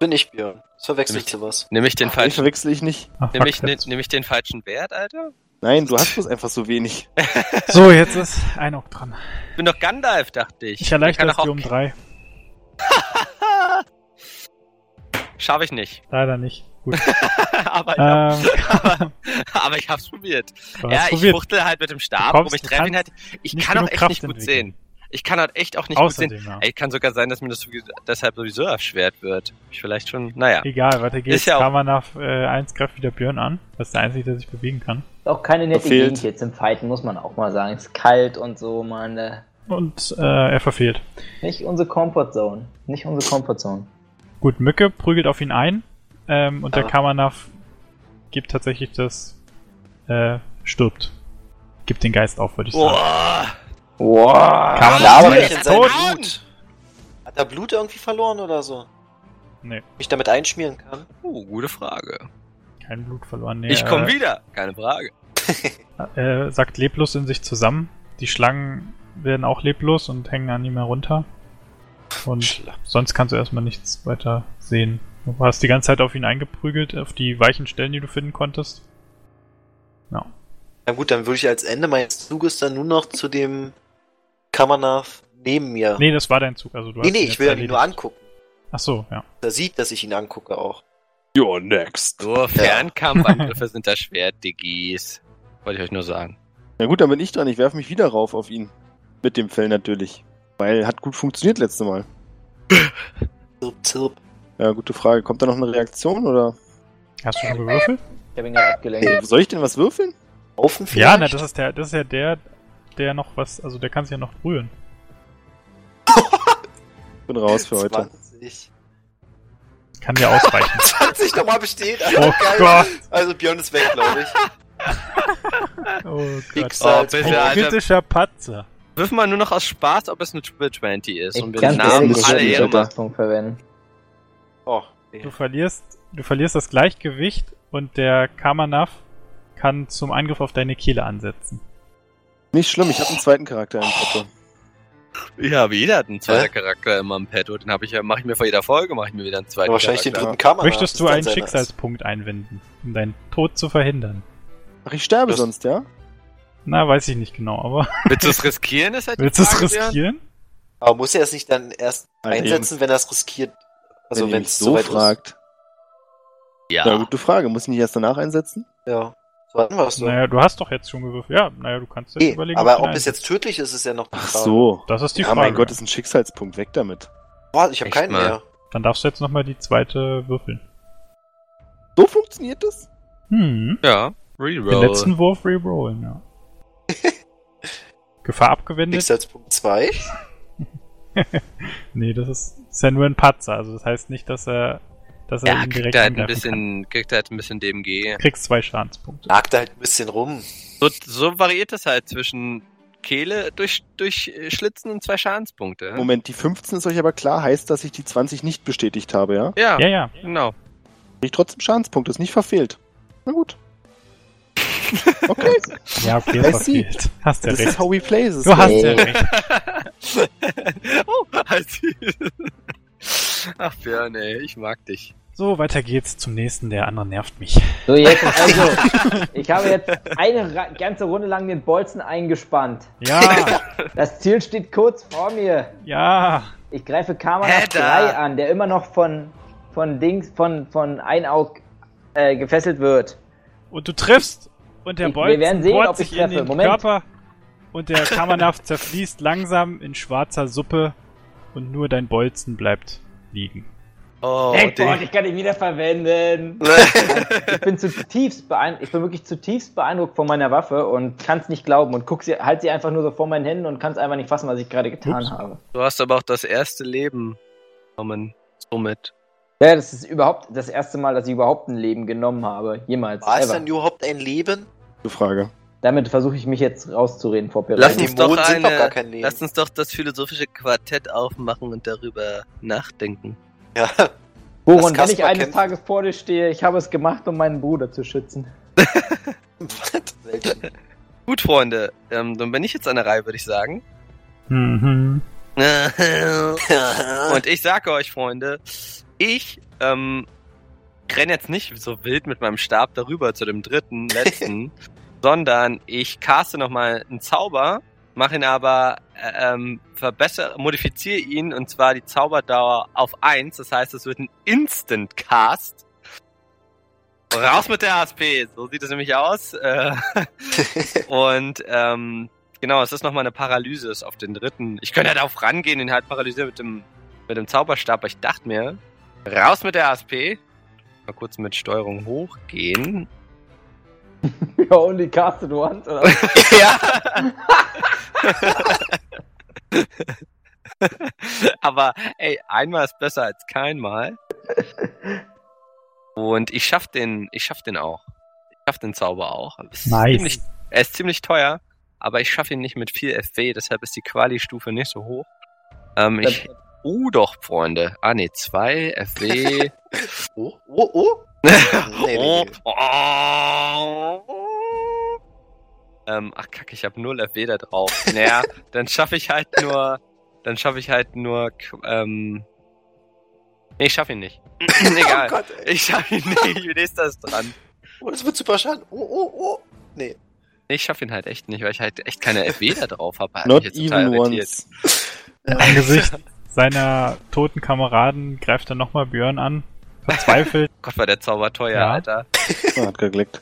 C: bin ich Björn. Das verwechsel ich
F: Nicht.
C: sowas.
F: Nimm ich den
B: Den
F: falschen,
B: verwechsel ich nicht.
A: Ach,
F: nimm ich,
A: fuck,
F: ne,
A: jetzt.
F: nimm ich den falschen Wert, Alter?
B: Nein, du hast bloß einfach so wenig.
A: So, jetzt ist Einauk dran.
F: Ich bin doch Gandalf, dachte ich.
A: Ich erleichtere
F: Der
A: es
F: kann
A: dir
F: doch
A: um drei.
F: auch- Schaff ich nicht.
A: Leider nicht. Gut.
F: aber, ich hab,
A: ähm,
F: aber, aber ich hab's probiert.
A: du hast
F: ja, ich
A: probiert.
F: fuchtel halt mit dem
A: Du
F: Stab,
A: kommst,
F: um ich
A: du
F: treffe ihn halt.
A: kannst
F: Ich
A: nicht
F: kann auch
A: genug
F: echt
A: Kraft
F: nicht gut
A: entwickeln.
F: sehen. Ich kann halt echt auch nicht gut sehen.
A: Außerdem, ja.
F: Ey, kann sogar sein, dass mir das sowieso- deshalb sowieso erschwert wird. Ich vielleicht schon, naja.
A: Egal, weiter geht's.
F: ja auch-
A: Karma nach äh, 1 greift wieder Björn an. Das ist der einzige, der sich bewegen kann.
D: Auch keine nette
B: Verfehlt.
D: Gegend jetzt im Fighten, muss man auch mal sagen. Ist kalt und so, man. Äh,
A: Und äh, er verfehlt.
D: nicht unsere Comfortzone. Nicht unsere Comfortzone.
A: Gut, Mücke prügelt auf ihn ein. Ähm, und
F: Ah.
A: der
C: Aber-
A: Kamanav gibt tatsächlich das. Äh, stirbt. Gibt den Geist auf, würde ich sagen.
F: Boah!
D: Wow.
A: Kann man
C: Ah,
A: das
C: aber
A: nicht
C: ich in
A: so-
C: seinem
F: tot.
C: Blut. Hat er Blut irgendwie verloren oder so?
A: Nee.
C: Mich damit einschmieren kann?
F: Oh, gute Frage.
A: Kein Blut verloren. Nee,
F: ich komm
A: äh,
F: wieder. Keine Frage.
A: äh, sackt leblos in sich zusammen. Die Schlangen werden auch leblos und hängen an ihm herunter. Und sonst kannst du erstmal nichts weiter sehen. Du hast die ganze Zeit auf ihn eingeprügelt, auf die weichen Stellen, die du finden konntest.
C: Na gut, dann würde ich als Ende meines Zuges dann nur noch zu dem Kammernaf neben mir. Nee,
A: Nee, das war dein Zug. Also du
C: nee,
A: hast ihn
C: ich
A: jetzt
C: will ja
A: erledigt.
C: nur angucken.
A: Ach so, ja.
C: Er sieht, dass ich ihn angucke auch.
B: You're next.
F: So, Fernkampfangriffe sind das Schwert, Diggis. Wollte ich euch nur sagen.
B: Na gut, dann bin ich dran. Ich werfe mich wieder rauf auf ihn. Mit dem Fell natürlich. Weil hat gut funktioniert letzte Mal.
C: Zirp, zirp.
B: Ja, gute Frage. Kommt da noch eine Reaktion oder?
A: Hast du schon gewürfelt?
D: Ich habe ihn gerade abgelenkt.
B: Soll ich denn was würfeln?
C: Laufen vielleicht?
A: Ja, na, das ist der, das ist ja der, der noch was, also der kann sich ja noch rühren.
B: Bin raus für heute.
C: 20.
A: Kann dir ausweichen.
C: 20 nochmal besteht. Alter,
A: oh
C: geil.
A: Gott!
C: Also Björn ist weg, glaube ich.
A: Oh Gott.
C: Fix
F: Oh,
C: als
F: bitte,
A: Ein
C: Pro.
F: Alter.
A: kritischer Patzer.
F: Wirf mal nur noch aus Spaß, ob es eine Triple 20 ist. Und
D: Ich
F: wir den
D: kann
F: Namen
B: ehrlich,
F: alle
B: ich
F: Ehre
B: hätte-
F: machen.
D: Punkt verwenden.
C: Oh,
A: Du verlierst, du verlierst das Gleichgewicht und der Kamanav kann zum Angriff auf deine Kehle ansetzen.
B: Nicht schlimm, ich habe einen zweiten Charakter im Foto.
F: Ja, wie jeder hat einen zweiten
C: Hä?
F: Charakter immer im Pad. Den habe ich ja, mache ich mir vor jeder Folge, mache ich mir wieder einen zweiten
C: wahrscheinlich den
F: Charakter.
C: dritten Kamera.
A: Möchtest du
C: Das
A: einen
C: ist dann seiner.
A: Schicksalspunkt einwenden, um deinen Tod zu verhindern?
B: Ach, ich sterbe
C: Das-
B: sonst, ja?
A: Na, weiß ich nicht genau, aber
F: Willst du es riskieren? Ist halt die
A: willst du es
F: Frage, Björn?
A: riskieren?
C: Aber muss er es nicht dann erst
B: Nein,
C: einsetzen, wenn er es riskiert? Also
B: wenn ihr
C: wenn
B: mich
C: es
B: so
C: soweit ist.
B: fragt. Na,
F: Ja.
B: gute Frage. Muss ich nicht erst danach einsetzen?
C: Ja. So hatten wir es so.
A: Naja, du hast doch jetzt schon gewürfelt. Ja, naja, du kannst jetzt
C: Nee,
A: überlegen.
C: aber
A: du
C: ob
A: ihn
C: es jetzt tödlich ist, ist ja noch die
B: Ach
C: Frage.
B: so.
A: ein- Das ist die
B: Ja,
A: Frage.
B: mein Gott, ist ein Schicksalspunkt. Weg damit.
C: Boah, ich habe
F: Echt
C: keinen
F: mal.
C: mehr.
A: Dann darfst du jetzt nochmal die zweite würfeln.
B: So funktioniert das?
A: Hm.
F: Ja.
A: Den
F: Reroll.
A: letzten Wurf rerollen, ja. Gefahr abgewendet?
C: Schicksalspunkt 2.
A: Nee, das ist Senwen Patzer. Also das heißt nicht, dass er, dass er
F: Ja,
A: ihn
F: kriegt
A: direkt
F: er halt ein
A: angreifen kann.
F: bisschen, kriegt er halt ein bisschen DMG.
A: Kriegst zwei Schadenspunkte.
C: Lag da halt ein bisschen rum.
F: So, so variiert das halt zwischen Kehle durch, durch äh, Schlitzen und zwei Schadenspunkte.
C: Hm?
F: ne?
B: Moment, die 15 ist euch aber klar, heißt, dass ich die 20 nicht bestätigt habe, ja?
F: Ja,
A: Ja, ja.
F: genau.
B: Krieg Ich trotzdem Schadenspunkte, ist nicht verfehlt. Na gut. Okay,
A: Ja, okay,
B: I
A: ist
B: see.
A: verfehlt. Hast ja
B: das ist halt
A: recht.
B: how we play this.
A: Du hast ja
B: game.
A: recht.
F: oh, halt. Ach Björn, ey, ich mag dich.
A: So, weiter geht's zum nächsten. Der andere nervt mich.
D: So, jetzt also, ich habe jetzt eine Ra ganze Runde lang den Bolzen eingespannt.
A: Ja,
D: Das Ziel steht kurz vor mir.
A: ja.
D: Ich greife Karma
F: Hä,
D: nach
F: da?
D: 3 an, der immer noch von, von Dings, von, von Einaug äh, gefesselt wird.
A: Und du triffst und der
D: Ich- wir
A: Bolzen
D: werden sehen,
A: bohrt
D: ob ich
A: sich in
D: treffe.
A: den
D: Moment.
A: Körper und der Kammernaf zerfließt langsam in schwarzer Suppe und nur dein Bolzen bleibt liegen.
F: Oh,
D: Denkboard, ich kann ihn wieder verwenden. ich bin zutiefst beeindruckt, ich bin wirklich zutiefst beeindruckt von meiner Waffe und kann es nicht glauben und guck sie, halt sie einfach nur so vor meinen Händen und kann es einfach nicht fassen, was ich gerade getan
A: Ups.
D: habe.
F: Du hast aber auch das erste Leben genommen. Somit.
D: Ja, das ist überhaupt das erste Mal, dass ich überhaupt ein Leben genommen habe. Jemals.
C: War es
D: Ever.
C: denn überhaupt ein Leben?
B: Gute Frage.
D: Damit versuche ich mich jetzt rauszureden vor Pirelli.
F: Lass
C: Die
F: uns doch
C: Dämonen sind
F: eine-
C: doch gar kein Leben.
F: Lass uns doch das philosophische Quartett aufmachen und darüber nachdenken.
C: Ja.
D: Boron,
C: lass
D: wenn ich
C: Kaspar
D: eines
C: kämpfen.
D: Tages vor dir stehe, ich habe es gemacht, um meinen Bruder zu schützen.
C: Was? Welchen?
F: Gut, Freunde, ähm, dann bin ich jetzt an der Reihe, würde ich sagen.
A: Mhm.
F: Und ich sage euch, Freunde, ich ähm, renn jetzt nicht so wild mit meinem Stab darüber zu dem dritten, letzten, sondern ich caste nochmal einen Zauber, mache ihn aber, äh, ähm, verbessere, modifiziere ihn und zwar die Zauberdauer auf 1. Das heißt, es wird ein Instant Cast. Raus mit der HP, so sieht es nämlich aus. Äh, und ähm, genau, es ist nochmal eine Paralyse ist auf den dritten. Ich könnte halt auch rangehen, den halt paralysieren mit dem, mit dem Zauberstab, aber ich dachte mir, raus mit der ASP. Mal kurz mit Steuerung hochgehen.
D: You only casted once. Oder?
F: ja. aber ey, einmal ist besser als keinmal. Und ich schaff den, ich schaff den auch. Ich schaff den Zauber auch. Es ist ziemlich
A: Nice.
F: er ist ziemlich teuer, aber ich schaffe ihn nicht mit viel FW, deshalb ist die Quali-Stufe nicht so hoch. Ähm, ich, oh doch, Freunde. Ah ne, 2 FW.
C: Oh, oh, oh. Nee, nee,
F: oh,
C: nee.
F: oh. Ähm, ach kacke, ich habe 0 FW da drauf. Naja, dann schaffe ich halt nur, dann schaffe ich halt nur, qu- ähm, nee, ich schaffe ihn nicht. Egal,
C: Oh Gott, ey.
F: ich schaffe ihn nicht, ich bin das dran.
C: Oh, das wird super schaden. Oh, oh, oh. Nee.
F: Nee, ich schaffe ihn halt echt nicht, weil ich halt echt keine FW da drauf habe. Hat
B: Not
F: mich jetzt total
B: even
F: irritiert.
B: once.
A: Angesichts seiner toten Kameraden greift dann nochmal Björn an. Verzweifelt.
F: Gott, war der Zauber teuer,
A: Ja.
F: Alter.
B: Ah, hat geleckt.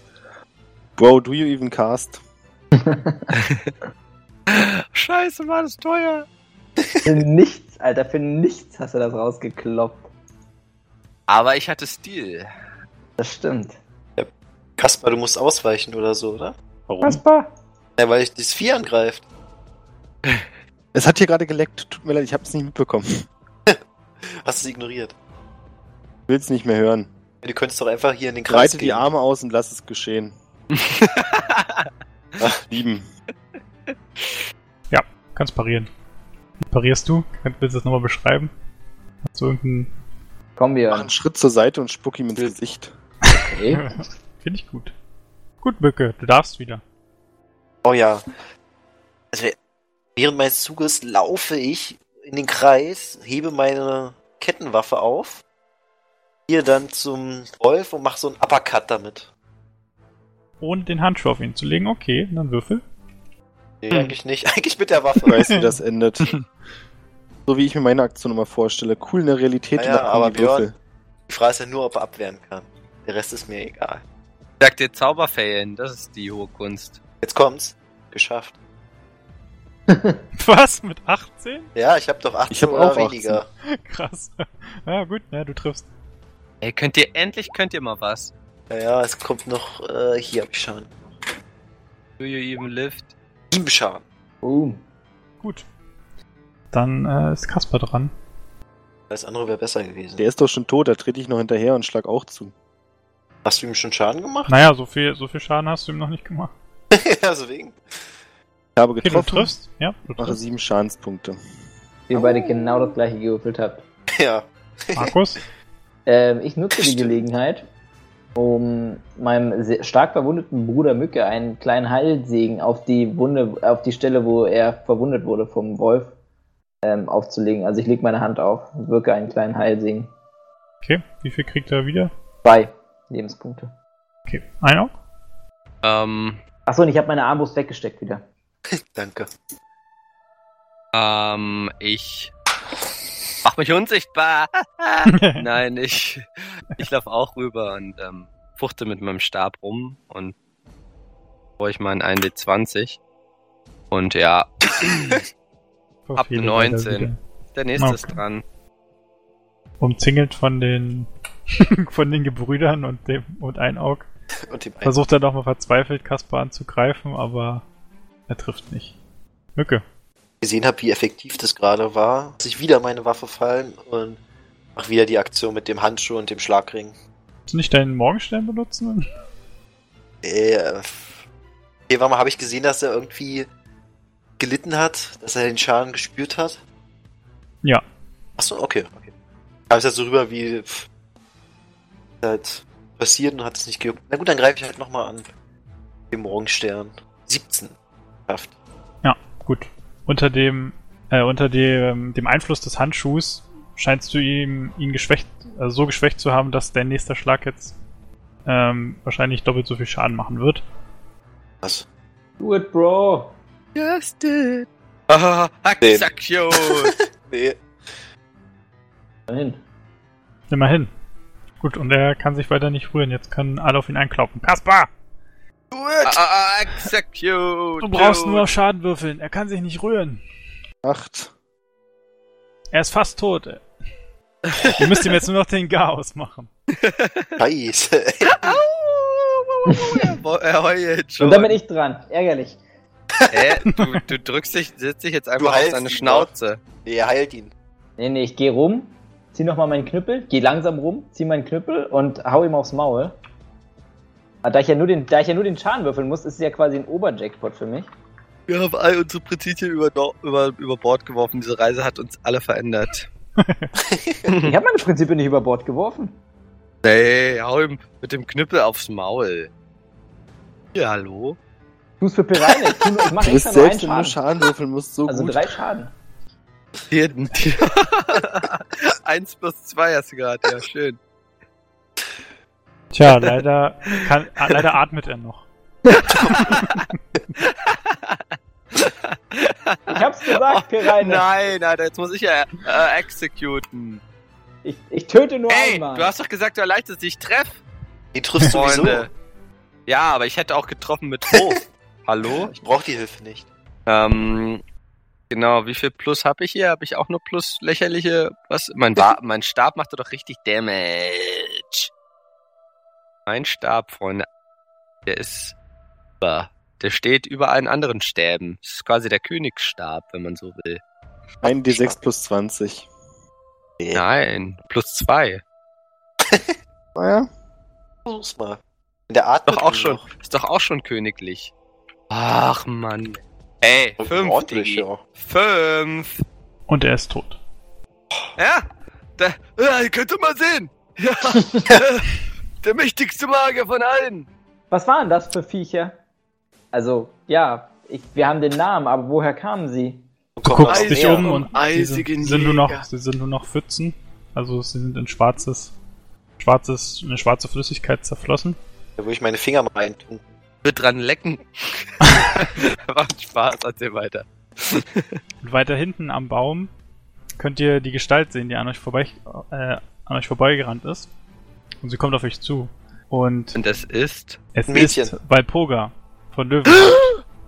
B: Bro, do you even cast?
F: Scheiße, war das teuer.
D: Für nichts, Alter, für nichts hast du das rausgekloppt.
F: Aber ich hatte Stil.
D: Das stimmt.
C: Kaspar, du musst ausweichen oder so, oder?
B: Warum?
D: Kaspar?
C: Ja, weil ich das Vieh angreift.
B: Es hat hier gerade geleckt. Tut mir leid, ich hab's nicht mitbekommen.
C: Hast du es ignoriert?
B: Will's nicht mehr hören.
C: Du könntest doch einfach hier in den Kreis
B: Breite
C: gehen.
B: die Arme aus und lass es geschehen. Ach, lieben.
A: Kannst parieren. Parierst du? Kannst- Willst du das nochmal beschreiben? Hast du irgendeinen.
D: Komm,
B: Mach
D: wir.
B: einen Schritt zur Seite und spuck ihm ins Gesicht.
D: Okay.
A: Finde ich gut. Gut, Mücke, du darfst wieder.
C: Oh ja. Also, Während meines Zuges laufe ich in den Kreis, hebe meine Kettenwaffe auf, hier dann zum Wolf und mache so einen Uppercut damit.
A: Ohne den Handschuh auf ihn zu legen, okay, dann würfel.
C: Nee, eigentlich nicht. Eigentlich mit der
B: Ich
C: Waffe.
B: weiß, wie das endet. so wie ich mir meine Aktion immer vorstelle. Cool in der Realität
C: Naja,
B: und dann
C: aber
B: kommen die Würfel.
C: Björn- Die Frage ist ja nur, ob er abwehren kann. Der Rest ist mir egal.
F: Sagt dir Zauberfällen, das ist die hohe Kunst.
C: Jetzt kommt's. Geschafft.
A: Was? Mit 18?
C: Ja, ich habe doch 18
B: Ich hab
C: oder
B: auch 18.
C: weniger.
A: Krass. Ja, gut, na, du triffst.
F: Ey, könnt ihr endlich, könnt ihr mal was?
C: Ja, ja, es kommt noch, äh, hier hab ich Schaden.
F: Do you even lift?
C: Sieben Schaden.
D: Boom.
A: Gut. Dann äh, ist Kasper dran.
C: Das andere wäre besser gewesen.
B: Der ist doch schon tot, da trete ich noch hinterher und schlag auch zu.
C: Hast du ihm schon Schaden gemacht?
A: Naja, so viel, so viel Schaden hast du ihm noch nicht gemacht.
C: ja, so wegen.
B: Ich habe
A: Okay, du
B: getroffen,
A: triffst. Ja, du
B: mache
A: triffst.
B: sieben Schadenspunkte.
D: Ihr beide genau das gleiche gewürfelt habt.
C: Ja.
A: Markus,
D: Ähm, ich nutze die
C: Stimmt.
D: Gelegenheit, um meinem sehr stark verwundeten Bruder Mücke einen kleinen Heilsegen auf die Wunde, auf die Stelle, wo er verwundet wurde vom Wolf, ähm, aufzulegen. Also ich lege meine Hand auf und wirke einen kleinen Heilsegen.
A: okay, wie viel kriegt er wieder?
D: Zwei Lebenspunkte.
A: Okay, ein Auge.
F: Ähm,
D: Achso, und ich habe meine Armbrust weggesteckt wieder.
C: Danke.
F: ähm, ich mach mich unsichtbar. Nein, ich, ich laufe auch rüber und ähm, fuchte mit meinem Stab rum und brauche ich meinen 1D20. Und ja, Ab 19. der nächste ist
A: Okay.
F: dran.
A: Umzingelt von den von den Gebrüdern und dem und ein Auge.
C: Und dem einen.
A: Versucht er nochmal verzweifelt Kasper anzugreifen, aber er trifft nicht. Mücke.
C: gesehen habe, wie effektiv das gerade war, lasse ich wieder meine Waffe fallen und mach wieder die Aktion mit dem Handschuh und dem Schlagring.
A: Willst du nicht deinen Morgenstern benutzen?
C: Äh, okay, warte mal, habe ich gesehen, dass er irgendwie gelitten hat, dass er den Schaden gespürt hat?
A: Ja.
C: Achso, okay. okay. Kam es halt so rüber, wie pff, ist halt passiert und hat es nicht gejuckt. Na gut, dann greife ich halt nochmal an. Den Morgenstern. 17. Kraft.
A: Gut. Unter dem, äh, unter dem, dem Einfluss des Handschuhs scheinst du ihm, ihn geschwächt, also so geschwächt zu haben, dass dein nächster Schlag jetzt ähm, wahrscheinlich doppelt so viel Schaden machen wird.
C: Was?
D: Do it, Bro!
F: Just it. Ah, hack,
C: Den.
F: zack, yo.
C: Nee.
D: Immerhin.
A: Immerhin. Gut, und er kann sich weiter nicht rühren. Jetzt können alle auf ihn einklopfen. Kaspar!
C: Äh,
F: Ah, ah, hack, zack, yo.
A: Du brauchst
F: yo.
A: nur auf Schaden würfeln. Er kann sich nicht rühren.
B: Acht.
A: Er ist fast tot. Ihr müsst ihm jetzt nur noch den Chaos machen.
C: Scheiße. ey.
F: Au, au, au, au, er wo- Er heult schon.
D: Und dann bin ich dran. Ärgerlich.
F: Hä? Du, du drückst dich, setzt dich jetzt einfach auf
C: heilst
F: seine
C: ihn
F: Schnauze.
C: Nee, er heilt ihn.
D: Nee, nee, ich gehe rum, zieh nochmal meinen Knüppel, geh langsam rum, zieh meinen Knüppel und hau ihm aufs Maul. Ah, Da ich, ja nur den, da ich ja nur den Schaden würfeln muss, ist es ja quasi ein Oberjackpot für mich.
F: Wir haben all unsere Prinzipien über, Do- über, über Bord geworfen. Diese Reise hat uns alle verändert.
D: Ich habe meine Prinzipien nicht über Bord geworfen.
F: Nee, hau ihm mit dem Knüppel aufs Maul. Ja, hallo?
D: Tu's für Piranha. Ich, tu nur- ich mache
B: Du bist
D: extra nur einen
B: selbst, wenn du
D: Schaden.
B: nur Schaden würfeln musst, so
D: also
B: gut.
D: drei Schaden.
F: Jeden. Eins plus zwei hast du gerade, ja, schön.
A: Tja, leider, kann, ah, leider atmet er noch.
D: Ich hab's
F: Oh,
D: gesagt, Piranha.
F: Nein, Alter, jetzt muss ich ja äh, executen.
D: Ich, ich töte nur
F: Ey,
D: einmal.
F: du hast doch gesagt, du erleichterst dich. Treff,
C: Den triffst du sowieso.
F: Freunde. Ja, aber ich hätte auch getroffen mit hoch. hallo?
C: Ich brauche die Hilfe nicht.
F: Ähm, genau, wie viel Plus habe ich hier? Habe ich auch nur Plus lächerliche? Was? Mein, Wa mein Stab machte doch richtig Damage. Mein Stab, Freunde, der ist über. Der steht über allen anderen Stäben. Das ist quasi der Königsstab, wenn man so will.
B: Ein D6 plus 20.
F: Nein, plus zwei.
B: Naja,
C: Versuch's mal. In der Art
F: Doch auch schon, ist doch auch schon königlich. Ach, Mann. Ey, fünf,
C: Ordentlich,
F: Digi.
C: ja.
F: Fünf.
A: Und er ist tot.
F: Ja, da, ja,
J: äh,
F: ihr könnt doch mal sehen. Ja, äh, der mächtigste Magier von allen.
D: Was waren das für Viecher? Also, ja, ich, wir haben den Namen, aber woher kamen sie?
A: Du
C: Komm,
A: guckst
C: komm,
A: dich
C: näher.
A: um und diese,
J: Eisigen
A: sind nur noch,
J: Jäger.
A: sie sind nur noch Pfützen. Also sie sind in schwarzes, schwarzes, eine schwarze Flüssigkeit zerflossen.
C: Da würde ich meine Finger mal reintun.
F: Wird dran lecken. Macht Spaß, erzähl weiter.
A: Und weiter hinten am Baum könnt ihr die Gestalt sehen, die an euch vorbei, äh, an euch vorbeigerannt ist. Und sie kommt auf euch zu. Und
F: Und es ist.
A: es
C: Mädchen.
A: ist Walpoga von Löwen.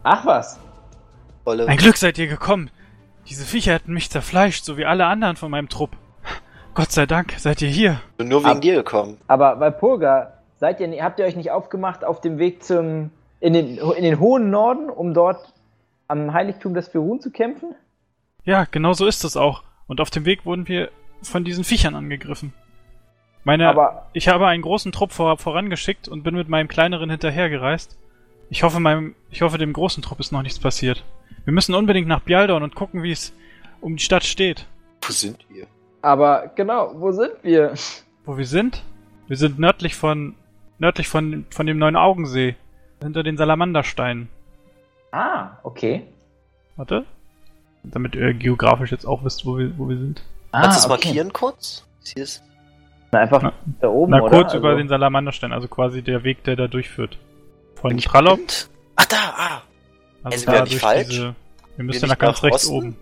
D: Ach was.
C: Olle.
A: Ein Glück seid ihr gekommen. Diese Viecher hätten mich zerfleischt, so wie alle anderen von meinem Trupp. Gott sei Dank seid ihr hier.
C: Bin nur wegen
D: Ab-
C: dir gekommen.
D: Aber bei Purga, seid ihr, habt ihr euch nicht aufgemacht auf dem Weg zum, in, den, in den hohen Norden, um dort am Heiligtum des Firun zu kämpfen?
A: Ja, genau so ist es auch. Und auf dem Weg wurden wir von diesen Viechern angegriffen. Meine,
D: Aber
A: ich habe einen großen Trupp vor, vorangeschickt und bin mit meinem kleineren hinterhergereist. Ich hoffe, meinem, ich hoffe, dem großen Trupp ist noch nichts passiert. Wir müssen unbedingt nach Bialdorn und gucken, wie es um die Stadt steht.
C: Wo sind wir?
D: Aber genau, wo sind wir?
A: Wo wir sind? Wir sind nördlich von, nördlich von, von dem neuen Augensee. Hinter den Salamandersteinen.
D: Ah, okay.
A: Warte. Damit ihr geografisch jetzt auch wisst, wo wir, wo wir sind.
D: Ah,
C: Kannst du es
D: okay.
C: markieren kurz? Hier ist
D: Na, einfach
A: Na-
D: da oben,
A: Na,
D: oder?
A: kurz über
D: Also-
A: den Salamanderstein, also quasi der Weg, der da durchführt. Von Trallop.
C: Ah, da, ah.
A: Also
C: sind wir nicht falsch?
A: Ihr müsst ja
C: nicht
A: nach ganz
C: nach
A: rechts
C: Osten?
A: oben.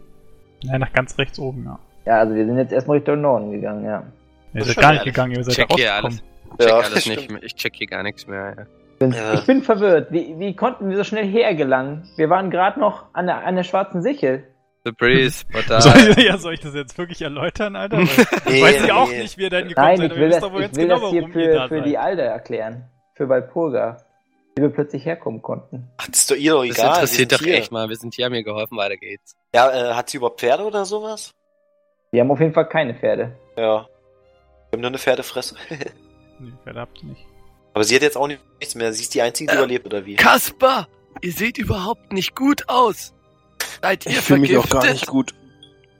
A: Nein, nach ganz rechts oben, ja.
D: Ja, also wir sind jetzt erstmal Richtung Norden gegangen, ja.
A: Ihr
D: Also
F: Das
A: seid gar
F: ist schon
A: nicht
F: alles.
A: gegangen, ihr seid
F: Check
A: da
F: hier
A: rausgekommen.
F: Check
C: Ja,
F: alles
C: das
F: nicht
C: stimmt.
F: mehr. Ich check hier gar nichts mehr. Ja.
D: Bin,
C: Ja.
D: Ich bin verwirrt. Wie, wie konnten wir so schnell hergelangen? Wir waren gerade noch an der, an der schwarzen Sichel.
F: The Breeze, but da.
A: Soll, ich- ja, soll ich das jetzt wirklich erläutern, Alter? Weil Ich
C: Nee,
A: weiß ja auch
C: nee.
A: nicht, wie ihr dahin gekommen
D: Nein,
A: seid,
D: ich
A: aber ihr
D: will
A: wisst
D: das,
A: doch wohl
D: ich
A: ganz
D: will
A: genau,
D: das hier
A: warum ihr
D: für,
A: da
D: für die
A: seid.
D: Alde erklären. Für Walpurga. Wie wir plötzlich herkommen konnten.
C: Ach, das ist doch ihr doch
F: Das
C: egal. wir sind
F: interessiert doch
C: hier.
F: echt mal. Wir sind hier, haben mir geholfen, weiter geht's.
C: Ja, äh, hat sie überhaupt Pferde oder sowas?
D: Wir haben auf jeden Fall keine Pferde.
C: Ja. Wir haben nur eine Pferdefresse.
A: Nee, Pferde habt ihr nicht.
C: Aber sie hat jetzt auch nicht- nichts mehr. Sie ist die Einzige, die
F: Äh,
C: überlebt, oder wie?
J: Kasper, ihr seht überhaupt nicht gut aus. Seid
B: Ich
J: ihr
B: fühle mich auch gar
J: vergiftet?
B: nicht gut.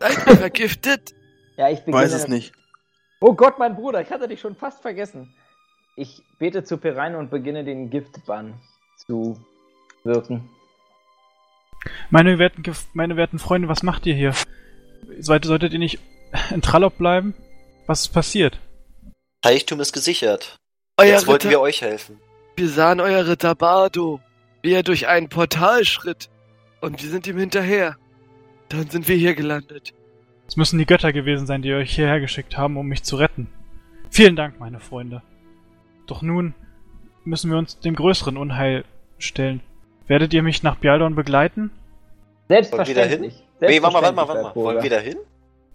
J: Seid ihr vergiftet?
D: Ja, ich beginne.
B: Weiß es nicht.
D: Oh Gott, mein Bruder, ich hatte dich schon fast vergessen. Ich bete zu Pereine und beginne den Giftbann zu wirken.
A: Meine werten, Gef- meine werten Freunde, was macht ihr hier? Sollt, solltet ihr nicht in Trallop bleiben? Was ist passiert?
C: Reichtum ist gesichert.
J: Euer
C: Jetzt wollten
J: Ritter,
C: wir
J: wir,
C: euch helfen.
J: sahen euer Ritter Bardo, wie er durch ein Portal schritt. Und wir sind ihm hinterher. Dann sind wir hier gelandet.
A: Es müssen die Götter gewesen sein, die euch hierher geschickt haben, um mich zu retten. Vielen Dank, meine Freunde. Doch nun müssen wir uns dem größeren Unheil stellen. Werdet ihr mich nach Bialdorn begleiten?
D: Selbstverständlich.
C: Nee, warte mal, warte mal, warte mal.
D: Selbstverständlich,
C: Wollen wir
D: Walpurga.
C: da hin?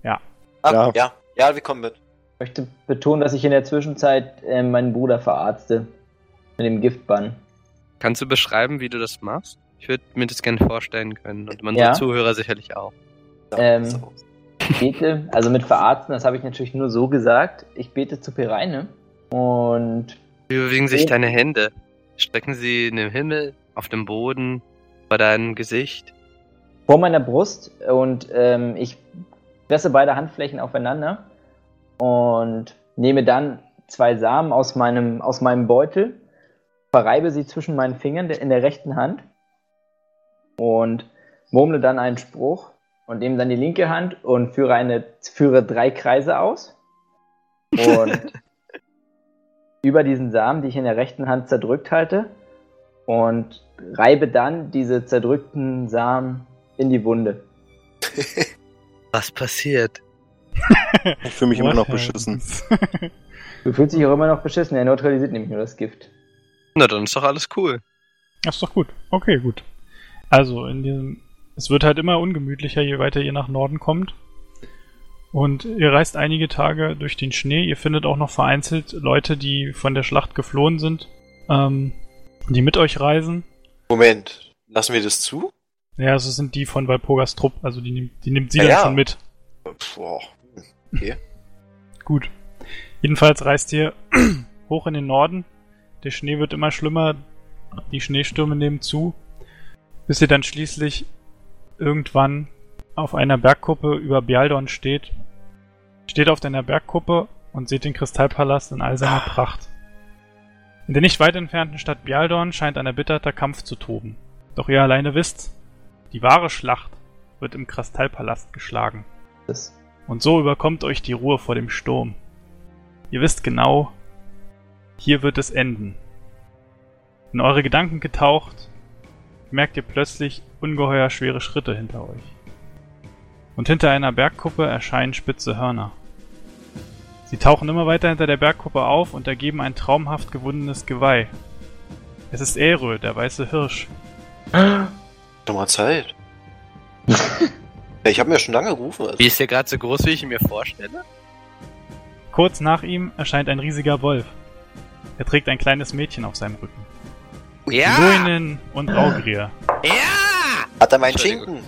A: Ja.
C: Ah,
B: Ja.
C: ja. Ja, wir kommen mit.
D: Ich möchte betonen, dass ich in der Zwischenzeit äh, meinen Bruder verarzte. Mit dem Giftbann.
F: Kannst du beschreiben, wie du das machst? Ich würde mir das gerne vorstellen können. Und unsere
D: Ja.
F: Zuhörer sicherlich auch.
C: Da,
D: Ähm.
C: so.
D: bete, also mit verarzten, das habe ich natürlich nur so gesagt. Ich bete zu Pereine und
F: Wie bewegen sich
D: Oh.
F: deine Hände? Strecken sie in den Himmel, auf dem Boden, bei deinem Gesicht?
D: vor meiner Brust und ähm, ich presse beide Handflächen aufeinander und nehme dann zwei Samen aus meinem, aus meinem Beutel, verreibe sie zwischen meinen Fingern der- in der rechten Hand und murmle dann einen Spruch und nehme dann die linke Hand und führe, eine, führe drei Kreise aus. Und über diesen Samen, die ich in der rechten Hand zerdrückt halte, und reibe dann diese zerdrückten Samen in die Wunde.
F: Was passiert?
B: Ich fühle mich immer noch
A: What
B: beschissen.
A: happens?
D: Du fühlst dich auch immer noch beschissen, er neutralisiert nämlich nur das Gift.
F: Na, dann ist doch alles cool.
A: Das ist doch gut. Okay, gut. Also, in diesem. Es wird halt immer ungemütlicher, je weiter ihr nach Norden kommt. Und ihr reist einige Tage durch den Schnee. Ihr findet auch noch vereinzelt Leute, die von der Schlacht geflohen sind, ähm, die mit euch reisen.
C: Moment. Lassen wir das zu?
A: Ja, also es sind die von Walpogas Trupp, also die, nimmt- die nimmt sie
C: Ja,
A: dann
C: ja.
A: schon mit.
C: Pff, boah.
A: Gut. Jedenfalls reist ihr hoch in den Norden. Der Schnee wird immer schlimmer. Die Schneestürme nehmen zu. Bis ihr dann schließlich irgendwann auf einer Bergkuppe über Bialdorn steht. Steht auf deiner Bergkuppe und seht den Kristallpalast in all seiner Pracht. In der nicht weit entfernten Stadt Bialdorn scheint ein erbitterter Kampf zu toben. Doch ihr alleine wisst, die wahre Schlacht wird im Kristallpalast geschlagen.
D: Das
A: Und so überkommt euch die Ruhe vor dem Sturm. Ihr wisst genau, hier wird es enden. In eure Gedanken getaucht, merkt ihr plötzlich ungeheuer schwere Schritte hinter euch. Und hinter einer Bergkuppe erscheinen spitze Hörner. Sie tauchen immer weiter hinter der Bergkuppe auf und ergeben ein traumhaft gewundenes Geweih. Es ist Erö, der weiße Hirsch.
C: Nochmal Zeit. ja, ich habe mir schon lange gerufen. Also.
F: Wie ist der gerade so groß, wie ich ihn mir vorstelle?
A: Kurz nach ihm erscheint ein riesiger Wolf. Er trägt ein kleines Mädchen auf seinem Rücken.
F: Ja!
A: Luinen und Raugrier.
F: Ja!
C: Hat er meinen
F: Entschuldigung.
C: Schinken?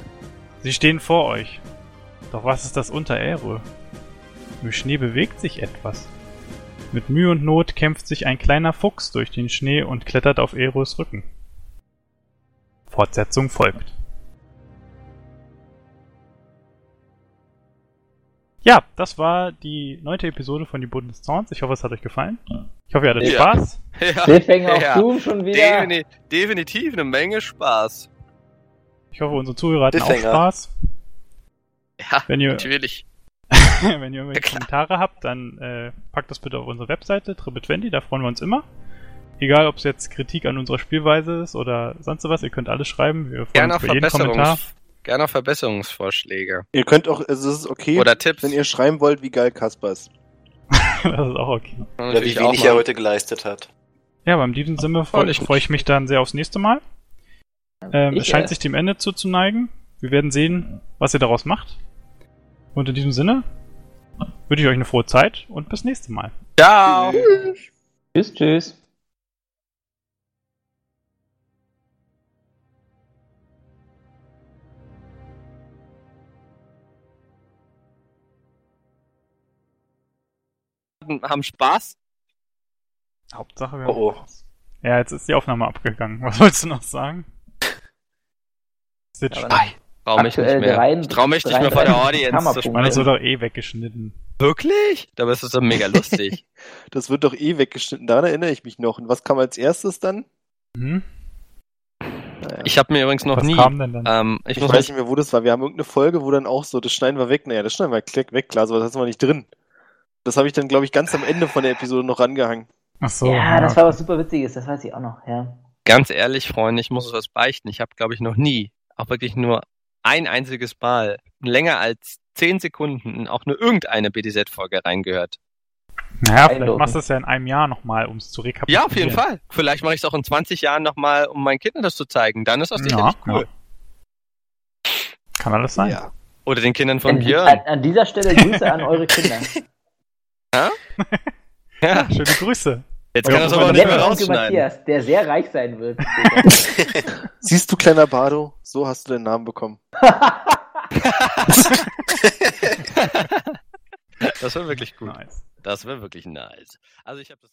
A: Sie stehen vor euch. Doch was ist das unter Ähre? Im Schnee bewegt sich etwas. Mit Mühe und Not kämpft sich ein kleiner Fuchs durch den Schnee und klettert auf Eros Rücken. Fortsetzung folgt. Ja, das war die neunte Episode von Die Boden des Zorns. Ich hoffe, es hat euch gefallen. Ich hoffe, ihr hattet
F: Ja.
A: Spaß.
F: ja.
D: Cliffhanger
F: ja.
D: auf Doom schon wieder.
F: Defini definitiv eine Menge Spaß.
A: Ich hoffe, unsere Zuhörer hatten auch
C: Cliffhanger.
A: Spaß.
F: Ja,
A: Wenn ihr,
F: natürlich.
A: Wenn ihr irgendwelche
F: Ja, klar.
A: Kommentare habt, dann äh, packt das bitte auf unsere Webseite, Triple20, da freuen wir uns immer. Egal, ob es jetzt Kritik an unserer Spielweise ist oder sonst was, ihr könnt alles schreiben. Wir freuen
F: Gerne
A: uns
F: auch,
A: über jeden Kommentar.
F: Verbesserungs gerne auch Verbesserungsvorschläge.
B: Ihr könnt auch, also es ist okay,
F: Oder Tipps.
B: wenn ihr schreiben wollt, wie geil Kaspar ist.
A: das ist auch okay.
C: Oder wie wenig er heute geleistet hat.
A: Ja, beim diesem Sinne freue
F: ich
A: freu ich mich dann sehr aufs nächste Mal. Ähm,
D: Ich,
A: es scheint
D: äh,
A: sich dem Ende zuzuneigen. Wir werden sehen, was ihr daraus macht. Und in diesem Sinne wünsche ich euch eine frohe Zeit und bis nächste Mal.
F: Ciao!
D: Tschüss, tschüss.
F: Haben Spaß?
A: Hauptsache, wir haben
C: Oh, oh.
A: Ja, jetzt ist die Aufnahme abgegangen. Was wolltest du noch sagen? Ist jetzt
D: Ja,
A: spannend.
D: aber-
F: Trau mich
D: Aktuell
F: nicht mehr.
D: dreien-
F: ich trau mich nicht mehr vor der
D: 33
F: Audience zu
D: Kammerpunkte.
A: Ich meine, das
F: sprechen.
A: wird doch eh weggeschnitten.
F: Wirklich? Dabei ist das so mega lustig.
B: Das wird doch eh weggeschnitten, daran erinnere ich mich noch. Und was kam als erstes dann?
A: Hm?
B: Naja.
F: ich habe mir übrigens noch
A: Was
F: nie.
A: kam denn dann?
D: Ah.
F: Ähm, ich,
B: Ich,
F: muss
B: weiß
F: mich,
B: nicht mehr, wo das war. Wir haben irgendeine Folge, wo dann auch so, das schneiden wir weg. Naja, das schneiden wir klick weg, klar, sowas hatten wir nicht drin. Das habe ich dann, glaube ich, ganz am Ende von der Episode noch rangehangen.
A: Ach so.
D: ja, das war was super Witziges, das weiß ich auch noch, ja.
F: ganz ehrlich, Freunde, ich muss was beichten. Ich habe, glaube ich, noch nie, auch wirklich nur ein einziges Mal, länger als 10 Sekunden, in auch nur irgendeine BDZ-Folge reingehört.
A: naja, vielleicht
D: Eindrucken.
A: machst du es ja in einem Jahr nochmal, um es zu rekapitulieren.
F: Ja, auf jeden Fall. Vielleicht mache ich es auch in 20 Jahren nochmal, um meinen Kindern das zu zeigen. Dann ist das
A: Ja,
F: sicherlich cool.
A: Kann alles sein.
B: Ja.
F: Oder den Kindern von
D: an,
F: Björn.
D: an, an dieser Stelle Grüße an eure Kinder.
F: Ja,
A: Schöne Grüße.
F: jetzt
A: Ja,
F: kann er es
A: muss
F: aber
A: man
F: nicht
A: das
F: mehr
A: mal
D: Jetzt kommt
F: rausschneiden.
D: Matthias, der sehr reich sein wird.
B: Siehst du, kleiner Bardo, so hast du deinen Namen bekommen.
F: Das wäre wirklich gut.
A: Nice.
F: Das wäre wirklich nice. Also ich habe das